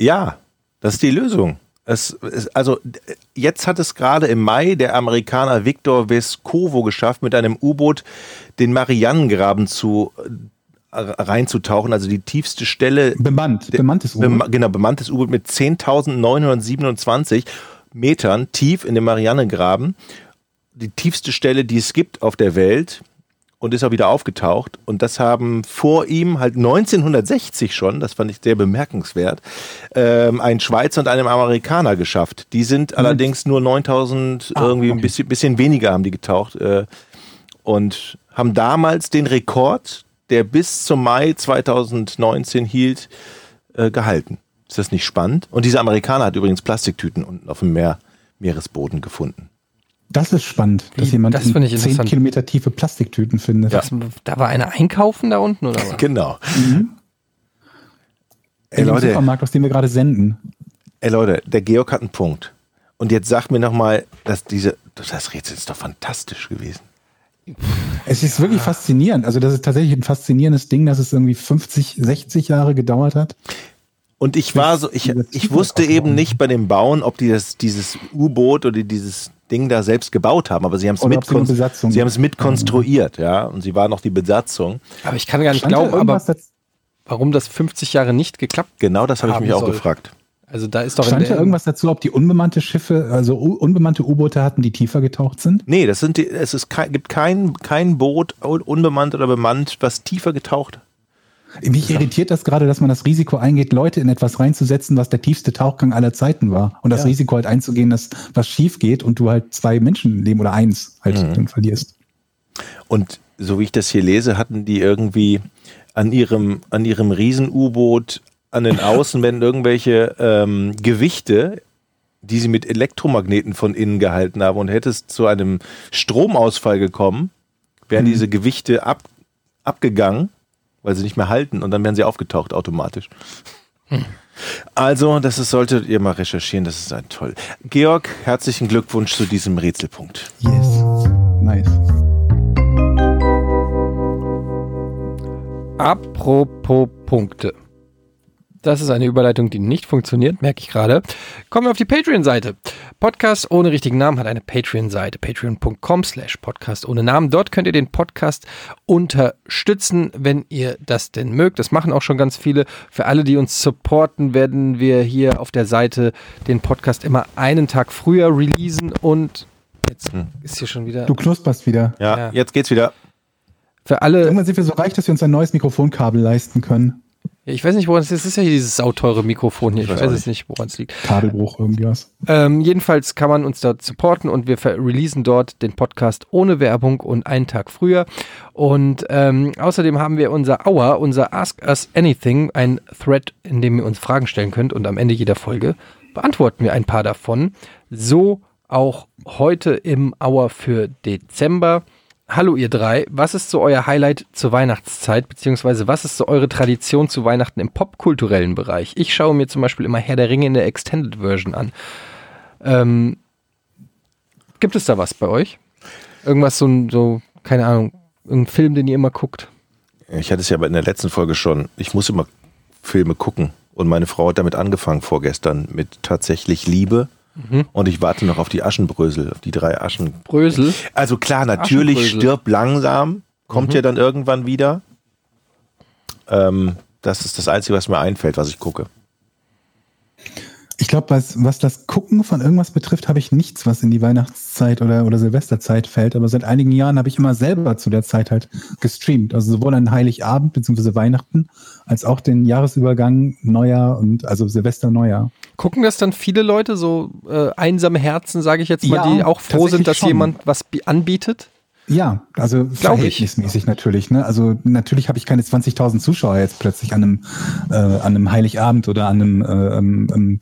A: Ja, das ist die Lösung. Es, es, also d- jetzt hat es gerade im Mai der Amerikaner Victor Vescovo geschafft, mit einem U-Boot den Marianengraben zu äh, reinzutauchen, also die tiefste Stelle
C: Bemannt, bemanntes U-Boot.
A: Bema genau, bemanntes U-Boot mit 10.927 Metern tief in den Marianengraben. Die tiefste Stelle, die es gibt auf der Welt. und ist auch wieder aufgetaucht. Und das haben vor ihm halt 1960 schon, das fand ich sehr bemerkenswert, ähm, ein Schweizer und einem Amerikaner geschafft. Die sind allerdings nur 9000, irgendwie ein bisschen, bisschen weniger haben die getaucht. Äh, und haben damals den Rekord, der bis zum Mai 2019 hielt, äh, gehalten. Ist das nicht spannend? Und dieser Amerikaner hat übrigens Plastiktüten unten auf dem Meer, Meeresboden gefunden.
C: Das ist spannend, dass
B: Wie,
C: jemand
B: das finde ich
C: 10
B: interessant.
C: Kilometer tiefe Plastiktüten findet.
B: Was, da war einer einkaufen da unten oder was?
A: Genau.
C: In dem
A: Äh, Leute.
C: Mhm. Supermarkt, aus dem wir gerade senden.
A: Ey Leute, der Georg hat einen Punkt. Und jetzt sagt mir nochmal, dass diese, das Rätsel ist doch fantastisch gewesen.
C: Es ist wirklich faszinierend. Also, das ist tatsächlich ein faszinierendes Ding, dass es irgendwie 50, 60 Jahre gedauert hat.
A: Und ich war so, ich,
C: dieses
A: ich wusste
C: Flugzeug
A: eben
C: aufbauen.
A: nicht bei dem Bauen, ob die das, dieses U-Boot oder dieses Ding da selbst gebaut haben, aber sie haben es
C: Oder
A: mit,
C: ob sie nur Besatzung-
A: sie haben es mitkonstruiert, ja. Und sie waren noch die Besatzung.
B: Aber ich kann gar nicht
C: Stand da
B: glauben, aber
C: irgendwas daz-
B: warum das 50 Jahre nicht geklappt?
A: Genau das habe ich
B: Haben
A: mich auch
B: soll.
A: gefragt.
B: Also da ist doch
C: Stand da
B: der-
C: irgendwas dazu, ob die unbemannte Schiffe, also u- unbemannte U-Boote hatten, die tiefer getaucht sind?
A: Nee, das sind die, es ist kein, gibt kein, kein Boot, un- unbemannt oder bemannt, was tiefer getaucht.
C: Mich irritiert das gerade, dass man das Risiko eingeht, Leute in etwas reinzusetzen, was der tiefste Tauchgang aller Zeiten war. Und das Risiko halt einzugehen, dass was schief geht und du halt zwei Menschenleben oder eins halt dann verlierst.
A: Und so wie ich das hier lese, hatten die irgendwie an ihrem, an ihrem Riesen-U-Boot an den Außenwänden irgendwelche ähm, Gewichte, die sie mit Elektromagneten von innen gehalten haben. Und hätte es zu einem Stromausfall gekommen, wären diese Gewichte ab, abgegangen, weil sie nicht mehr halten und dann wären sie aufgetaucht automatisch. Also, das ist, solltet ihr mal recherchieren, das ist ein toll. Georg, herzlichen Glückwunsch zu diesem Rätselpunkt.
C: Yes. Nice.
B: Apropos Punkte. Das ist eine Überleitung, die nicht funktioniert, merke ich gerade. Kommen wir auf die Patreon-Seite. Podcast ohne richtigen Namen hat eine Patreon-Seite. Patreon.com slash Podcast ohne Namen. Dort könnt ihr den Podcast unterstützen, wenn ihr das denn mögt. Das machen auch schon ganz viele. Für alle, die uns supporten, werden wir hier auf der Seite den Podcast immer einen Tag früher releasen. Und jetzt ist hier schon wieder...
C: Du knusperst wieder.
A: Ja,
B: Ja.
A: jetzt geht's wieder.
B: Für alle...
C: Irgendwann sind wir so reich, dass wir uns ein neues Mikrofonkabel leisten können.
B: Ja, Ich weiß nicht, woran es ist. Es ist ja hier dieses sauteure Mikrofon hier. Ich,
A: weiß
B: weiß
A: auch
B: es nicht, woran es liegt.
C: Kabelbruch, irgendwas.
B: Ähm, jedenfalls kann man uns dort supporten und wir ver- releasen dort den Podcast ohne Werbung und einen Tag früher. Und ähm, außerdem haben wir unser Hour, unser Ask Us Anything, ein Thread, in dem ihr uns Fragen stellen könnt und am Ende jeder Folge beantworten wir ein paar davon. So auch heute im Hour für Dezember. Hallo ihr drei, was ist so euer Highlight zur Weihnachtszeit, beziehungsweise was ist so eure Tradition zu Weihnachten im popkulturellen Bereich? Ich schaue mir zum Beispiel immer Herr der Ringe in der Extended Version an. Ähm, gibt es da was bei euch? Irgendwas so, ein- so keine Ahnung, ein Film, den ihr immer guckt?
A: Ich hatte es ja aber in der letzten Folge schon. Ich muss immer Filme gucken. Und meine Frau hat damit angefangen vorgestern mit tatsächlich Liebe. Und ich warte noch auf die Aschenbrösel, auf die drei Aschen.
B: Brösel.
A: Also klar, natürlich
B: Aschenbrösel.
A: stirb langsam, kommt ja dann irgendwann wieder. Ähm, das ist das Einzige, was mir einfällt, was ich gucke.
C: Ich glaube, was, was das Gucken von irgendwas betrifft, habe ich nichts, was in die Weihnachtszeit oder, oder Silvesterzeit fällt. Aber seit einigen Jahren habe ich immer selber zu der Zeit halt gestreamt. Also sowohl an Heiligabend bzw. Weihnachten als auch den Jahresübergang Neujahr und also Silvester Neujahr.
B: Gucken das dann viele Leute, so äh, einsame Herzen, sage ich jetzt mal,
C: Ja,
B: die auch froh sind,
C: tatsächlich
B: dass
C: schon.
B: jemand was bi- anbietet?
C: Ja, also verhältnismäßig natürlich. Ne? Also natürlich habe ich keine 20.000 Zuschauer jetzt plötzlich an einem, äh, an einem Heiligabend oder an einem äh, ähm, ähm,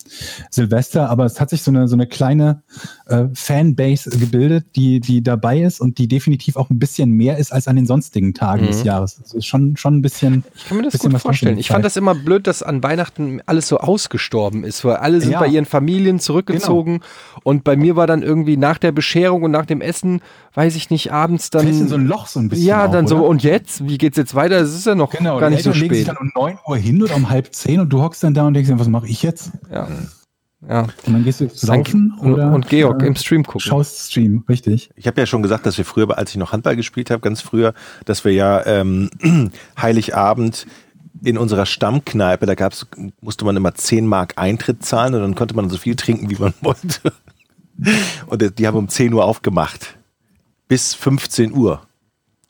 C: Silvester, aber es hat sich so eine, so eine kleine äh, Fanbase gebildet, die, die dabei ist und die definitiv auch ein bisschen mehr ist als an den sonstigen Tagen
B: Mhm.
C: des Jahres. Das ist schon, schon ein bisschen.
B: Ich kann mir das
C: bisschen
B: gut
C: was dran
B: vorstellen.
C: für die
B: Ich fand
C: Zeit.
B: das immer blöd, dass an Weihnachten alles so ausgestorben ist, weil alle sind
C: Ja. Genau.
B: bei ihren Familien zurückgezogen und bei mir war dann irgendwie nach der Bescherung und nach dem Essen, weiß ich nicht, abends
C: Fällst in
B: dann.
C: so ein Loch so ein bisschen.
B: ja,
C: auch,
B: dann so,
C: oder?
B: und jetzt? Wie geht's jetzt weiter? Es ist ja noch
C: Genau,
B: gar
C: die
B: nicht so
C: Eltern legen sich
B: spät.
C: dann um 9 Uhr hin oder um halb 10 und du hockst dann da und denkst, dir, was mache ich jetzt?
B: Ja. ja.
C: Und dann gehst du saufen
B: und,
C: oder
B: und Georg
C: äh,
B: im Stream gucken.
C: schaust Stream, richtig.
A: Ich habe ja schon gesagt, dass wir früher, als ich noch Handball gespielt habe, ganz früher, dass wir ja ähm, <clears throat> Heiligabend in unserer Stammkneipe, da gab's, musste man immer 10 Mark Eintritt zahlen und dann konnte man so viel trinken, wie man <laughs> wollte. äh, Und die haben um 10 Uhr aufgemacht. Bis 15 Uhr.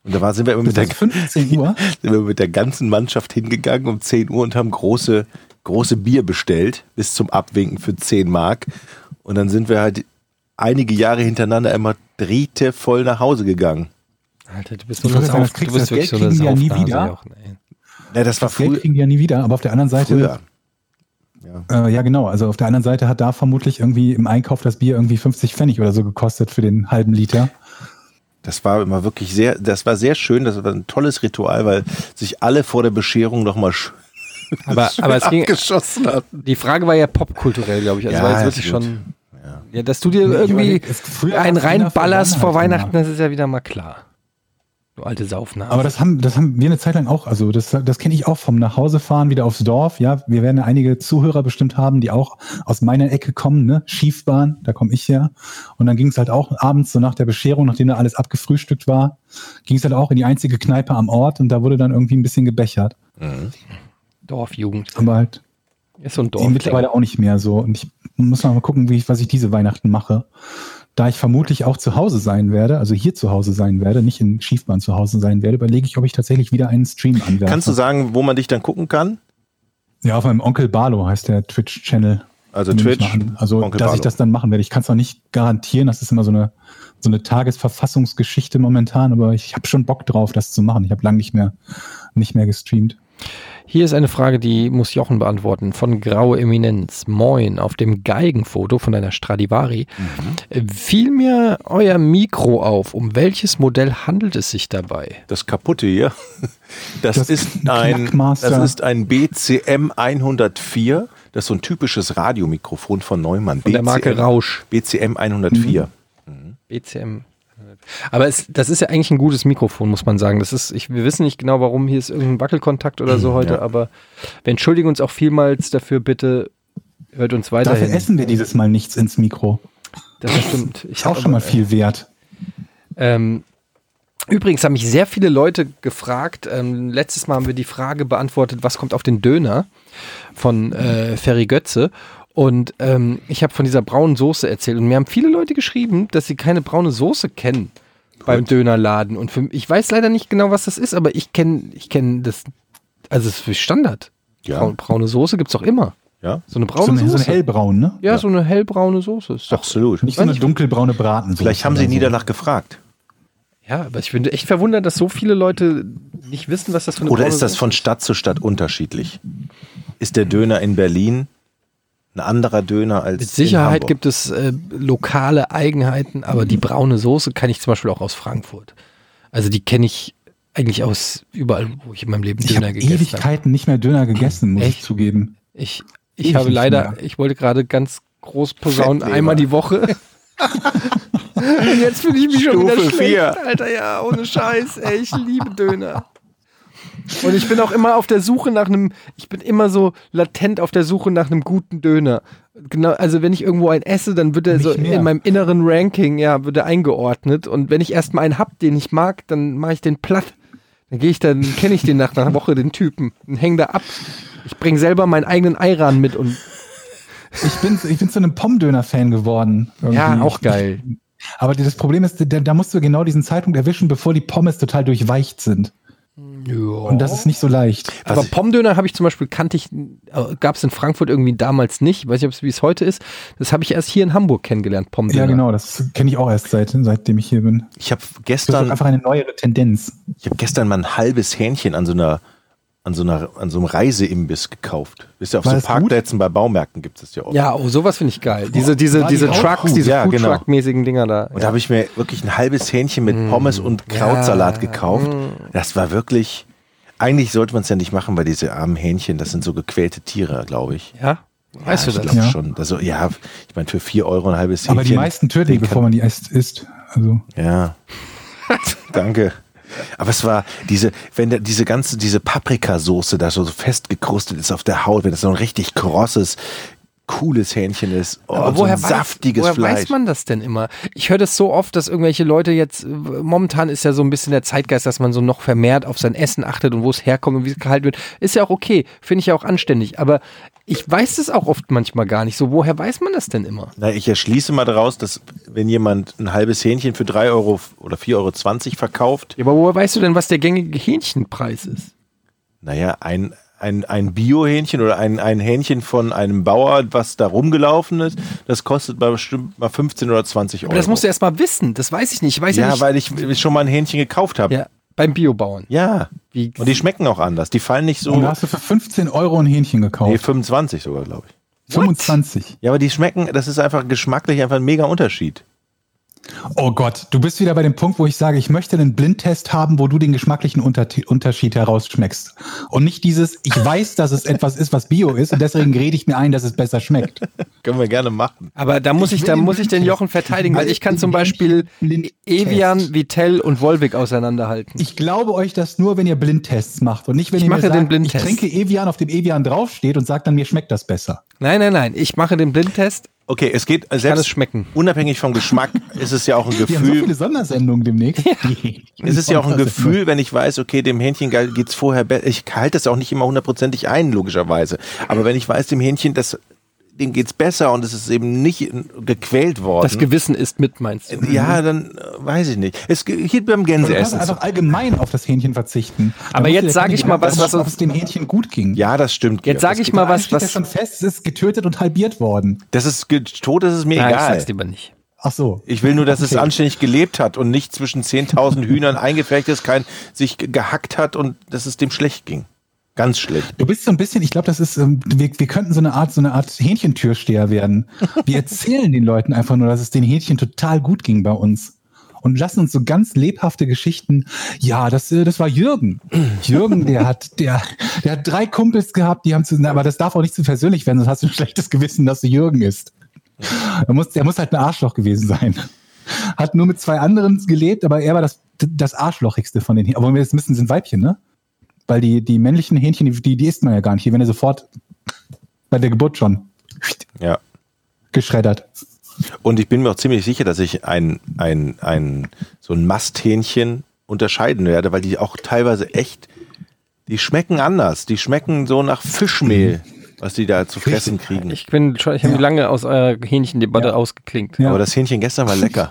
A: Und da war, sind, wir immer mit der,
C: Bis 15
A: <laughs>
C: Uhr.
A: sind wir mit der ganzen Mannschaft hingegangen um 10 Uhr und haben große, große Bier bestellt, bis zum Abwinken für 10 Mark. Und dann sind wir halt einige Jahre hintereinander immer Dritte voll nach Hause gegangen.
D: Alter, du bist,
C: Ich
D: so eine
C: wollte sagen,
D: Sauf,
C: das kriegst
D: du bist
C: du, das
D: wirklich so eine
C: Geld kriegen die ja nie
D: Saufnase,
C: wieder.
D: Jochen, ey.
A: Ja, das war
C: Das Geld
A: früher.
C: kriegen die ja nie wieder, aber auf der anderen Seite
A: früher.
C: Äh, ja, genau. Also auf der anderen Seite hat da vermutlich irgendwie im Einkauf das Bier irgendwie 50 Pfennig oder so gekostet für den halben Liter.
A: Das war immer wirklich sehr, das war sehr schön, das war ein tolles Ritual, weil sich alle vor der Bescherung
C: <laughs>
A: nochmal schön
B: Aber, aber es ging,
A: abgeschossen hatten.
B: die Frage war ja popkulturell, glaube ich. Also
A: Ja,
B: war jetzt
A: ja,
B: wirklich
A: gut.
B: schon. Ja, dass du dir
C: Nee, ich
B: irgendwie
C: überleg, es- früher
B: einen
C: hat's einer
B: reinballerst
C: vor
B: vor Weihnachten,
C: Weihnachten
B: das ist ja wieder mal klar. Du alte Saufnase.
C: ne? Aber das haben, das haben wir eine Zeit lang auch, also das, das kenne ich auch vom Nachhausefahren wieder aufs Dorf. Ja, wir werden ja einige Zuhörer bestimmt haben, die auch aus meiner Ecke kommen, ne? Schiefbahn, da komme ich her. Und dann ging es halt auch abends, so nach der Bescherung, nachdem da alles abgefrühstückt war, ging es halt auch in die einzige Kneipe am Ort und da wurde dann irgendwie ein bisschen gebechert.
B: Dorfjugend.
C: Aber halt
B: Ist so ein
C: Die
B: Dorf.
C: mittlerweile auch nicht mehr so. Und ich muss noch mal gucken, wie ich, was ich diese Weihnachten mache. Da ich vermutlich auch zu Hause sein werde, also hier zu Hause sein werde, nicht in Schiefbahn zu Hause sein werde, überlege ich, ob ich tatsächlich wieder einen Stream anwerfe.
A: Kannst du sagen, wo man dich dann gucken kann?
C: Ja, auf meinem Onkel Barlo heißt der Twitch-Channel.
A: Also
C: Nehme ich
A: Twitch,
C: mal an. Also,
A: Onkel
C: dass ich
A: Barlo.
C: das dann machen werde. Ich kann es noch nicht garantieren. Das ist immer so eine, so eine Tagesverfassungsgeschichte momentan, aber ich habe schon Bock drauf, das zu machen. Ich habe lange nicht mehr, nicht mehr gestreamt.
B: Hier ist eine Frage, die muss Jochen beantworten. Von Graue Eminenz. Moin, auf dem Geigenfoto von deiner Stradivari
C: Mhm.
B: äh, fiel mir euer Mikro auf. Um welches Modell handelt es sich dabei?
A: Das kaputte hier. <laughs> Das,
C: Das
A: ist ein,
C: Knackmaster.
A: das ist ein BCM 104. Das ist so ein typisches Radiomikrofon von Neumann.
B: Von der Marke
A: BCM
B: Rausch.
A: BCM 104.
C: Mhm.
B: BCM. E Aber es, das ist ja eigentlich ein gutes Mikrofon, muss man sagen. Das ist, ich, wir wissen nicht genau, warum hier ist irgendein Wackelkontakt oder
C: Mhm,
B: so heute,
A: ja.
B: aber wir entschuldigen uns auch vielmals dafür. Bitte hört uns weiterhin.
C: Dafür essen wir dieses Mal nichts ins Mikro.
B: Das stimmt. Ich
C: Ist auch
B: hab
C: schon mal
B: aber-
C: viel wert.
B: Ähm, übrigens haben mich sehr viele Leute gefragt. Ähm, letztes Mal haben wir die Frage beantwortet, was kommt auf den Döner von äh, Ferry Götze. Und ähm, ich habe von dieser braunen Soße erzählt. Und mir haben viele Leute geschrieben, dass sie keine braune Soße kennen beim Dönerladen. Und für, ich weiß leider nicht genau, was das ist, aber ich kenne ich kenn das. Also, es ist für Standard.
A: Ja.
B: Braun, braune Soße gibt es doch immer.
A: Ja,
B: So eine
C: So
B: braune
C: eine, so
B: Soße.
C: eine hellbraun, ne?
B: ja, so eine hellbraune Soße. Ist doch,
A: absolut.
C: Nicht so eine dunkelbraune Braten.
A: Vielleicht haben sie nie danach gefragt.
B: ja, aber ich bin echt verwundert, dass so viele Leute nicht wissen, was das für eine
A: Oder
B: braune
A: ist das
B: Soße
A: von Stadt zu Stadt unterschiedlich? Ist der Döner in Berlin ein anderer Döner als
B: Mit Sicherheit
A: in Hamburg?
B: gibt es äh, lokale Eigenheiten, aber die braune Soße kann ich zum Beispiel auch aus Frankfurt. Also die kenne ich eigentlich aus überall, wo ich in meinem Leben
C: Ich
B: Döner
C: habe
B: gegessen habe.
C: Ewigkeiten nicht mehr Döner gegessen, muss
B: Echt?
C: ich zugeben.
B: Ich, ich
C: Ewig
B: habe
C: nicht
B: leider,
C: mehr.
B: ich wollte gerade ganz groß posaunen,
A: Fettleber.
B: einmal die Woche.
A: <laughs>
B: Und jetzt fühle ich mich schon wieder
A: Stufe
B: schlecht.
A: vier.
B: Alter, ja, ohne Scheiß. Ey, ich liebe Döner. Und ich bin auch immer auf der Suche nach einem, ich bin immer so latent auf der Suche nach einem guten Döner. Genau, also wenn ich irgendwo einen esse, dann wird er
C: Nicht
B: so
C: mehr.
B: in meinem inneren Ranking, ja, wird er eingeordnet. Und wenn ich erstmal einen hab, den ich mag, dann mache ich den platt. Dann gehe ich, dann kenne ich den nach einer Woche, den Typen, und häng da ab. Ich bringe selber meinen eigenen Eiran mit und
C: Ich bin, ich bin zu einem Pommdöner-Fan geworden. irgendwie.
B: ja, auch geil.
C: Aber das Problem ist, da, da musst du genau diesen Zeitpunkt erwischen, bevor die Pommes total durchweicht sind. Und das ist nicht so leicht.
B: Aber Pommdöner habe ich zum Beispiel, kannte ich, gab es in Frankfurt irgendwie damals nicht. Weiß nicht, ob's- wie es heute ist. Das habe ich erst hier in Hamburg kennengelernt, Pommdöner.
C: Ja, genau, das kenne ich auch erst seit, seitdem ich hier bin.
A: Ich habe
C: Das ist
A: gestern,
C: einfach eine neuere Tendenz.
A: ich hab gestern mal ein halbes Hähnchen an so einer an so, einer, an so einem Reiseimbiss gekauft. Wisst ihr, auf
C: War
A: so
C: das gut?
A: Parkplätzen bei Baumärkten gibt es das ja oft.
B: Ja, oh, sowas finde ich geil. Diese, diese,
C: Ja, die
B: diese
C: auch
B: Trucks,
C: gut.
B: diese
A: Ja, genau.
B: Foodtruck-mäßigen Dinger da.
A: Und da habe ich mir wirklich ein halbes Hähnchen mit Pommes und Krautsalat gekauft. Das war wirklich. Eigentlich sollte man es ja nicht machen, weil diese armen Hähnchen, das sind so gequälte Tiere, glaube ich.
B: Ja? Weißt
A: ja,
B: du
A: ich
B: das?
A: glaub
C: Ja.
A: schon. Also, ja, ich meine, für 4 Euro ein halbes Hähnchen.
C: Aber die meisten töten die, bevor man die erst isst. Also,
A: Ja. <laughs> Danke. Aber es war diese, wenn da diese ganze, diese Paprikasoße da so festgekrustet ist auf der Haut, wenn das so ein richtig krosses, cooles Hähnchen ist. Oh,
D: Aber
A: und so ein saftiges
D: woher
A: Fleisch.
D: weiß man das denn immer? Ich höre das so oft, dass irgendwelche Leute jetzt, äh, momentan ist ja so ein bisschen der Zeitgeist, dass man so noch vermehrt auf sein Essen achtet und wo es herkommt und wie es gehalten wird. Ist ja auch okay, finde ich ja auch anständig. Aber ich weiß das auch oft manchmal gar nicht so. Woher weiß man das denn immer?
A: Na, ich erschließe mal daraus, dass wenn jemand ein halbes Hähnchen für 3 Euro f- oder 4,20 Euro verkauft,
D: Ja, aber woher weißt du denn, was der gängige Hähnchenpreis ist?
A: naja, ein, ein, ein Bio-Hähnchen oder ein, ein Hähnchen von einem Bauer, was da rumgelaufen ist, das kostet mal bestimmt mal 15 oder 20 Euro.
D: Aber das musst du erst mal wissen. Das weiß ich nicht. Ich weiß ja,
A: ja,
D: nicht.
A: weil ich schon mal ein Hähnchen gekauft habe.
D: ja, beim Biobauern.
A: Ja.
D: Wie-
A: Und die schmecken auch anders. Die fallen nicht so.
C: Und da hast du für 15 Euro ein Hähnchen
A: Nee,
C: gekauft.
A: 25 sogar, glaube ich.
C: 25.
A: Ja, aber die schmecken, das ist einfach geschmacklich einfach ein mega Unterschied.
C: Oh Gott, du bist wieder bei dem Punkt, wo ich sage, ich möchte einen Blindtest haben, wo du den geschmacklichen Unter Unterschied herausschmeckst. Und nicht dieses, ich weiß, dass es etwas ist, was Bio ist und deswegen rede ich mir ein, dass es besser schmeckt.
A: Können wir gerne machen.
D: Aber da muss ich, da muss ich den Jochen verteidigen, weil
C: Also
D: ich kann zum
C: den
D: Beispiel
C: Blindtest.
D: Evian, Vitell und Volvic auseinanderhalten.
C: Ich glaube euch das nur, wenn ihr Blindtests macht und nicht, wenn
D: Ich
C: ihr
D: mache den
C: mir sagt, ich
D: Blindtest.
C: trinke Evian, auf dem Evian draufsteht und sagt dann, mir schmeckt das besser.
D: Nein, nein, nein. Ich mache den Blindtest.
A: Okay, es geht selbst
D: es schmecken.
A: unabhängig
D: <laughs>
A: vom Geschmack ist es ja auch ein
C: Wir haben so
A: Gefühl.
C: viele Sondersendungen demnächst.
A: es ist ja auch ein
D: ne?
A: Gefühl, wenn ich weiß, okay, dem Hähnchen ge- geht's vorher besser. Ich halte das auch nicht immer hundertprozentig ein, logischerweise. Aber wenn ich weiß, dem Hähnchen, das, dem geht's besser und es ist eben nicht äh, gequält worden.
D: Das Mhm. Gewissen ist mit, meinst du?
A: ja, dann äh, weiß ich nicht. Es ge- hier beim
C: Du kannst
A: Gänseessen. so.
C: einfach allgemein auf das Hähnchen verzichten. Dann
D: Aber
C: musst
D: jetzt
C: du dir
D: sag
C: keine
D: ich mal was,
C: Gedanken machen,
D: was uns-
C: ob es dem Hähnchen gut ging.
A: Ja, das stimmt.
D: Jetzt
A: Georg.
D: sage ich mal
C: Eins
D: was,
C: steht ja
D: was.
C: schon fest, es ist getötet und halbiert worden.
A: Das ist ge- tot, das ist mir
D: Nein, ich
A: egal.
D: sag's lieber nicht.
C: Ach so.
A: Ich will nur, dass es
C: Okay.
A: anständig gelebt hat und nicht
D: <laughs>
A: zwischen 10.000 Hühnern eingeflecht ist, kein sich ge- gehackt hat und dass es dem schlecht ging. Ganz schlecht.
C: Du bist so ein bisschen, ich glaube, das ist, ähm, wir, wir könnten so eine Art, so eine Art Hähnchentürsteher
A: <laughs>
C: werden. Wir erzählen den Leuten einfach nur, dass es den Hähnchen total gut ging bei uns. Und lassen uns so ganz lebhafte Geschichten. Ja, das, äh, das war
A: <laughs>
C: Jürgen. Jürgen, der hat, der, der hat drei Kumpels gehabt, die haben zu, na, aber das darf auch nicht zu persönlich werden, sonst hast du ein schlechtes Gewissen, dass du Jürgen ist. Er muss, er muss halt ein Arschloch gewesen sein. Hat nur mit zwei anderen gelebt, aber er war das, das Arschlochigste von den Hähnchen. Aber wenn wir jetzt müssen, sind Weibchen, ne? Weil die, die männlichen Hähnchen, die, die, die isst man ja gar nicht. Die werden ja sofort bei der Geburt schon
A: Ja.
C: geschreddert.
A: Und ich bin mir auch ziemlich sicher, dass ich ein, ein, ein, so ein Masthähnchen unterscheiden werde, weil die auch teilweise echt, die schmecken anders. Die schmecken so nach Fischmehl, was die da zu fressen kriegen.
B: Ich bin schon, ich habe mich lange aus
D: äh,
B: eurer Hähnchendebatte ausgeklinkt.
C: Ja.
A: Aber das Hähnchen gestern war lecker.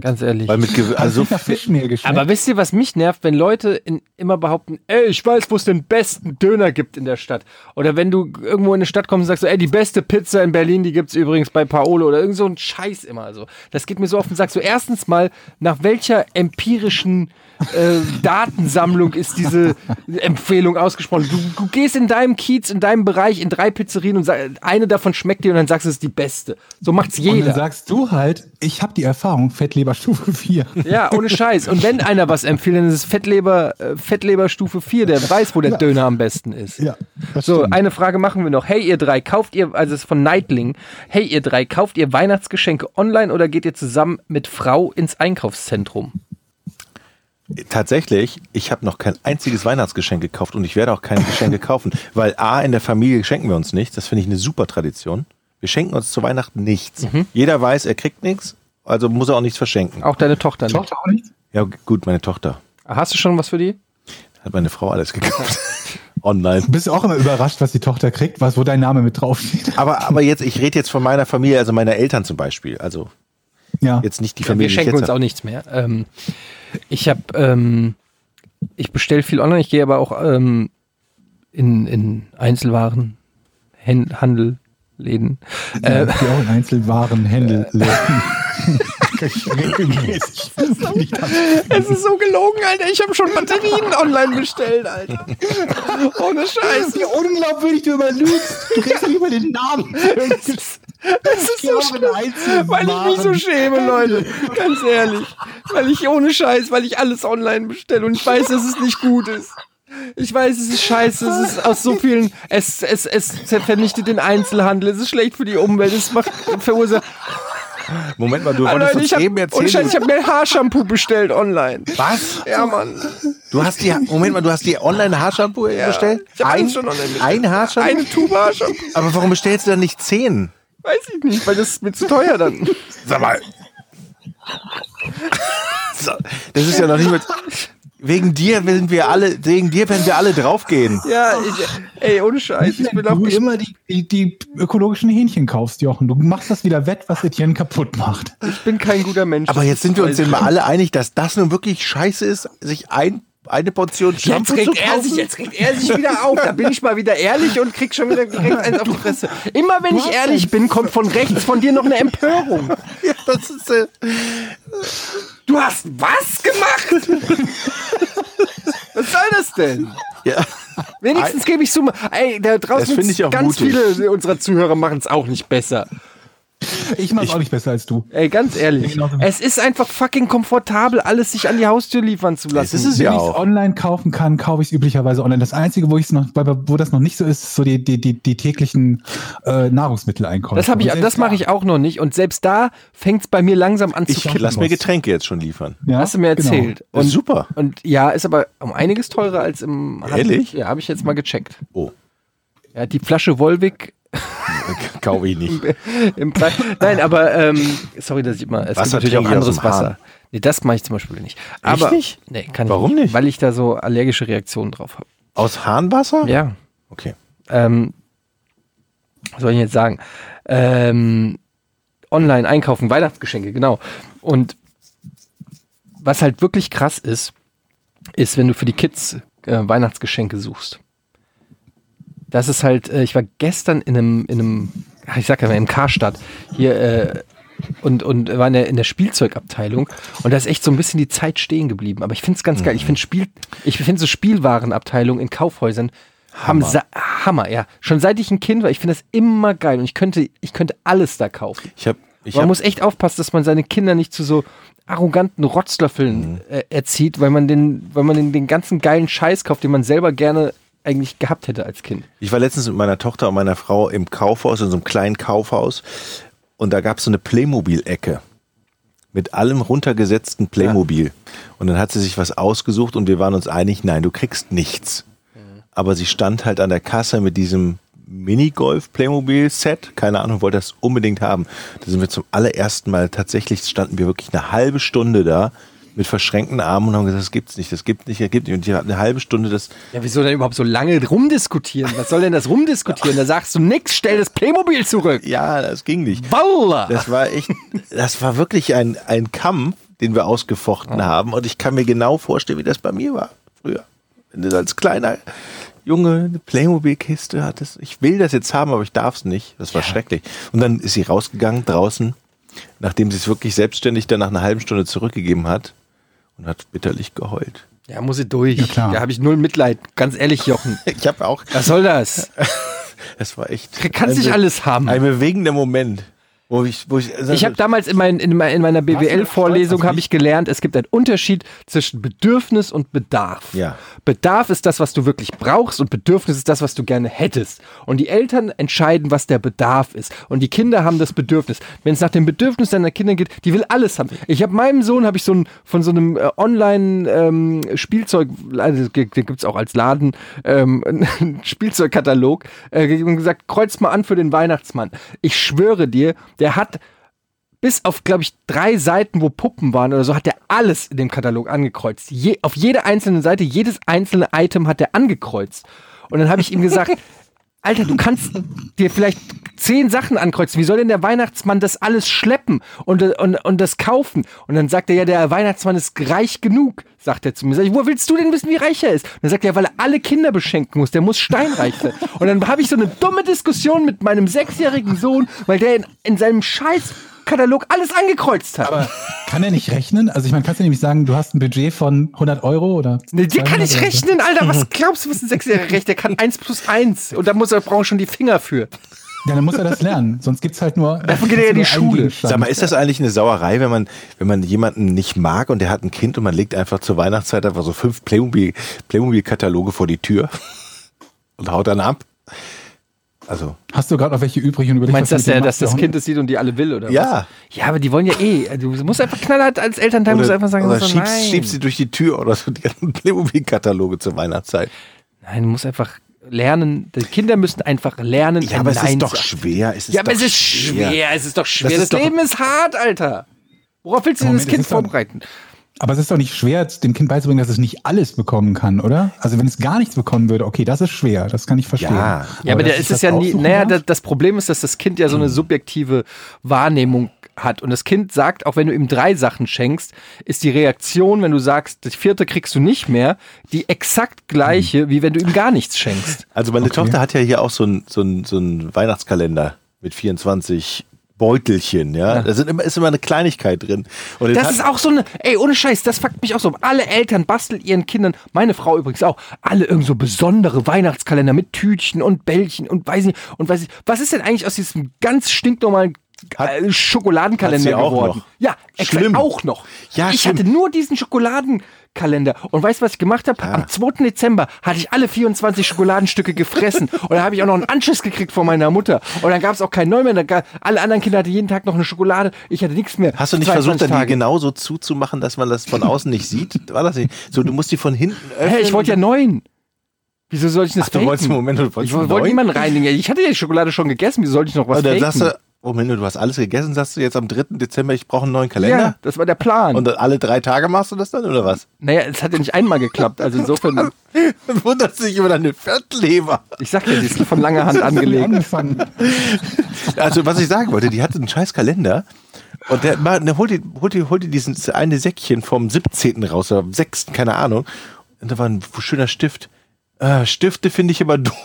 B: Ganz ehrlich.
A: Weil mit, <laughs> Gew-
C: Also
A: also
C: nach Fischmehl geschmeckt.
B: Aber wisst ihr, was mich nervt, wenn Leute in, immer behaupten, ey, ich weiß, wo es den besten Döner gibt in der Stadt. Oder wenn du irgendwo in eine Stadt kommst und sagst so, ey, die beste Pizza in Berlin, die gibt's übrigens bei Paolo oder irgend so ein Scheiß immer. Also, das geht mir so auf den Sack. So, erstens mal, nach welcher empirischen
C: <laughs>
B: äh, Datensammlung ist diese Empfehlung ausgesprochen? Du, du gehst in deinem Kiez, in deinem Bereich, in drei Pizzerien und sag, eine davon schmeckt dir und dann sagst du, es ist die beste. So macht's jeder.
C: Und dann sagst du halt, ich habe die Erfahrung, Fettleberstufe 4.
B: Ja, ohne Scheiß. Und wenn einer was empfiehlt, dann ist es Fettleber, äh, Fettleber Stufe 4, der weiß, wo der Döner am besten ist.
C: Ja, das
B: So,
C: stimmt.
B: eine Frage machen wir noch. Hey, ihr drei, kauft ihr, also es ist von Neidling, hey, ihr drei, kauft ihr Weihnachtsgeschenke online oder geht ihr zusammen mit Frau ins Einkaufszentrum?
A: Tatsächlich, ich habe noch kein einziges Weihnachtsgeschenk gekauft und ich werde auch keine Geschenke kaufen, weil A, in der Familie schenken wir uns nichts. Das finde ich eine super Tradition. Wir schenken uns zu Weihnachten nichts. Jeder weiß, er kriegt nichts, also muss er auch nichts verschenken.
B: Auch deine Tochter nicht.
C: Tochter auch nicht?
A: Ja, gut, meine Tochter.
B: Hast du schon was für die?
A: Hat meine Frau alles gekauft. <laughs> Online.
C: Du bist auch immer überrascht, was die Tochter kriegt, was, wo dein Name mit draufsteht.
A: Aber, aber jetzt, ich rede jetzt von meiner Familie, also meiner Eltern zum Beispiel. Also
C: <laughs> Ja.
A: jetzt nicht die Familie.
B: Wir
A: die ich
B: schenken
A: jetzt
B: uns
A: hab.
B: auch nichts mehr. Ähm, ich habe, ähm, ich bestelle viel online, ich gehe aber auch ähm, in, in Einzelwaren, Hän- Handel, Läden.
C: Ja, die auch in Einzelwarenhändel leben. Regelmäßig.
B: Es ist so gelogen, Alter. Ich habe schon Batterien online bestellt, Alter. Ohne Scheiß.
C: Wie unglaubwürdig du immer lügst. Du kriegst nicht mal den Namen.
B: Es ist, es ist so schlimm, weil ich mich so schäme, Leute. Ganz ehrlich. Weil ich ohne Scheiß, weil ich alles online bestelle und ich weiß, dass es nicht gut ist. Ich weiß, es ist scheiße, es ist aus so vielen, es, es, es vernichtet den Einzelhandel, es ist schlecht für die Umwelt, es macht, verursacht.
A: Moment mal, du
B: Ah,
A: wolltest
B: Leute,
A: uns
B: ich
A: eben
B: habe
A: erzählen.
B: hab mir Haarshampoo bestellt online.
A: was?
B: Ja, Mann.
A: Du hast die, Moment mal, du hast die Online-Haarshampoo bestellt?
B: ich hab
A: ein,
B: alles schon online bestellt.
A: ein Haarshampoo?
B: Tube Haarshampoo.
A: Aber warum bestellst du dann nicht zehn?
E: Weiß ich nicht, weil das ist mir zu teuer dann.
A: Sag mal. So, Das ist ja noch nicht mal. Wegen dir werden wir alle, wegen dir werden wir alle draufgehen.
E: <laughs> Ja, ich, ey, ohne
C: Also
E: Scheiß. Ich bin auch
C: du immer die, die, die ökologischen Hähnchen kaufst, Jochen. Du machst das wieder wett, was Etienne kaputt macht.
E: ich bin kein guter Mensch. Also,
A: Aber jetzt sind wir
B: Also
A: uns denn mal alle einig, dass das nun wirklich scheiße ist, sich ein, eine Portion Shampoo zu kaufen.
E: jetzt regt er sich wieder auf. Da bin ich mal wieder ehrlich und krieg schon wieder direkt eins auf die Fresse. Immer wenn ich ehrlich bin, kommt von rechts von dir noch eine Empörung.
A: Ja, <laughs> das ist, äh,
E: Du hast was gemacht? Was soll das denn?
A: ja.
E: Wenigstens gebe ich zu. Ey, da
A: Das
E: draußen
A: finde ich auch
E: ganz
A: mutig.
E: viele unserer Zuhörer machen es auch nicht besser.
C: Ich mach's auch nicht besser als du.
E: Ey, ganz ehrlich.
C: Genau so.
E: Es ist einfach fucking komfortabel, alles sich an die Haustür liefern zu lassen.
A: Das ist es
C: Wenn
A: ja
C: ich
A: auch.
C: online kaufen kann, kaufe ich es üblicherweise online. Das Einzige, wo ich es noch, wo das noch nicht so ist, ist so die, die, die, die täglichen äh, Nahrungsmitteleinkäufe.
B: Das, hab ich,
C: Und
B: das
C: selbst
B: mache ich auch noch nicht. Und selbst da fängt es bei mir langsam an zu
A: Ich lass mir Getränke jetzt schon liefern.
C: da- Ja,
B: Hast du mir
C: genau.
B: erzählt.
A: Das ist
B: Und,
A: super.
B: und ja, ist aber um einiges teurer als im Handel.
A: Ehrlich?
B: Ja, habe ich jetzt mal gecheckt.
A: Oh,
B: Ja, die Flasche Wolwig
A: kaufe ich nicht. <laughs>
B: im Preis. Nein, aber ähm, sorry, dass ich immer. Es
A: Wasser
B: gibt natürlich auch
A: trinke ich aus
B: anderes
A: dem
B: Wasser.
A: Hahn.
B: Nee, das mache ich zum Beispiel nicht. Aber,
A: nicht?
B: Nee, kann
A: Warum
B: ich
A: nicht?
B: Weil ich da so allergische Reaktionen drauf habe.
A: Aus Hahnwasser?
B: Ja.
A: Okay.
B: ähm, was soll ich jetzt sagen? Ähm, online einkaufen, Weihnachtsgeschenke, genau. Und was halt wirklich krass ist, ist, wenn du für die Kids äh, Weihnachtsgeschenke suchst. Das ist halt, äh, ich war gestern in einem, in einem, ah, ich sag ja mal, im Karstadt hier äh, und, und war in der, in der Spielzeugabteilung und da ist echt so ein bisschen die Zeit stehen geblieben. Aber ich finde es ganz geil. Ich finde Spiel, ich finde so Spielwarenabteilungen in Kaufhäusern haben Sa Hammer, ja. Schon seit ich ein Kind war, ich finde das immer geil und ich könnte, ich könnte alles da kaufen.
A: Ich habe ich
B: man
A: hab
B: muss echt aufpassen, dass man seine Kinder nicht zu so arroganten Rotzlöffeln äh, erzieht, weil man den, weil man den, den ganzen geilen Scheiß kauft, den man selber gerne eigentlich gehabt hätte als Kind.
A: Ich war letztens mit meiner Tochter und meiner Frau im Kaufhaus, in so einem kleinen Kaufhaus. Und da gab es so eine Playmobil-Ecke. Mit allem runtergesetzten Playmobil. Und dann hat sie sich was ausgesucht und wir waren uns einig, nein, du kriegst nichts. Aber sie stand halt an der Kasse mit diesem Minigolf-Playmobil-Set. Keine Ahnung, wollte das unbedingt haben. Da sind wir zum allerersten Mal, tatsächlich standen wir wirklich eine halbe Stunde da mit verschränkten Armen und haben gesagt, das gibt's nicht, das gibt's nicht, das gibt's nicht. Und die hatten eine halbe Stunde das
B: Ja, wieso denn überhaupt so lange rumdiskutieren? Was soll denn das rumdiskutieren? Da sagst du nix, stell das Playmobil zurück.
A: Ja, das ging nicht.
B: Walla!
A: Das war echt, das war wirklich ein, ein Kampf, den wir ausgefochten haben. Und ich kann mir genau vorstellen, wie das bei mir war früher. Wenn du als kleiner Junge eine Playmobil-Kiste hattest. Ich will das jetzt haben, aber ich darf es nicht. Das war schrecklich. Und dann ist sie rausgegangen draußen, nachdem sie es wirklich selbstständig dann nach einer halben Stunde zurückgegeben hat und hat bitterlich geheult.
B: Ja, muss ich durch.
C: klar.
B: Da habe ich null Mitleid. Ganz ehrlich, Jochen.
A: Ich habe auch,
B: Was soll das?
A: das war echt.
B: Kannst
A: ein
B: nicht
A: be-
B: alles haben.
A: Ein bewegender Moment. Wo ich, wo ich, also
B: Ich habe damals in, mein, in, mein, in meiner BWL-Vorlesung habe ich gelernt, es gibt einen Unterschied zwischen Bedürfnis und Bedarf.
A: Ja.
B: Bedarf ist das, was du wirklich brauchst und Bedürfnis ist das, was du gerne hättest. Und die Eltern entscheiden, was der Bedarf ist. Und die Kinder haben das Bedürfnis. Wenn es nach dem Bedürfnis deiner Kinder geht, die will alles haben. Ich habe meinem Sohn habe ich so ein, von so einem äh, Online-Spielzeug, also, den gibt's auch als Laden, ähm, <laughs> einen Spielzeugkatalog, äh, gegeben und gesagt, kreuz mal an für den Weihnachtsmann. Ich schwöre dir, der hat bis auf, glaube ich, drei Seiten, wo Puppen waren oder so, hat er alles in dem Katalog angekreuzt. Je, auf jede einzelne Seite, jedes einzelne Item hat er angekreuzt. Und dann habe ich ihm gesagt, Alter, du kannst dir vielleicht zehn Sachen ankreuzen. Wie soll denn der Weihnachtsmann das alles schleppen und, und, und das kaufen? Und dann sagt er, ja, der Weihnachtsmann ist reich genug, sagt er zu mir. Sag ich, wo willst du denn wissen, wie reich er ist? Und dann sagt er, weil er alle Kinder beschenken muss, der muss steinreich sein. Und dann habe ich so eine dumme Diskussion mit meinem sechsjährigen Sohn, weil der in, in seinem Scheiß Katalog alles angekreuzt hat.
C: Aber kann er nicht rechnen? Also ich meine, kannst du nämlich sagen, du hast ein Budget von 100 Euro oder?
B: Nee, dir kann
C: 200
B: ich
C: oder so?
B: rechnen, Alter. Was glaubst du, was ein Sechsjähriger rechnet? Der kann 1 plus 1. Und da muss er brauchen schon die Finger für.
C: Ja, dann muss er das lernen. Sonst gibt's halt nur. Dafür
B: geht er ja die Schule.
A: Sag mal, ist das eigentlich eine Sauerei, wenn man, wenn man jemanden nicht mag und der hat ein Kind und man legt einfach zur Weihnachtszeit einfach so fünf Playmobil- Playmobil-Kataloge vor die Tür <laughs> und haut dann ab? Also,
C: Hast du gerade noch welche übrig und überlegt,
B: Meinst du,
C: was
B: dass,
C: mit
B: der,
C: denen
B: dass
C: machst,
B: das
C: Jochen?
B: Kind es sieht und die alle will, oder
A: ja.
B: was? Ja, aber die wollen ja eh. Du musst einfach knallhart als Elternteil musst du einfach sagen,
A: oder
B: so,
A: schiebst,
B: nein.
A: schiebst sie durch die Tür oder so, die ganzen Playmobil-Kataloge zur Weihnachtszeit.
B: nein, du musst einfach lernen, die Kinder müssen einfach lernen,
A: Ja,
B: ein
A: aber es
B: Nein
A: ist doch
B: zu-
A: schwer. Es ist
B: Ja, aber
A: doch
B: es ist schwer. es ist doch schwer. Das,
A: ist doch-
B: Leben ist hart, Alter. Worauf willst du denn
C: Moment,
B: das Kind
C: es ist doch-
B: vorbereiten?
C: Aber es ist doch nicht schwer, dem Kind beizubringen, dass es nicht alles bekommen kann, oder? Also wenn es gar nichts bekommen würde, okay, das ist schwer, das kann ich verstehen.
A: Ja.
B: Ja, aber,
C: dass
B: da
C: ich
B: ist es
C: das
B: ja nie.
C: aussuchen
B: Naja,
C: darf?
B: das, das Problem ist, dass das Kind ja so eine subjektive Wahrnehmung hat. Und das Kind sagt, auch wenn du ihm drei Sachen schenkst, ist die Reaktion, wenn du sagst, das vierte kriegst du nicht mehr, die exakt gleiche, wie wenn du ihm gar nichts schenkst.
A: Also meine Tochter hat ja hier auch so einen so einen- so einen Weihnachtskalender mit 24 Beutelchen, ja. Da sind immer, ist immer eine Kleinigkeit drin. Und jetzt
B: Das
A: hat-
B: ist auch so eine, ey, ohne Scheiß, das fuckt mich auch so. ab. Alle Eltern basteln ihren Kindern, meine Frau übrigens auch, alle irgend so besondere Weihnachtskalender mit Tütchen und Bällchen und weiß nicht, und weiß nicht. Was ist denn eigentlich aus diesem ganz stinknormalen äh,
A: hat
B: Schokoladenkalender
A: sie auch
B: geworden?
A: noch.
B: Ja, exakt,
A: Schlimm.
B: auch noch.
A: Ja,
B: ich
A: stimmt.
B: hatte nur diesen Schokoladenkalender. Und weißt du, was ich gemacht habe? Am 2. Dezember hatte ich alle 24 Schokoladenstücke
A: <laughs>
B: gefressen. und da habe ich auch noch einen Anschiss gekriegt von meiner Mutter. Und dann gab es auch keinen neuen mehr. Da ga- Alle anderen Kinder hatten jeden Tag noch eine Schokolade. Ich hatte nichts mehr.
A: Hast du nicht versucht,
B: 22
A: dann die
B: Tage.
A: genauso zuzumachen, dass man das von außen nicht sieht? War das nicht? So, du musst die von hinten öffnen.
B: Hä, ich wollte ja neun. Wieso soll ich denn das
A: Ach, du wolltest im
B: faken?
A: Moment, du
B: Ich
A: wolltest
B: wollte
A: neun?
B: niemanden reinlegen. Ich hatte ja die Schokolade schon gegessen. Wieso sollte ich noch was
A: Und dann sagst
B: faken?
A: du, Moment, du hast alles gegessen, sagst du jetzt am 3. Dezember, ich brauche einen neuen
B: Ja,
A: Kalender?
B: das war der Plan.
A: Und dann alle drei Tage machst du das dann, oder was? <laughs>
B: naja, es hat ja nicht einmal geklappt. Also insofern,
A: Dann wunderst du dich über deine Fettleber.
B: ich sag ja, die ist von langer
A: <laughs>
B: Hand
C: Wir haben
B: angelegt. <laughs>
C: Angefangen.
A: Also, was ich sagen wollte, die hatte einen scheiß Kalender. Und der, mal, ne, holt, die, holt, die, holt die diesen eine Säckchen vom 17. raus, oder am 6., keine Ahnung. Und da war ein schöner Stift. Äh, Stifte finde ich immer <laughs> doof.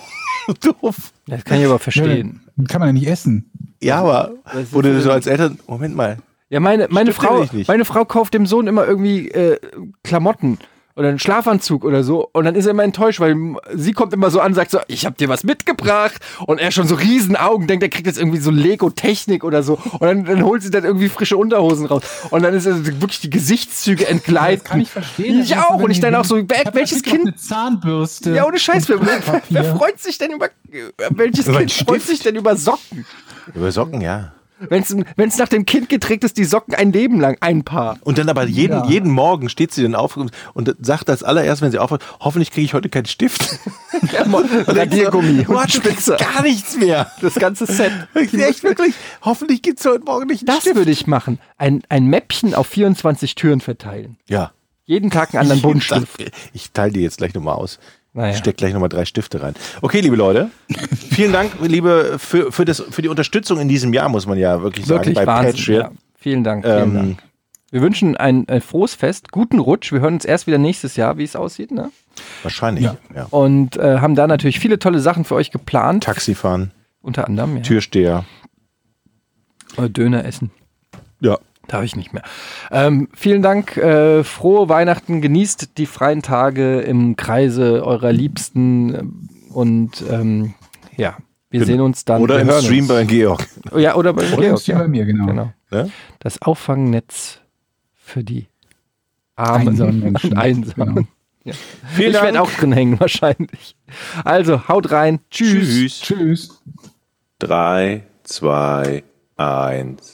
A: doof.
B: Das kann ich aber
C: Ja,
B: verstehen.
C: dann Kann man ja nicht essen.
A: Ja, aber,
B: ist
A: oder
B: denn-
A: so als Eltern, Moment mal,
B: Ja, meine, meine,
A: Stimmt
B: Frau,
A: nämlich nicht.
B: meine Frau kauft dem Sohn immer irgendwie äh, Klamotten oder einen Schlafanzug oder so. Und dann ist er immer enttäuscht, weil m- sie kommt immer so an und sagt so, ich hab dir was mitgebracht. Und er schon so riesen Augen denkt, er kriegt jetzt irgendwie so Lego-Technik oder so. Und dann, dann holt sie dann irgendwie frische Unterhosen raus. Und dann ist er wirklich die Gesichtszüge entgleiten. Ich
C: also
B: auch. Und ich dann auch so, wel- welches Kind...
C: Eine Zahnbürste.
B: Ja, ohne Scheiß, wer, wer,
C: Papier.
B: wer <laughs> freut sich denn über... Welches
A: Über einen
B: Kind freut sich denn über Socken?
A: über Socken, ja.
B: Wenn es nach dem Kind geträgt ist, die Socken ein Leben lang, ein Paar.
A: Und dann aber jeden,
C: Ja.
A: jeden Morgen steht sie dann auf und und sagt als allererst, wenn sie aufwacht, hoffentlich kriege ich heute
B: <laughs>
A: keinen Stift.
B: Radiergummi.
A: Boah, du kriegst gar nichts mehr.
B: <laughs> Das ganze Set.
A: Echt wirklich? Hoffentlich gibt es heute Morgen nicht einen
B: Das
A: Stift.
B: würde ich machen. Ein, ein Mäppchen auf 24 Türen verteilen.
A: Ja.
B: Jeden Tag einen anderen Buntstift.
A: Ich, ich teile die jetzt gleich nochmal aus.
B: Naja.
A: Ich stecke gleich nochmal drei Stifte rein. Okay, liebe Leute,
B: <laughs>
A: vielen Dank, liebe, für, für, das, für die Unterstützung in diesem Jahr, muss man ja wirklich,
B: Wirklich
A: sagen, bei
B: Wahnsinn.
A: Patreon.
B: Ja. Vielen Dank. Vielen
A: Ähm,
B: Dank. Wir wünschen ein äh, frohes Fest, guten Rutsch. Wir hören uns erst wieder nächstes Jahr, wie es aussieht. Ne?
A: Wahrscheinlich. Ja.
B: Und äh, haben da natürlich viele tolle Sachen für euch geplant.
A: Taxifahren,
B: Unter anderem ja.
A: Türsteher.
B: Äh, Döner essen.
A: Ja.
B: Darf ich nicht mehr. Ähm, vielen Dank. Äh, frohe Weihnachten. Genießt die freien Tage im Kreise eurer Liebsten. ähm, Und ähm, ja, wir sehen uns dann.
A: Genau. Oder
B: wir
A: im
B: hören
A: Stream
B: uns.
A: bei Georg.
B: Ja, oder bei,
C: Oder ist wie bei mir, genau.
B: Genau.
A: Ne?
B: Das Auffangnetz für die Armen
C: Einsamen Menschen.
B: und Einsamen.
C: Genau.
B: Ja.
A: Vielen
B: ich
A: Dank.
B: werde auch drin hängen wahrscheinlich. Also haut rein. Tschüss.
C: Tschüss.
F: 3, 2, 1.